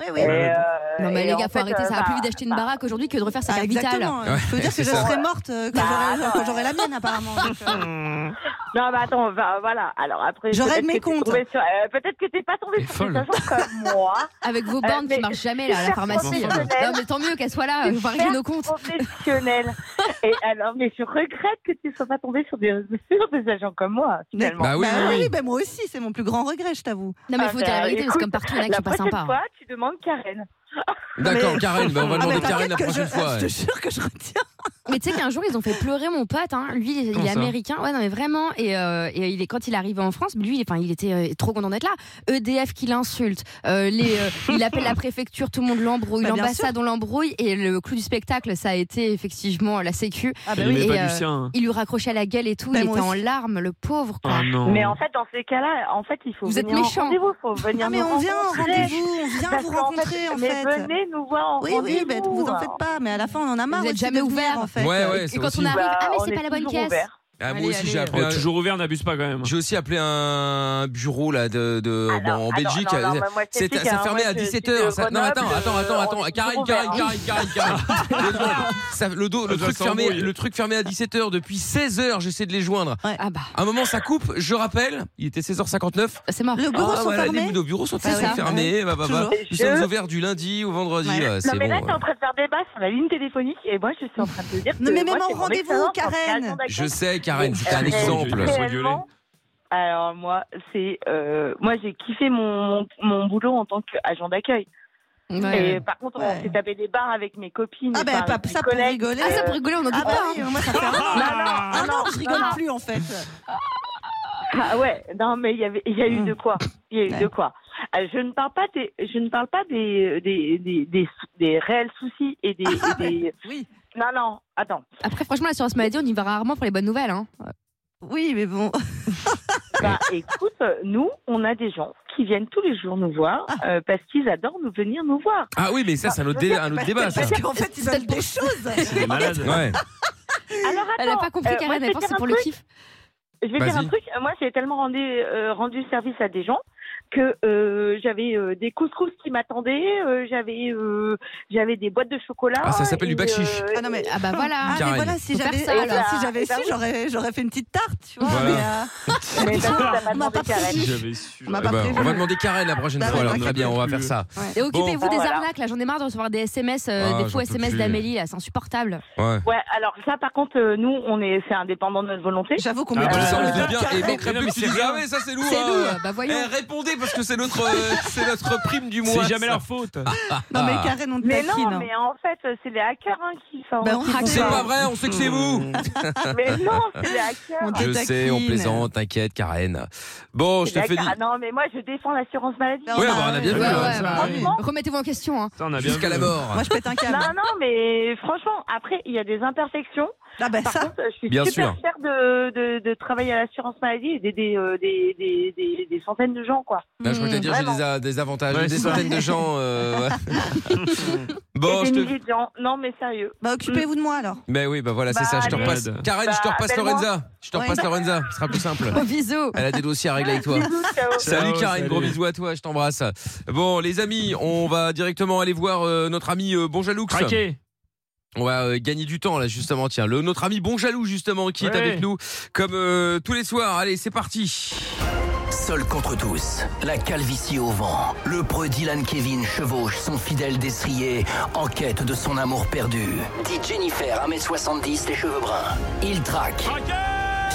C: oui.
O: Et,
C: Ouais.
O: euh,
D: Non mais
O: et
D: les
O: en
D: gars, faut
O: fait,
D: arrêter,
O: euh,
D: ça va plus
O: bah,
D: vite d'acheter une baraque aujourd'hui que de refaire sa carte vitale.
C: Ah, Exactement. Il faut dire que je serais morte euh, quand
O: Bah,
C: j'aurais- quand j'aurais la mienne apparemment. donc, euh.
O: Non, mais attends, va- voilà. Alors après,
C: Je
O: peut-être
C: règle
O: que t'es
C: mes comptes.
O: tombée sur- euh, Peut-être que t'es pas tombée sur des agents comme moi.
D: Avec
C: Euh,
D: vos bornes qui marchent jamais là à la
O: super
D: pharmacie.
O: professionnelle.
D: Non mais tant mieux qu'elle soit là, euh, on va régler nos comptes.
O: Professionnel. Et alors, mais je regrette que tu sois pas tombée sur des, sur des agents comme moi. Finalement.
C: bah, moi aussi, c'est mon plus grand regret, je t'avoue.
O: Ah,
D: Non, mais faut dire la vérité, parce que comme partout, il y en a qui sont pas
O: bah, prochaine
D: sympas. hein.
O: fois, tu demandes Karen.
A: D'accord, Karen, bah, on va
D: Ah, mais
A: demander Karen la
D: t'inquiète que
A: prochaine
D: je-
A: fois.
D: je te
A: ouais.
D: jure Mais tu sais qu'un jour, ils ont fait pleurer mon pote. hein. Lui, il est, il
A: Comment
D: est
A: ça
D: américain. Ouais, non, mais vraiment. Et, euh, et il est, quand il est arrivé en France, lui, il, est- enfin, il était euh, trop content d'être là. EDF qui l'insulte. euh, les, euh, il appelle la préfecture, tout le monde l'embrouille.
C: Bah, bien
D: L'ambassade, on l'embrouille. Et le clou du spectacle, ça a été effectivement la sécu.
O: Ah, bah Elle oui. aimait
D: Et, euh,
O: pas Lucien, hein. Ah,
D: il lui raccrochait la gueule et tout.
O: Bah,
D: il
O: moi
D: était en
O: aussi.
D: larmes, le pauvre. quoi.
O: Mais en fait, dans ces cas-là, en fait, il faut
D: Vous êtes
O: venir en
D: méchants.
O: rendez-vous, faut venir
C: Ah, mais
O: nous
C: on vient en
O: rencontrer.
C: rendez-vous, on vient
O: Parce
C: vous
O: qu'en
C: rencontrer en
O: mais
C: fait.
O: venez nous voir en
C: Oui,
O: rendez-vous.
C: oui, ben, vous en faites pas, mais à la fin on en a marre.
D: Vous êtes
C: aussi de
D: jamais
C: venir,
D: ouvert.
C: en Bah, fait.
A: Ouais, ouais,
D: Et
A: ça
D: quand
A: aussi.
D: on arrive, ah, mais
O: on
D: c'est
O: est
D: pas la bonne
O: toujours
D: caisse.
O: ouvert.
A: Ah, moi
D: Allez,
A: aussi,
D: allez.
A: j'ai appelé.
B: Oh, toujours
A: ouvert, n'abuse pas quand même. J'ai aussi appelé un bureau là de, de bon, en
O: alors,
A: Belgique.
O: Ah non, non, moi, moi, je
A: c'est
O: t'explique,
A: ça
O: hein,
A: fermait
O: moi,
A: à
O: je suis
A: 17
O: de
A: h Non,
O: Grenoble,
A: attends, attends, attends,
O: euh,
A: attends.
O: on est
A: Karine,
O: toujours
A: Karine,
O: ouvert, hein.
A: Karine, Karine, Karine. Le dos, ça- le dos, le
B: Ça
A: truc fermé,
B: s'embrouille.
A: le truc fermé à 17 h Depuis 16 h j'essaie de les joindre.
D: Ah bah.
A: À un moment, ça coupe. Je rappelle, il était 16h59.
D: C'est mort.
C: Le bureau
A: ah,
C: sont
A: voilà,
C: fermés.
A: les- nos bureaux sont
C: C'est ça.
A: fermés.
C: Ouais.
A: bah, bah, bah.
C: Toujours.
A: Nous
O: Je-
A: sommes ouverts du lundi au vendredi.
O: Ouais.
A: ouais,
O: non
A: c'est
O: mais là
A: bon,
O: t'es en train de faire débat sur la ligne téléphonique et moi je suis en train de te dire que
C: Non, mais
O: moi,
C: même en
O: c'est mon
C: rendez-vous,
O: expérience en
C: Karen.
O: création d'accueil.
A: Je sais, Karen, c'était un
O: Euh,
A: exemple.
O: réellement, Alors moi, c'est euh, moi j'ai kiffé mon, mon, mon boulot en tant qu'agent d'accueil.
D: Ouais.
O: Et par contre, on s'est tapé des bars avec mes copines.
C: Ah,
O: des
C: ben,
O: bars
C: pas-
O: avec mes
C: ça pour
O: collègues.
C: rigoler.
D: Ah, ça pour rigoler, on en dit
C: Ah, bah
D: pas.
C: oui,
D: hein.
C: moi ça fait un an. Un an que je rigole
O: non.
C: plus en fait. Mm.
O: Ah ouais, non mais il y avait, il y a eu de quoi, il y a eu de quoi. Euh, Je ne parle pas des, je ne parle pas des des des, des, des réels soucis et des,
C: Ah,
O: et des- Non non, attends.
D: Après, franchement, l'assurance maladie, on y va rarement pour les bonnes nouvelles. hein.
C: Oui, mais bon.
O: Bah écoute, euh, nous on a des gens qui viennent tous les jours nous voir
C: Ah.
O: euh, parce qu'ils adorent nous venir nous voir. Bah,
A: Ah oui, mais ça, c'est un autre débat, un autre débat, ça.
C: En fait, ils veulent des choses.
A: C'est malade. Ouais.
O: Alors attends,
D: Elle a pas compris,
O: euh, moi,
D: Karen,
O: je
D: elle
O: vais dire
D: pense que c'est
O: un
D: pour le
O: truc.
D: kiff.
O: Je vais dire
D: Vas-y.
O: un truc. Moi, j'ai tellement rendu, euh, rendu service à des gens que euh, j'avais euh, des couscous qui m'attendaient, euh, j'avais euh, j'avais des boîtes de chocolat.
A: Ah, ça s'appelle du
O: et,
A: bakchich.
O: euh,
C: Ah non mais
D: Ah bah voilà.
C: Ah, mais
A: Karen.
C: voilà, si
D: Faut faire
C: j'avais
D: ça,
C: eh ben,
O: alors.
C: si j'avais
O: Bah
C: su,
O: oui.
C: j'aurais j'aurais fait une petite tarte, tu vois.
A: Voilà.
O: Mais t'as- t'as pas
C: On m'a
O: demandé,
C: pas
O: Karen.
C: prévu.
B: J'avais su.
C: On m'a
A: Eh
C: pas
A: ben,
C: prévu.
A: on va demander Karen la prochaine
C: Bah,
A: fois.
C: ouais,
A: Alors,
C: ouais,
A: très bien, on va faire ça.
C: Ouais.
D: Et occupez-vous
O: Bon,
D: des
O: voilà.
D: arnaques, là, j'en ai marre de recevoir des SMS, euh,
A: bah, Ah,
D: des
A: j'en
D: faux
A: peux
D: SMS
A: plus.
D: d'Amélie, là, c'est insupportable.
A: Ouais.
O: Ouais, alors ça, par contre, euh, nous, on est, c'est indépendant de notre volonté.
C: J'avoue qu'on
A: Ah,
C: me
A: bah,
C: dit
A: ça, on
C: euh,
A: le dit bien. Et
C: Karen,
A: mec,
B: Mais non, mais
A: tu
B: c'est
A: dis,
B: rien.
A: ah ouais, ça, c'est lourd.
D: C'est
A: hein.
D: nous, euh, bah voyons.
A: Eh, répondez parce que c'est notre, euh, c'est notre prime du mois.
B: C'est jamais
A: ça.
B: leur faute.
C: Non mais Karen, on te
O: Mais non,
C: taquine. hein.
O: mais en fait, c'est les hackers hein, qui sont.
C: Bah, on
O: qui
C: hack
O: font
A: C'est
O: ça.
A: pas vrai, on sait que c'est vous.
O: Mais non, c'est les hackers.
C: On te
A: Je
C: taquine.
A: sais, on plaisante, t'inquiète, Karen. Bon, Oh, je
O: Les
A: te fais.
O: hackers. Ah non, mais moi, je défends l'assurance maladie.
C: Non,
A: Ouais, bah, on a bien
D: Ouais,
A: vu.
D: ouais,
A: hein.
D: bah,
O: Ah, oui.
D: Remettez-vous en question. hein.
B: Ça, on a bien
A: Jusqu'à
B: vu.
A: la mort.
C: Moi je pète un câble.
O: Non, non, mais franchement, après, il y a des imperfections.
C: Ah bah
O: Par
C: ça.
O: contre, je suis
A: Bien
O: super
A: sûr.
O: fière de, de, de travailler à l'assurance maladie et d'aider euh, des, des, des, des centaines de gens, quoi.
A: Là, Ah, je crois que t'allais dire, j'ai
O: Vraiment.
A: des, a- des avantages,
B: Ouais,
A: des
B: c'est ça.
A: centaines de gens. euh, ouais. bon,
O: et
A: je
O: des
A: te.
O: milliers de gens. Non, mais sérieux.
C: Bah occupez-vous de moi alors.
A: Ben oui, bah voilà, c'est
O: Bah,
A: ça. Je te
B: allez.
A: repasse. Karen, je te
O: Bah,
A: repasse
O: appelle-moi.
A: Lorenza. Je te
C: Ouais.
A: repasse Lorenza. Ce sera plus simple.
D: Oh, bisous.
A: Elle a des dossiers à régler avec toi.
O: Bisous, ciao.
A: Salut
B: Ciao,
A: Karine,
B: salut.
A: gros bisous à toi, je t'embrasse. Bon, les amis, on va directement aller voir euh, notre ami euh, Bonjaloux.
B: Craqué.
A: On va euh, gagner du temps là, justement. Tiens, le, notre ami Bonjaloux, justement, qui est
B: Ouais.
A: avec nous, comme euh, tous les soirs. Allez, c'est parti.
J: Seul contre tous, la calvitie au vent, le preux Dylan Kevin chevauche son fidèle destrier en quête de son amour perdu. Dit Jennifer, 1m70, les cheveux bruns. Il traque.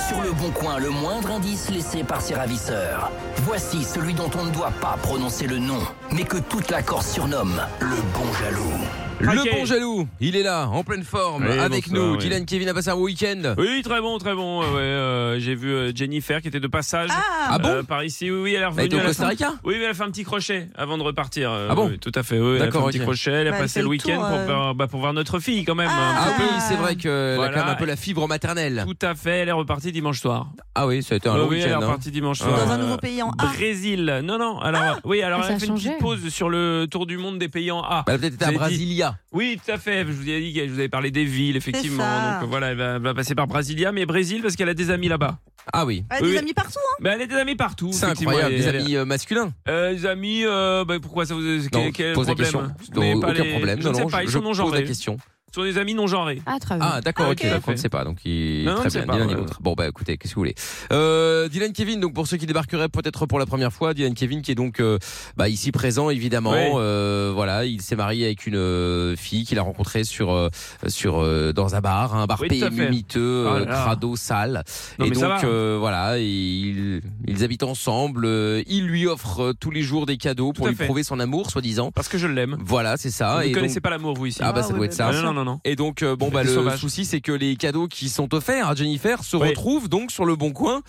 J: Sur le bon coin, le moindre indice laissé par ses ravisseurs. Voici celui dont on ne doit pas prononcer le nom, mais que toute la Corse surnomme le bon jaloux.
A: Le
B: Craqué.
A: Bonjaloux, il est là, en pleine forme,
B: Oui,
A: avec
B: bonsoir,
A: nous.
B: oui.
A: Dylan Kevin a passé un week-end.
B: Oui, très bon, très bon. ouais, ouais, euh, J'ai vu euh, Jennifer qui était de passage.
A: Ah bon
B: Euh, Par ici, oui, oui, elle est
A: Elle
B: revenue.
A: était au
B: à la
A: Costa
B: fin.
A: Rica
B: Oui, mais elle a fait un petit crochet avant de repartir. euh,
A: Ah bon
B: oui, Tout à fait, oui. Elle a fait un
A: D'accord,
B: petit
A: ok.
B: crochet. Elle a
C: Bah, elle
B: passé
C: fait
B: le
C: le
B: week-end
C: tour,
B: pour,
C: euh.
B: voir, bah, pour voir notre fille quand même.
C: Ah.
B: un
A: Ah
B: peu.
A: oui, c'est vrai qu'elle
B: Voilà.
A: a quand même un peu la fibre maternelle.
B: Tout à fait, elle est repartie dimanche soir.
A: Ah oui, ça a été un
B: Oui,
A: long
B: Bah oui, elle est
A: week-end. hein.
B: repartie dimanche
A: Dans
B: soir.
C: Dans un
B: Euh,
C: nouveau pays en A.
B: Brésil. Non, non. Alors, oui, alors
D: Ah,
B: elle
D: ça
B: a
D: a
B: fait une petite
D: changé.
B: pause sur le tour du monde des pays en A.
A: Bah, Elle a peut-être été à
B: J'ai dit-
A: Brasilia.
B: Oui, tout à fait. Je vous ai dit, que je vous avais parlé des villes, effectivement.
C: ça.
B: Donc euh, voilà, elle va, elle va passer par Brasilia, mais Brésil parce qu'elle a des amis là-bas.
A: Ah oui.
C: Ah, des
B: Oui.
C: amis partout.
B: Bah, elle a des amis partout.
A: C'est
B: effectivement.
A: incroyable,
B: Elle-
A: des
B: elle-
A: amis euh, masculins.
B: Euh, les amis, euh, bah, pourquoi ça vous
A: Non,
B: quel, quel
A: pose la
B: problème
A: question.
B: Mais
A: Non,
B: pas
A: aucun
B: les-
A: problème.
B: Je
A: non,
B: ne sais
A: non,
B: pas, ils
A: je
B: sont non
A: pose la
B: genrés.
A: question.
B: sont des amis non genrés.
D: Ah, très
A: Ah, d'accord, ok. Donc, on ne sait pas. Donc, il...
B: Non, on
A: très
B: ne sait
A: bien,
B: pas,
A: ni l'un
B: ouais.
A: ni l'autre. Bon, bah écoutez, qu'est-ce que vous voulez euh, Dylan Kevin, donc pour ceux qui débarqueraient peut-être pour la première fois, Dylan Kevin qui est donc euh, bah, ici présent, évidemment.
B: Oui.
A: Euh, voilà, il s'est marié avec une euh, fille qu'il a rencontrée sur, euh, sur, euh, dans un bar, un bar
B: Oui, tout à
A: PMU
B: fait.
A: miteux, euh,
B: Oh là là.
A: crado, sale.
B: Non,
A: et
B: mais ça
A: donc,
B: va. hein.
A: euh, voilà, ils, ils habitent ensemble. euh, il lui offre euh, tous les jours des cadeaux pour
B: à
A: lui
B: fait.
A: prouver son amour, soi-disant.
B: Parce que je l'aime.
A: Voilà, c'est ça.
B: Vous
A: Ah, et
B: ne connaissez
A: donc-
B: pas l'amour, vous, ici.
A: Ah bah ça doit être ça.
B: Non, non, non, non.
A: Et donc euh, bon bah
B: Des
A: le
B: sauvages.
A: souci c'est que les cadeaux qui sont offerts à Jennifer se retrouvent donc sur le bon coin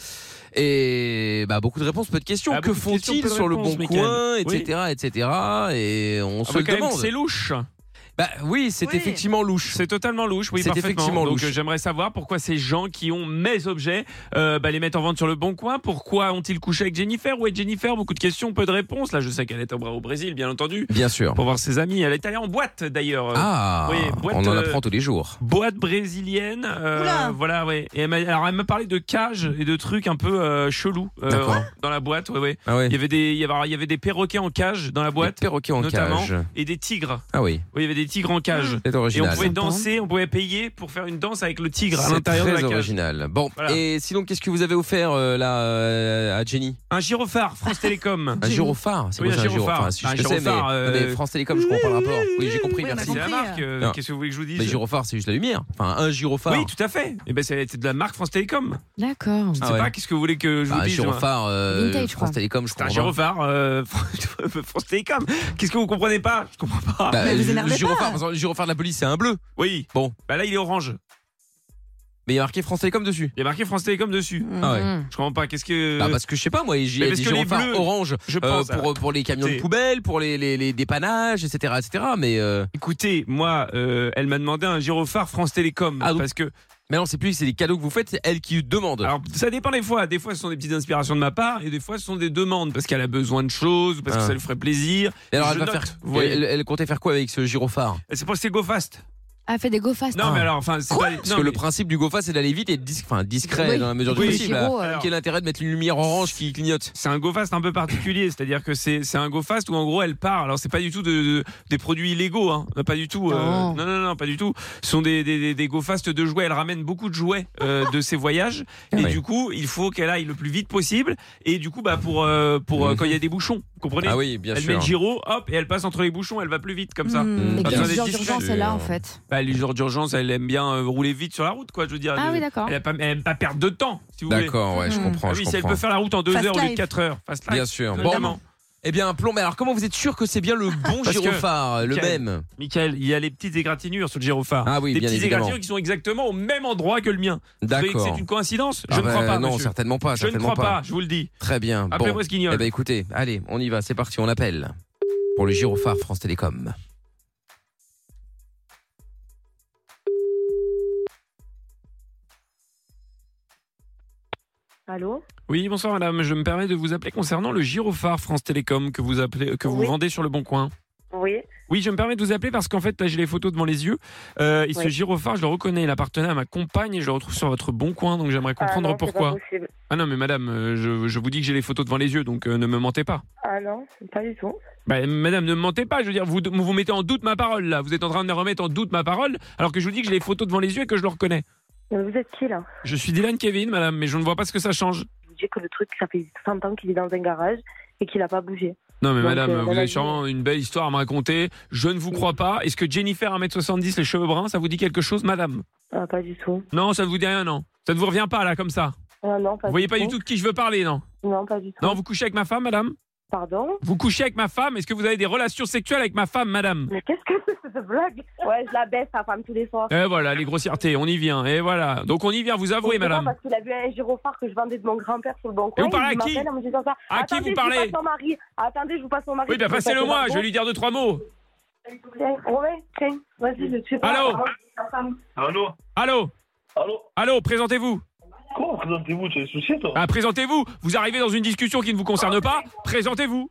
A: et bah beaucoup de réponses peu de questions.
B: Ah,
A: que
B: beaucoup de questions,
A: font-ils
B: peu de
A: sur le
B: réponses,
A: bon
B: Mickaël.
A: coin,
B: Oui.
A: etc., etc. Et on
B: Ah
A: se
B: bah,
A: le
B: quand même,
A: demande.
B: C'est louche.
A: Bah oui, c'est effectivement louche.
B: C'est totalement louche, oui,
A: C'est
B: parfaitement.
A: effectivement
B: Donc
A: louche.
B: euh, j'aimerais savoir pourquoi ces gens qui ont mes objets euh, bah, les mettent en vente sur le bon coin. Pourquoi ont-ils couché avec Jennifer Où est Jennifer Beaucoup de questions, peu de réponses. Là, je sais qu'elle est au, au Brésil, bien entendu.
A: Bien sûr.
B: Pour voir ses amis. Elle est allée en boîte d'ailleurs. Euh,
A: Ah,
B: oui, boîte,
A: on en
B: euh,
A: apprend tous les jours.
B: Boîte brésilienne, euh, voilà, ouais. Et elle m'a, alors elle m'a parlé de cages et de trucs un peu euh, chelous euh,
A: D'accord.
B: dans la boîte, ouais, ouais.
A: Ah ouais.
B: Il y avait des, il y avait, alors, il y avait des perroquets en cage dans la boîte,
A: perroquets en
B: notamment,
A: cage.
B: et des tigres.
A: Ah oui.
B: Oui, il y avait des tigres en cage.
A: C'est
B: Et
A: original.
B: on pouvait
A: Sympa.
B: danser, on pouvait payer pour faire une danse avec le tigre à
A: C'est
B: l'intérieur de
A: très
B: la cage.
A: original. Bon,
B: Voilà.
A: et sinon qu'est-ce que vous avez offert euh, là euh, à Jenny
B: Un gyrophare, France Télécom.
A: Un gyrophare, c'est
B: Oui,
A: quoi
B: un
A: ça,
B: gyrophare.
A: Si je
B: Un
A: sais, mais-
B: gyrophare,
A: non, mais
B: euh,
A: France Télécom, je comprends pas le rapport. Oui, j'ai compris, merci.
B: C'est la marque. euh,
A: Non.
B: Qu'est-ce que vous voulez que je vous dise
A: Mais gyrophare, c'est juste la lumière. Enfin, un gyrophare.
B: Oui, tout à fait. Et ben, c'était de la marque France Télécom.
D: D'accord.
B: Je ne sais pas, qu'est-ce que vous voulez que je
A: Ah Bah,
B: vous
A: un
B: dise moi
A: gyrophare, euh, Vintage, je France crois. Télécom, je
B: C'est un
A: comprends pas.
B: gyrophare, euh, France Télécom. Qu'est-ce que vous comprenez pas Je comprends pas.
A: Bah, le- le gyrophare, par exemple, le gyrophare de la police, c'est un bleu.
B: Oui.
A: Bon.
B: Bah là, il est orange.
A: Mais il y a marqué France Télécom dessus.
B: Il y a marqué France Télécom dessus.
A: Ah ouais.
B: Je comprends pas. Qu'est-ce que.
A: Bah, parce que je sais pas, moi, il y
B: Mais
A: a
B: parce
A: des
B: que les
A: gyrophares
B: bleus,
A: orange
B: je
A: euh,
B: pense à-
A: pour, pour les camions de
B: Écoutez.
A: poubelle, pour les, les, les dépannages, etc. etc. mais. euh,
B: Écoutez, moi, euh, elle m'a demandé un gyrophare France Télécom. parce que.
A: Ah, Mais non, c'est plus, c'est des cadeaux que vous faites, c'est elle qui demande.
B: Alors, ça dépend des fois. Des fois, ce sont des petites inspirations de ma part, et des fois, ce sont des demandes, parce qu'elle a besoin de choses, parce
A: Ah.
B: que ça lui ferait plaisir.
A: Et alors,
B: Je
A: elle, va
B: note,
A: faire,
B: vous voyez.
A: elle, elle comptait faire quoi avec ce gyrophare
B: C'est pour c'est Go Fast.
D: Ah, fait des go fast.
B: Non, mais alors, enfin, c'est pas.
A: Parce
B: non,
A: que le
B: mais-
A: principe du GoFast, c'est d'aller vite et dis- enfin, discret
B: Oui.
A: dans la mesure du
B: Oui,
A: possible.
B: gyro,
A: Alors,
B: euh.
A: Quel intérêt de mettre une lumière orange qui clignote
B: C'est un go fast un peu particulier, c'est-à-dire que c'est c'est un go fast où en gros elle part. Alors c'est pas du tout de, de- des produits illégaux, hein. pas du tout. euh,
A: Non.
B: non, non, non, pas du tout. Ce sont des, des, des- des go fast de jouets. Elle ramène beaucoup de jouets euh, de ses voyages et
A: oui.
B: du coup il faut qu'elle aille le plus vite possible. Et du coup bah pour euh, pour euh, quand il y a des bouchons, vous comprenez
A: Mhm. Ah oui, bien
B: elle
A: sûr. Mm.
B: met le gyro, hop et elle passe entre les bouchons, elle va plus vite comme ça.
D: Mais
B: Pas
D: quel
B: besoin d'être
D: genre
B: discrète.
D: d'urgence elle a en fait
B: Bah, les jours d'urgence, elle aime bien euh, rouler vite sur la route, quoi. Je veux dire,
D: Ah
B: Elle-
D: oui, d'accord.
B: Elle, a pas- elle aime pas perdre de temps, si vous voulez.
A: D'accord, ouais, je Mhm. comprends,
B: Ah
A: je
B: oui, si elle
A: comprends.
B: peut faire la route en 2
A: Fast
B: heures au lieu de
A: life.
B: 4 heures. Fast life.
A: Bien sûr.
B: Évidemment.
A: Bon. Eh bien, plomb. Mais alors, comment vous êtes sûr que c'est bien le bon
B: Parce que-
A: gyrophare, le
B: Michael,
A: même
B: Michael, il y a les petites égratignures sur le gyrophare.
A: Ah oui,
B: des
A: bien
B: petites
A: évidemment.
B: égratignures qui sont exactement au même endroit que le mien. Vous
A: D'accord.
B: croyez que C'est une coïncidence Je
A: Ah
B: ne
A: bah,
B: crois pas.
A: Non,
B: monsieur.
A: certainement pas.
B: Je ne
A: certainement
B: crois pas. je vous le dis.
A: Très bien.
B: Appelez-moi
A: bon.
B: ce guignol.
A: Eh ben, écoutez, allez, on y va. C'est parti, on appelle. Pour le gyrophare France Télécom.
P: Allô
B: Oui, bonsoir madame. Je me permets de vous appeler concernant le gyrophare France Télécom que vous, appelez, que vous
P: Oui.
B: vendez sur le Bon Coin.
P: Oui.
B: Oui, je me permets de vous appeler parce qu'en fait, là, j'ai les photos devant les yeux. Euh, et ce
P: Oui.
B: gyrophare, je le reconnais, il appartenait à ma compagne et je le retrouve sur votre bon coin, donc j'aimerais comprendre
P: ah non, c'est
B: pourquoi.
P: Pas possible.
B: Ah non, mais madame, euh, je, je vous dis que j'ai les photos devant les yeux, donc euh, ne me mentez pas.
P: Ah non, pas du tout.
B: Bah, madame, ne me mentez pas, je veux dire, vous, vous mettez en doute ma parole, là. Vous êtes en train de remettre en doute ma parole, alors que je vous dis que j'ai les photos devant les yeux et que je le reconnais.
P: Mais Euh, vous êtes qui là
B: Je suis Dylan Kevin, madame, mais je ne vois pas ce que ça change.
P: Je vous dis que le truc, ça fait 100 ans qu'il est dans un garage et qu'il n'a pas bougé.
B: Non, mais
P: Donc,
B: madame,
P: euh,
B: vous
P: voilà,
B: avez sûrement une belle histoire à me raconter. Je ne vous crois pas. Est-ce que Jennifer, 1m70, les cheveux bruns, ça vous dit quelque chose, madame
P: Ah, pas du tout.
B: Non, ça ne vous dit rien, non. Ça ne vous revient pas, là, comme ça.
P: Ah non, pas
B: Vous voyez pas du tout de qui je veux parler, non
P: Non, pas du tout.
B: Non, vous couchez avec ma femme, madame
P: Pardon
B: Vous couchez avec ma femme Est-ce que vous avez des relations sexuelles avec ma femme, madame
P: Mais qu'est-ce que c'est que cette blague Ouais, je la baisse, sa femme, tous les soirs.
B: Et Eh, voilà, les grossièretés, on y vient. Et voilà. Donc on y vient, Euh, vous
P: Je
B: avouez,
P: sais pas,
B: madame.
P: Parce qu'il a vu un gyrophare que je vendais de mon grand-père sur le bon
B: Et
P: coin.
B: vous parlez
P: il
B: à qui
P: m'appelle en me disant ça.
B: À qui
P: Attendez,
B: vous
P: je
B: parlez
P: passe mon mari. Attendez, je vous passe mon mari.
B: Oui, bien passez-le moi, je vais lui dire deux, trois mots.
P: Tiens, ouais, tiens, vas-y, je suis pas.
B: Allô
P: Allô
B: Allô Allô Allô, présentez-vous. Comment présentez-vous Tu as des soucis, toi Ah, présentez-vous Vous arrivez dans une discussion qui ne vous concerne pas, présentez-vous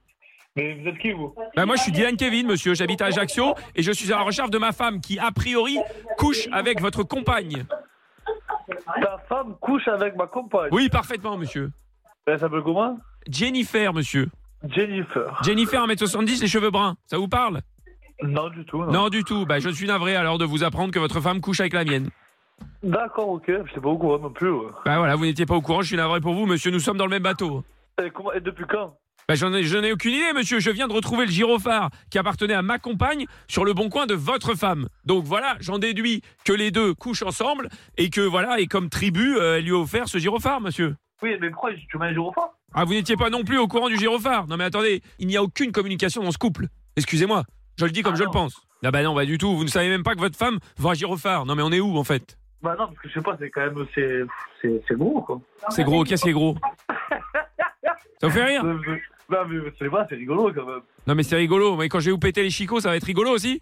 P: Mais vous êtes qui, vous
B: bah moi je suis Dylan Kevin monsieur, j'habite à Ajaccio et je suis à la recherche de ma femme qui a priori couche avec votre compagne.
P: Ta femme couche avec ma compagne
B: Oui parfaitement monsieur.
P: Elle s'appelle comment
B: Jennifer monsieur.
P: Jennifer.
B: Jennifer 1m70 les cheveux bruns, ça vous parle
M: Non, du tout.
B: Non, du tout. Bah, je suis navré alors de vous apprendre que votre femme couche avec la mienne.
M: D'accord, ok, je sais pas au courant non plus. ouais.
B: Bah voilà, vous n'étiez pas au courant, je suis navré pour vous, monsieur, nous sommes dans le même bateau.
M: Et, Euh, comment- et depuis quand
B: Bah, j'en ai, je n'ai aucune idée, monsieur. Je viens de retrouver le gyrophare qui appartenait à ma compagne sur le bon coin de votre femme. Donc voilà, j'en déduis que les deux couchent ensemble et que voilà, et comme tribu, euh, elle lui a offert ce gyrophare, monsieur.
M: Oui, mais pourquoi tu mets un gyrophare
B: Ah, vous n'étiez pas non plus au courant du gyrophare. Non, mais attendez, il n'y a aucune communication dans ce couple. Excusez-moi, je le dis comme je le pense. Ah bah non, bah du tout, vous ne savez même pas que votre femme vend un gyrophare. Non, mais on est où en fait
M: Bah non, parce que je sais pas, c'est quand même. C'est c'est- c'est gros, quoi.
B: C'est gros, qu'est-ce qui est gros Ça vous fait rire
M: Euh, euh, Bah, mais je sais pas, c'est rigolo quand même.
B: Non, mais c'est rigolo, mais quand je vais vous péter les chicots, ça va être rigolo aussi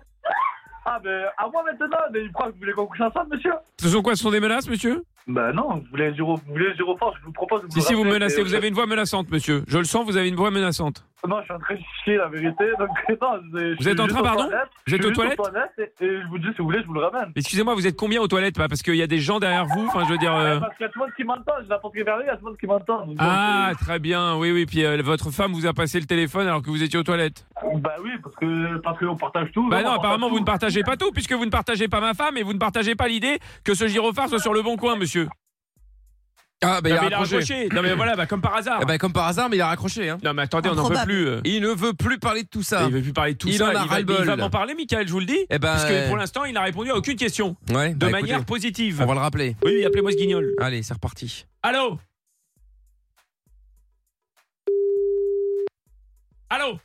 M: Ah, mais à moi maintenant, mais je crois que vous voulez qu'on couche ensemble, monsieur
B: Ce sont quoi Ce sont des menaces, monsieur
M: Bah non, vous voulez un gyro- vous voulez un gyrophare, je vous propose. de
B: Si, si, vous
M: rappeler,
B: me menacez,
M: mais-
B: vous avez une voix menaçante, monsieur. Je le sens, vous avez une voix menaçante.
M: Non, je suis en train de chier la vérité. Donc, non, je- je
B: Vous êtes
M: suis
B: en
M: juste
B: train,
M: aux
B: pardon
M: toilettes,
B: Vous êtes
M: je suis
B: aux
M: juste
B: toilettes
M: et, et je vous dis, si vous voulez, je vous le ramène.
B: Excusez-moi, vous êtes combien aux toilettes là Parce qu'il y a des gens derrière vous, enfin, je veux dire... euh,
M: Ouais, Ah, bah, Parce qu'il y a tout le monde qui m'entend, j'ai la porte qui est fermée, il y a tout le monde qui m'entend. donc,
B: Ah, très bien, oui, oui, puis euh, votre femme vous a passé le téléphone alors que vous étiez aux toilettes.
M: euh, Bah oui, parce que parce qu'on partage tout.
B: Bah non,
M: non, on partage
B: apparemment,
M: tout.
B: vous ne partagez pas tout, puisque vous ne partagez pas ma femme et vous ne partagez pas l'idée que ce gyrophare soit sur le bon coin, monsieur.
A: Ah, bah,
B: Non,
A: il a
B: mais il a raccroché. Non, mais voilà, bah, comme par hasard.
A: Eh ben, comme par hasard, mais il a raccroché. Hein.
B: Non, mais attendez, on n'en peut plus. euh.
A: Il ne veut plus parler de tout ça.
B: Il veut plus parler de tout
A: il
B: ça.
A: En a
B: il va, il
A: ras-le-bol.
B: va m'en parler, Michael, je vous le dis.
A: Eh ben,
B: parce que
A: euh,
B: pour l'instant, il n'a répondu à aucune question.
A: Ouais,
B: de
A: bah,
B: manière
A: écoutez,
B: positive.
A: On va le rappeler.
B: Oui, oui, appelez-moi ce guignol.
A: Allez, c'est reparti.
B: Allô Allô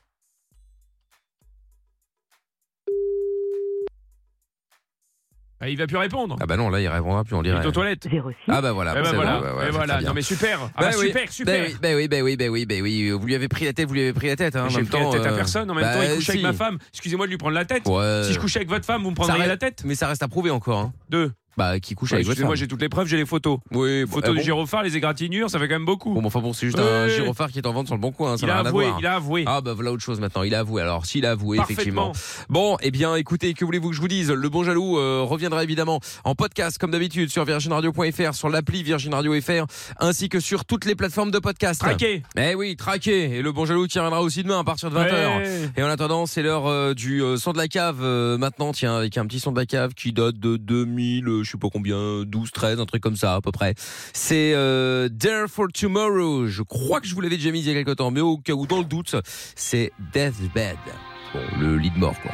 B: Ah, Il va plus répondre.
A: Ah bah non, là, il répondra plus, on
B: Il
A: dirait.
B: est aux toilettes.
A: Ah bah voilà.
B: Eh
A: bah
B: ben
A: ça
B: voilà.
A: va, ouais, ouais,
B: Eh
A: c'est
B: voilà.
A: très bien.
B: Non mais super. Ah bah
A: Bah oui.
B: super, super.
A: Bah oui, bah oui, bah oui, bah oui, bah oui. Vous lui avez pris la tête, vous lui avez pris la tête. Hein, en
B: J'ai
A: même
B: pris la
A: temps,
B: tête à
A: euh,
B: personne. En même
A: bah,
B: temps, il couche avec
A: si.
B: ma femme. Excusez-moi de lui prendre la tête.
A: Ouais.
B: Si je couchais avec votre femme, vous me
A: Ça
B: prendriez
A: reste-
B: la tête.
A: Mais ça reste à prouver encore. Hein.
B: Deux.
A: Bah, qui couche
B: Ouais,
A: avec votre
B: Excusez-moi,
A: femme.
B: j'ai toutes les preuves, j'ai les photos.
A: Oui, bon,
B: Photos
A: ah
B: du
A: bon
B: gyrophare, les égratignures, ça fait quand même beaucoup.
A: Bon, bah, enfin bon, c'est juste un
B: Ouais.
A: gyrophare qui est en vente sur le bon coin, hein, ça
B: Il a
A: n'a rien
B: avoué,
A: à voir.
B: il a avoué.
A: Ah bah voilà autre chose maintenant, il a avoué. Alors s'il a avoué,
B: Parfaitement.
A: effectivement. Bon, eh bien écoutez, que voulez-vous que je vous dise Le bon jaloux euh, reviendra évidemment en podcast comme d'habitude sur virginradio.fr, sur l'appli Virgin Radio FR, ainsi que sur toutes les plateformes de podcast.
B: Traqué.
A: Eh oui, traqué. Et le bon jaloux qui reviendra aussi demain à partir de 20h.
B: Ouais.
A: Et en attendant, c'est l'heure euh, du euh, son de la cave euh, maintenant, tiens, avec un petit son de la cave qui date de 2000, euh, je sais pas combien, 12, 13, un truc comme ça à peu près. C'est euh, Dare for Tomorrow. Je crois que je vous l'avais déjà mis il y a quelque temps, mais au cas où, dans le doute, c'est Deathbed. Bon, le lit de mort, quoi.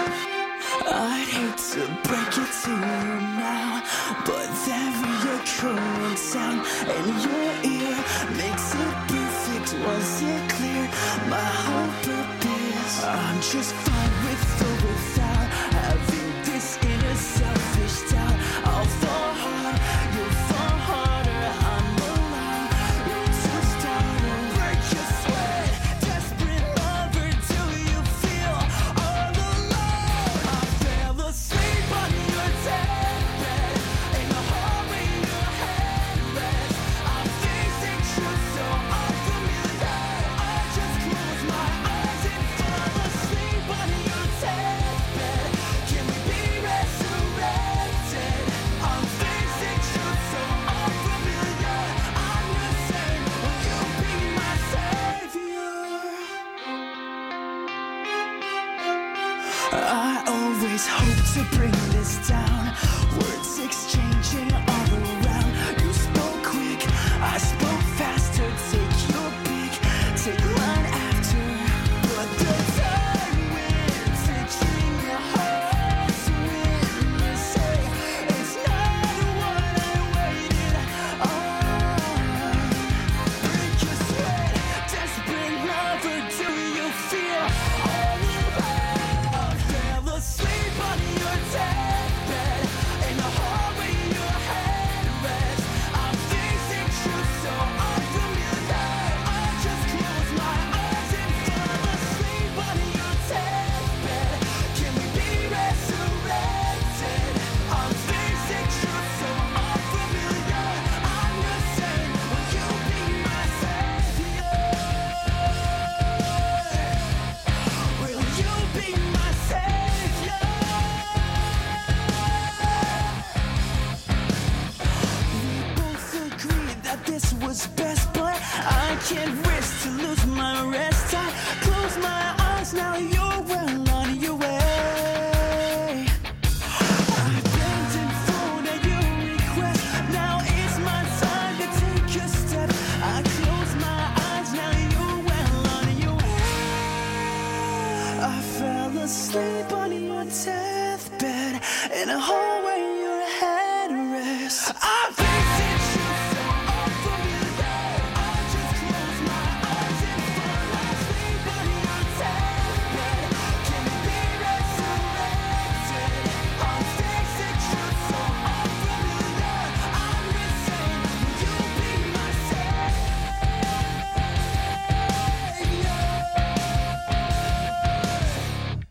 I: I'd hate to break it to you now, but that reoccurring sound in your ear makes it perfect. Was it clear? My hope appears. I'm just fine with or without having this inner selfish doubt. I'll fall hard, you'll fall harder. I'm alone. You just gotta break your sweat. Desperate lover, do you feel all alone? I fell asleep on your deathbed in the hallway. Your head rest. I'm facing truth, so unfamiliar. I just close my eyes and fall asleep on your deathbed. Can we be resurrected? I'm facing truth, so unfamiliar. I'm the same. Will you be my savior? I always hope to bring this down. Words exchanging all around. You spoke quick, I spoke faster. Take your pick, take line after. But the time wins, itching your heart's win. They say it's not what I waited on. Break your sweat, desperate lover, do you feel all alone? I fell asleep on your deathbed.
Q: best, but I can't risk to lose my rest. I close my eyes now, you're well on your way. I bend and fold at your request. Now it's my time to take a step. I close my eyes now, you're well on your way. I fell asleep on your deathbed in a hallway your head rests. I think that you.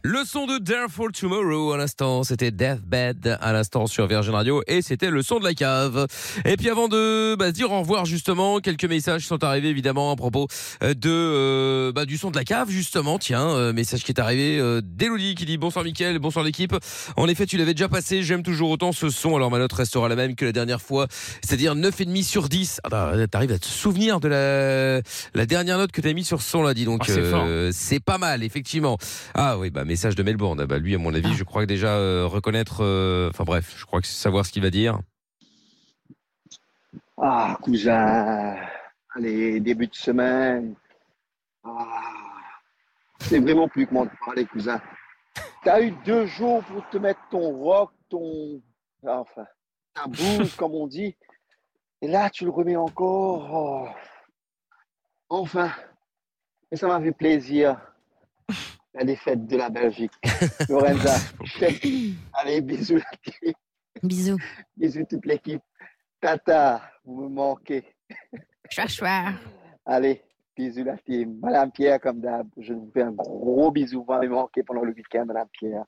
A: Le son de Dare for Tomorrow à l'instant, c'était Deathbed à l'instant sur Virgin Radio et c'était le son de la cave. Et puis avant de bah, se dire au revoir justement, quelques messages sont arrivés évidemment à propos euh, de euh, bah, du son de la cave justement. Tiens, euh, message qui est arrivé euh, d'Elodie qui dit bonsoir Mickaël, bonsoir l'équipe. En effet, tu l'avais déjà passé, j'aime toujours autant ce son. Alors ma note restera la même que la dernière fois, c'est-à-dire 9,5 sur 10. Ah bah, t'arrives à te souvenir de la, la dernière note que t'as mis sur ce son là, dis donc.
B: Ah,
A: euh,
B: c'est fort.
A: c'est pas mal effectivement. Ah oui, bah message de Melbourne. Ah Bah lui à mon avis, je crois que déjà euh, reconnaître euh, enfin bref, je crois que savoir ce qu'il va dire.
R: Ah, cousin, allez, début de semaine. Ah, c'est vraiment plus comment te parler, cousin. T'as eu deux jours pour te mettre ton rock, ton. ah, Enfin, ta boule, comme on dit. Et là, tu le remets encore. Oh. Enfin, et ça m'a fait plaisir. La défaite de la Belgique. Lorenza, je t'aime. allez, bisous.
D: Bisous.
R: Bisous toute l'équipe. Tata, vous me manquez.
D: Chouachouar.
R: Allez, bisous la team. Madame Pierre, comme d'hab, je vous fais un gros bisou. Vous m'avez manqué pendant le week-end, Madame Pierre.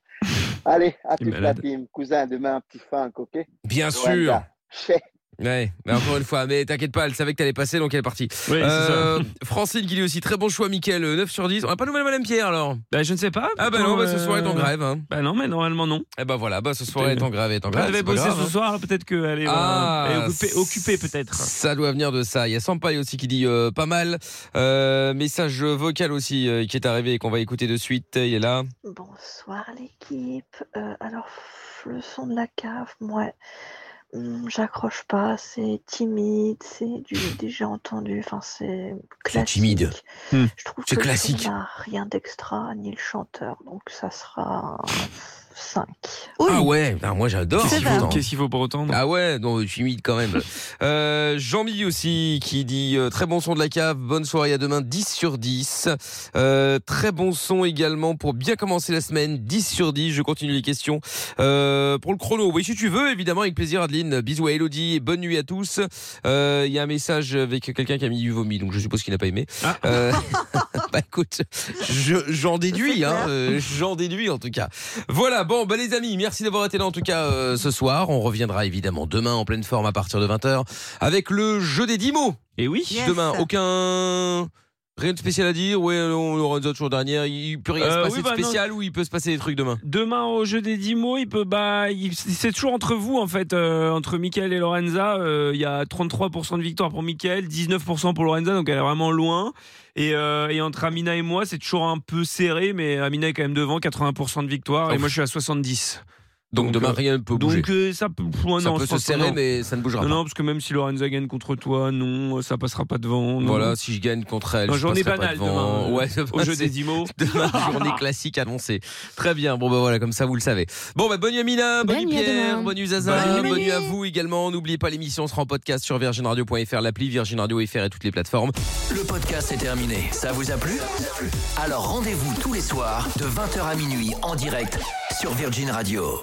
R: Allez, à
A: Il est
R: toute la
A: malade.
R: team. Cousin, demain, un petit funk, ok
A: Bien sûr.
R: Lorenza, chef.
A: Ouais, mais encore une fois, mais t'inquiète pas, elle savait que t'allais passer, donc elle est partie.
B: c'est
A: Euh, Francine qui dit aussi très bon choix, Mickaël, euh, 9 sur 10. On n'a pas de nouvelles Madame Pierre alors
B: Bah je ne sais pas.
A: Ah bah
B: plutôt,
A: non, bah, ce
B: euh,
A: soir elle est en grève. Hein.
B: Bah non, mais normalement non.
A: Eh bah voilà, bah ce soir elle est en grève, elle est en
B: Bah,
A: grève.
B: elle devait
A: c'est pas
B: bosser
A: grave,
B: ce
A: hein.
B: soir, peut-être qu'elle est, euh,
A: Ah,
B: elle est occupée, occupée peut-être.
A: Ça doit venir de ça. Il y a Sampaï aussi qui dit euh, pas mal. Euh, message vocal aussi euh, qui est arrivé et qu'on va écouter de suite. Il est là.
S: Bonsoir l'équipe. Euh, alors, pff, le son de la cave, moi, hum, j'accroche pas. C'est timide, c'est du
J: Hmm.
S: déjà entendu. Enfin, c'est classique.
A: timide.
J: Hmm.
S: Je trouve
A: C'est
S: que le son
A: classique.
S: n'a rien d'extra, ni le chanteur. Donc, ça sera 5.
A: Ah ouais, putain, moi j'adore.
B: Qu'est-ce qu'il faut- qu'est-ce
A: pour entendre Ah ouais, non, je suis humide quand même. euh, Jean-Mi aussi qui dit euh, très bon son de la cave, bonne soirée à demain, 10 sur 10. Euh, très bon son également pour bien commencer la semaine, 10 sur 10. Je continue les questions Euh, pour le chrono. Oui, si tu veux, évidemment, avec plaisir, Adeline. Bisous à Elodie et bonne nuit à tous. Euh, Il y a un message avec quelqu'un qui a mis du vomi, donc je suppose qu'il n'a pas aimé.
B: Ah.
A: Euh, bah écoute, je- j'en déduis, hein, euh, j'en déduis en tout cas. Voilà, bon, bah les amis, merci d'avoir été là en tout cas euh, ce soir. On reviendra évidemment demain en pleine forme à partir de 20h avec le jeu des 10 mots. Et oui,
B: Yes.
A: demain, aucun. Rien de spécial à dire, ouais, on l'aura dit l'autre jour dernière, il peut rien se
B: Euh,
A: passer
B: oui, bah
A: de
B: non.
A: spécial ou il peut se passer des trucs demain.
B: Demain au jeu des 10 mots, il peut bah il- c'est toujours entre vous en fait euh, entre Mickaël et Lorenza, euh, il y a 33% de victoire pour Mickaël, 19% pour Lorenza donc elle est vraiment loin et, euh, et entre Amina et moi, c'est toujours un peu serré mais Amina est quand même devant 80% de victoire et
A: Ouf.
B: moi je suis à 70.
A: Donc, demain,
B: euh,
A: rien ne peut bouger.
B: Donc euh, ça peut, ouais,
A: Ça
B: non,
A: peut
B: je
A: se
B: pense que
A: serrer,
B: non.
A: mais ça ne bougera
B: non,
A: pas.
B: Non, parce que même si Lorenza gagne contre toi, non, euh, ça passera pas devant. non.
A: Voilà, si je gagne contre elle,
B: Non,
A: je
B: journée
A: passerai pas
B: banale
A: devant.
B: demain,
A: Ouais,
B: euh, au jeu
A: c'est-
B: des 10 mots.
A: Demain, journée classique annoncée. Très bien. Bon, bah voilà, comme ça, vous le savez. Bon, bah bonne nuit, Amina. Bonne,
B: Bonne
A: nuit,
B: nuit à
A: Pierre.
B: demain.
A: Bonne nuit, Zaza.
B: Bonne
A: Bonne,
B: nuit.
A: nuit à vous également. N'oubliez pas, l'émission sera en podcast sur virginradio.fr, l'appli Virgin Radio FR et toutes les plateformes.
J: Le podcast est terminé. Ça vous a plu Alors rendez-vous tous les soirs de 20h à minuit en direct sur Virgin Radio.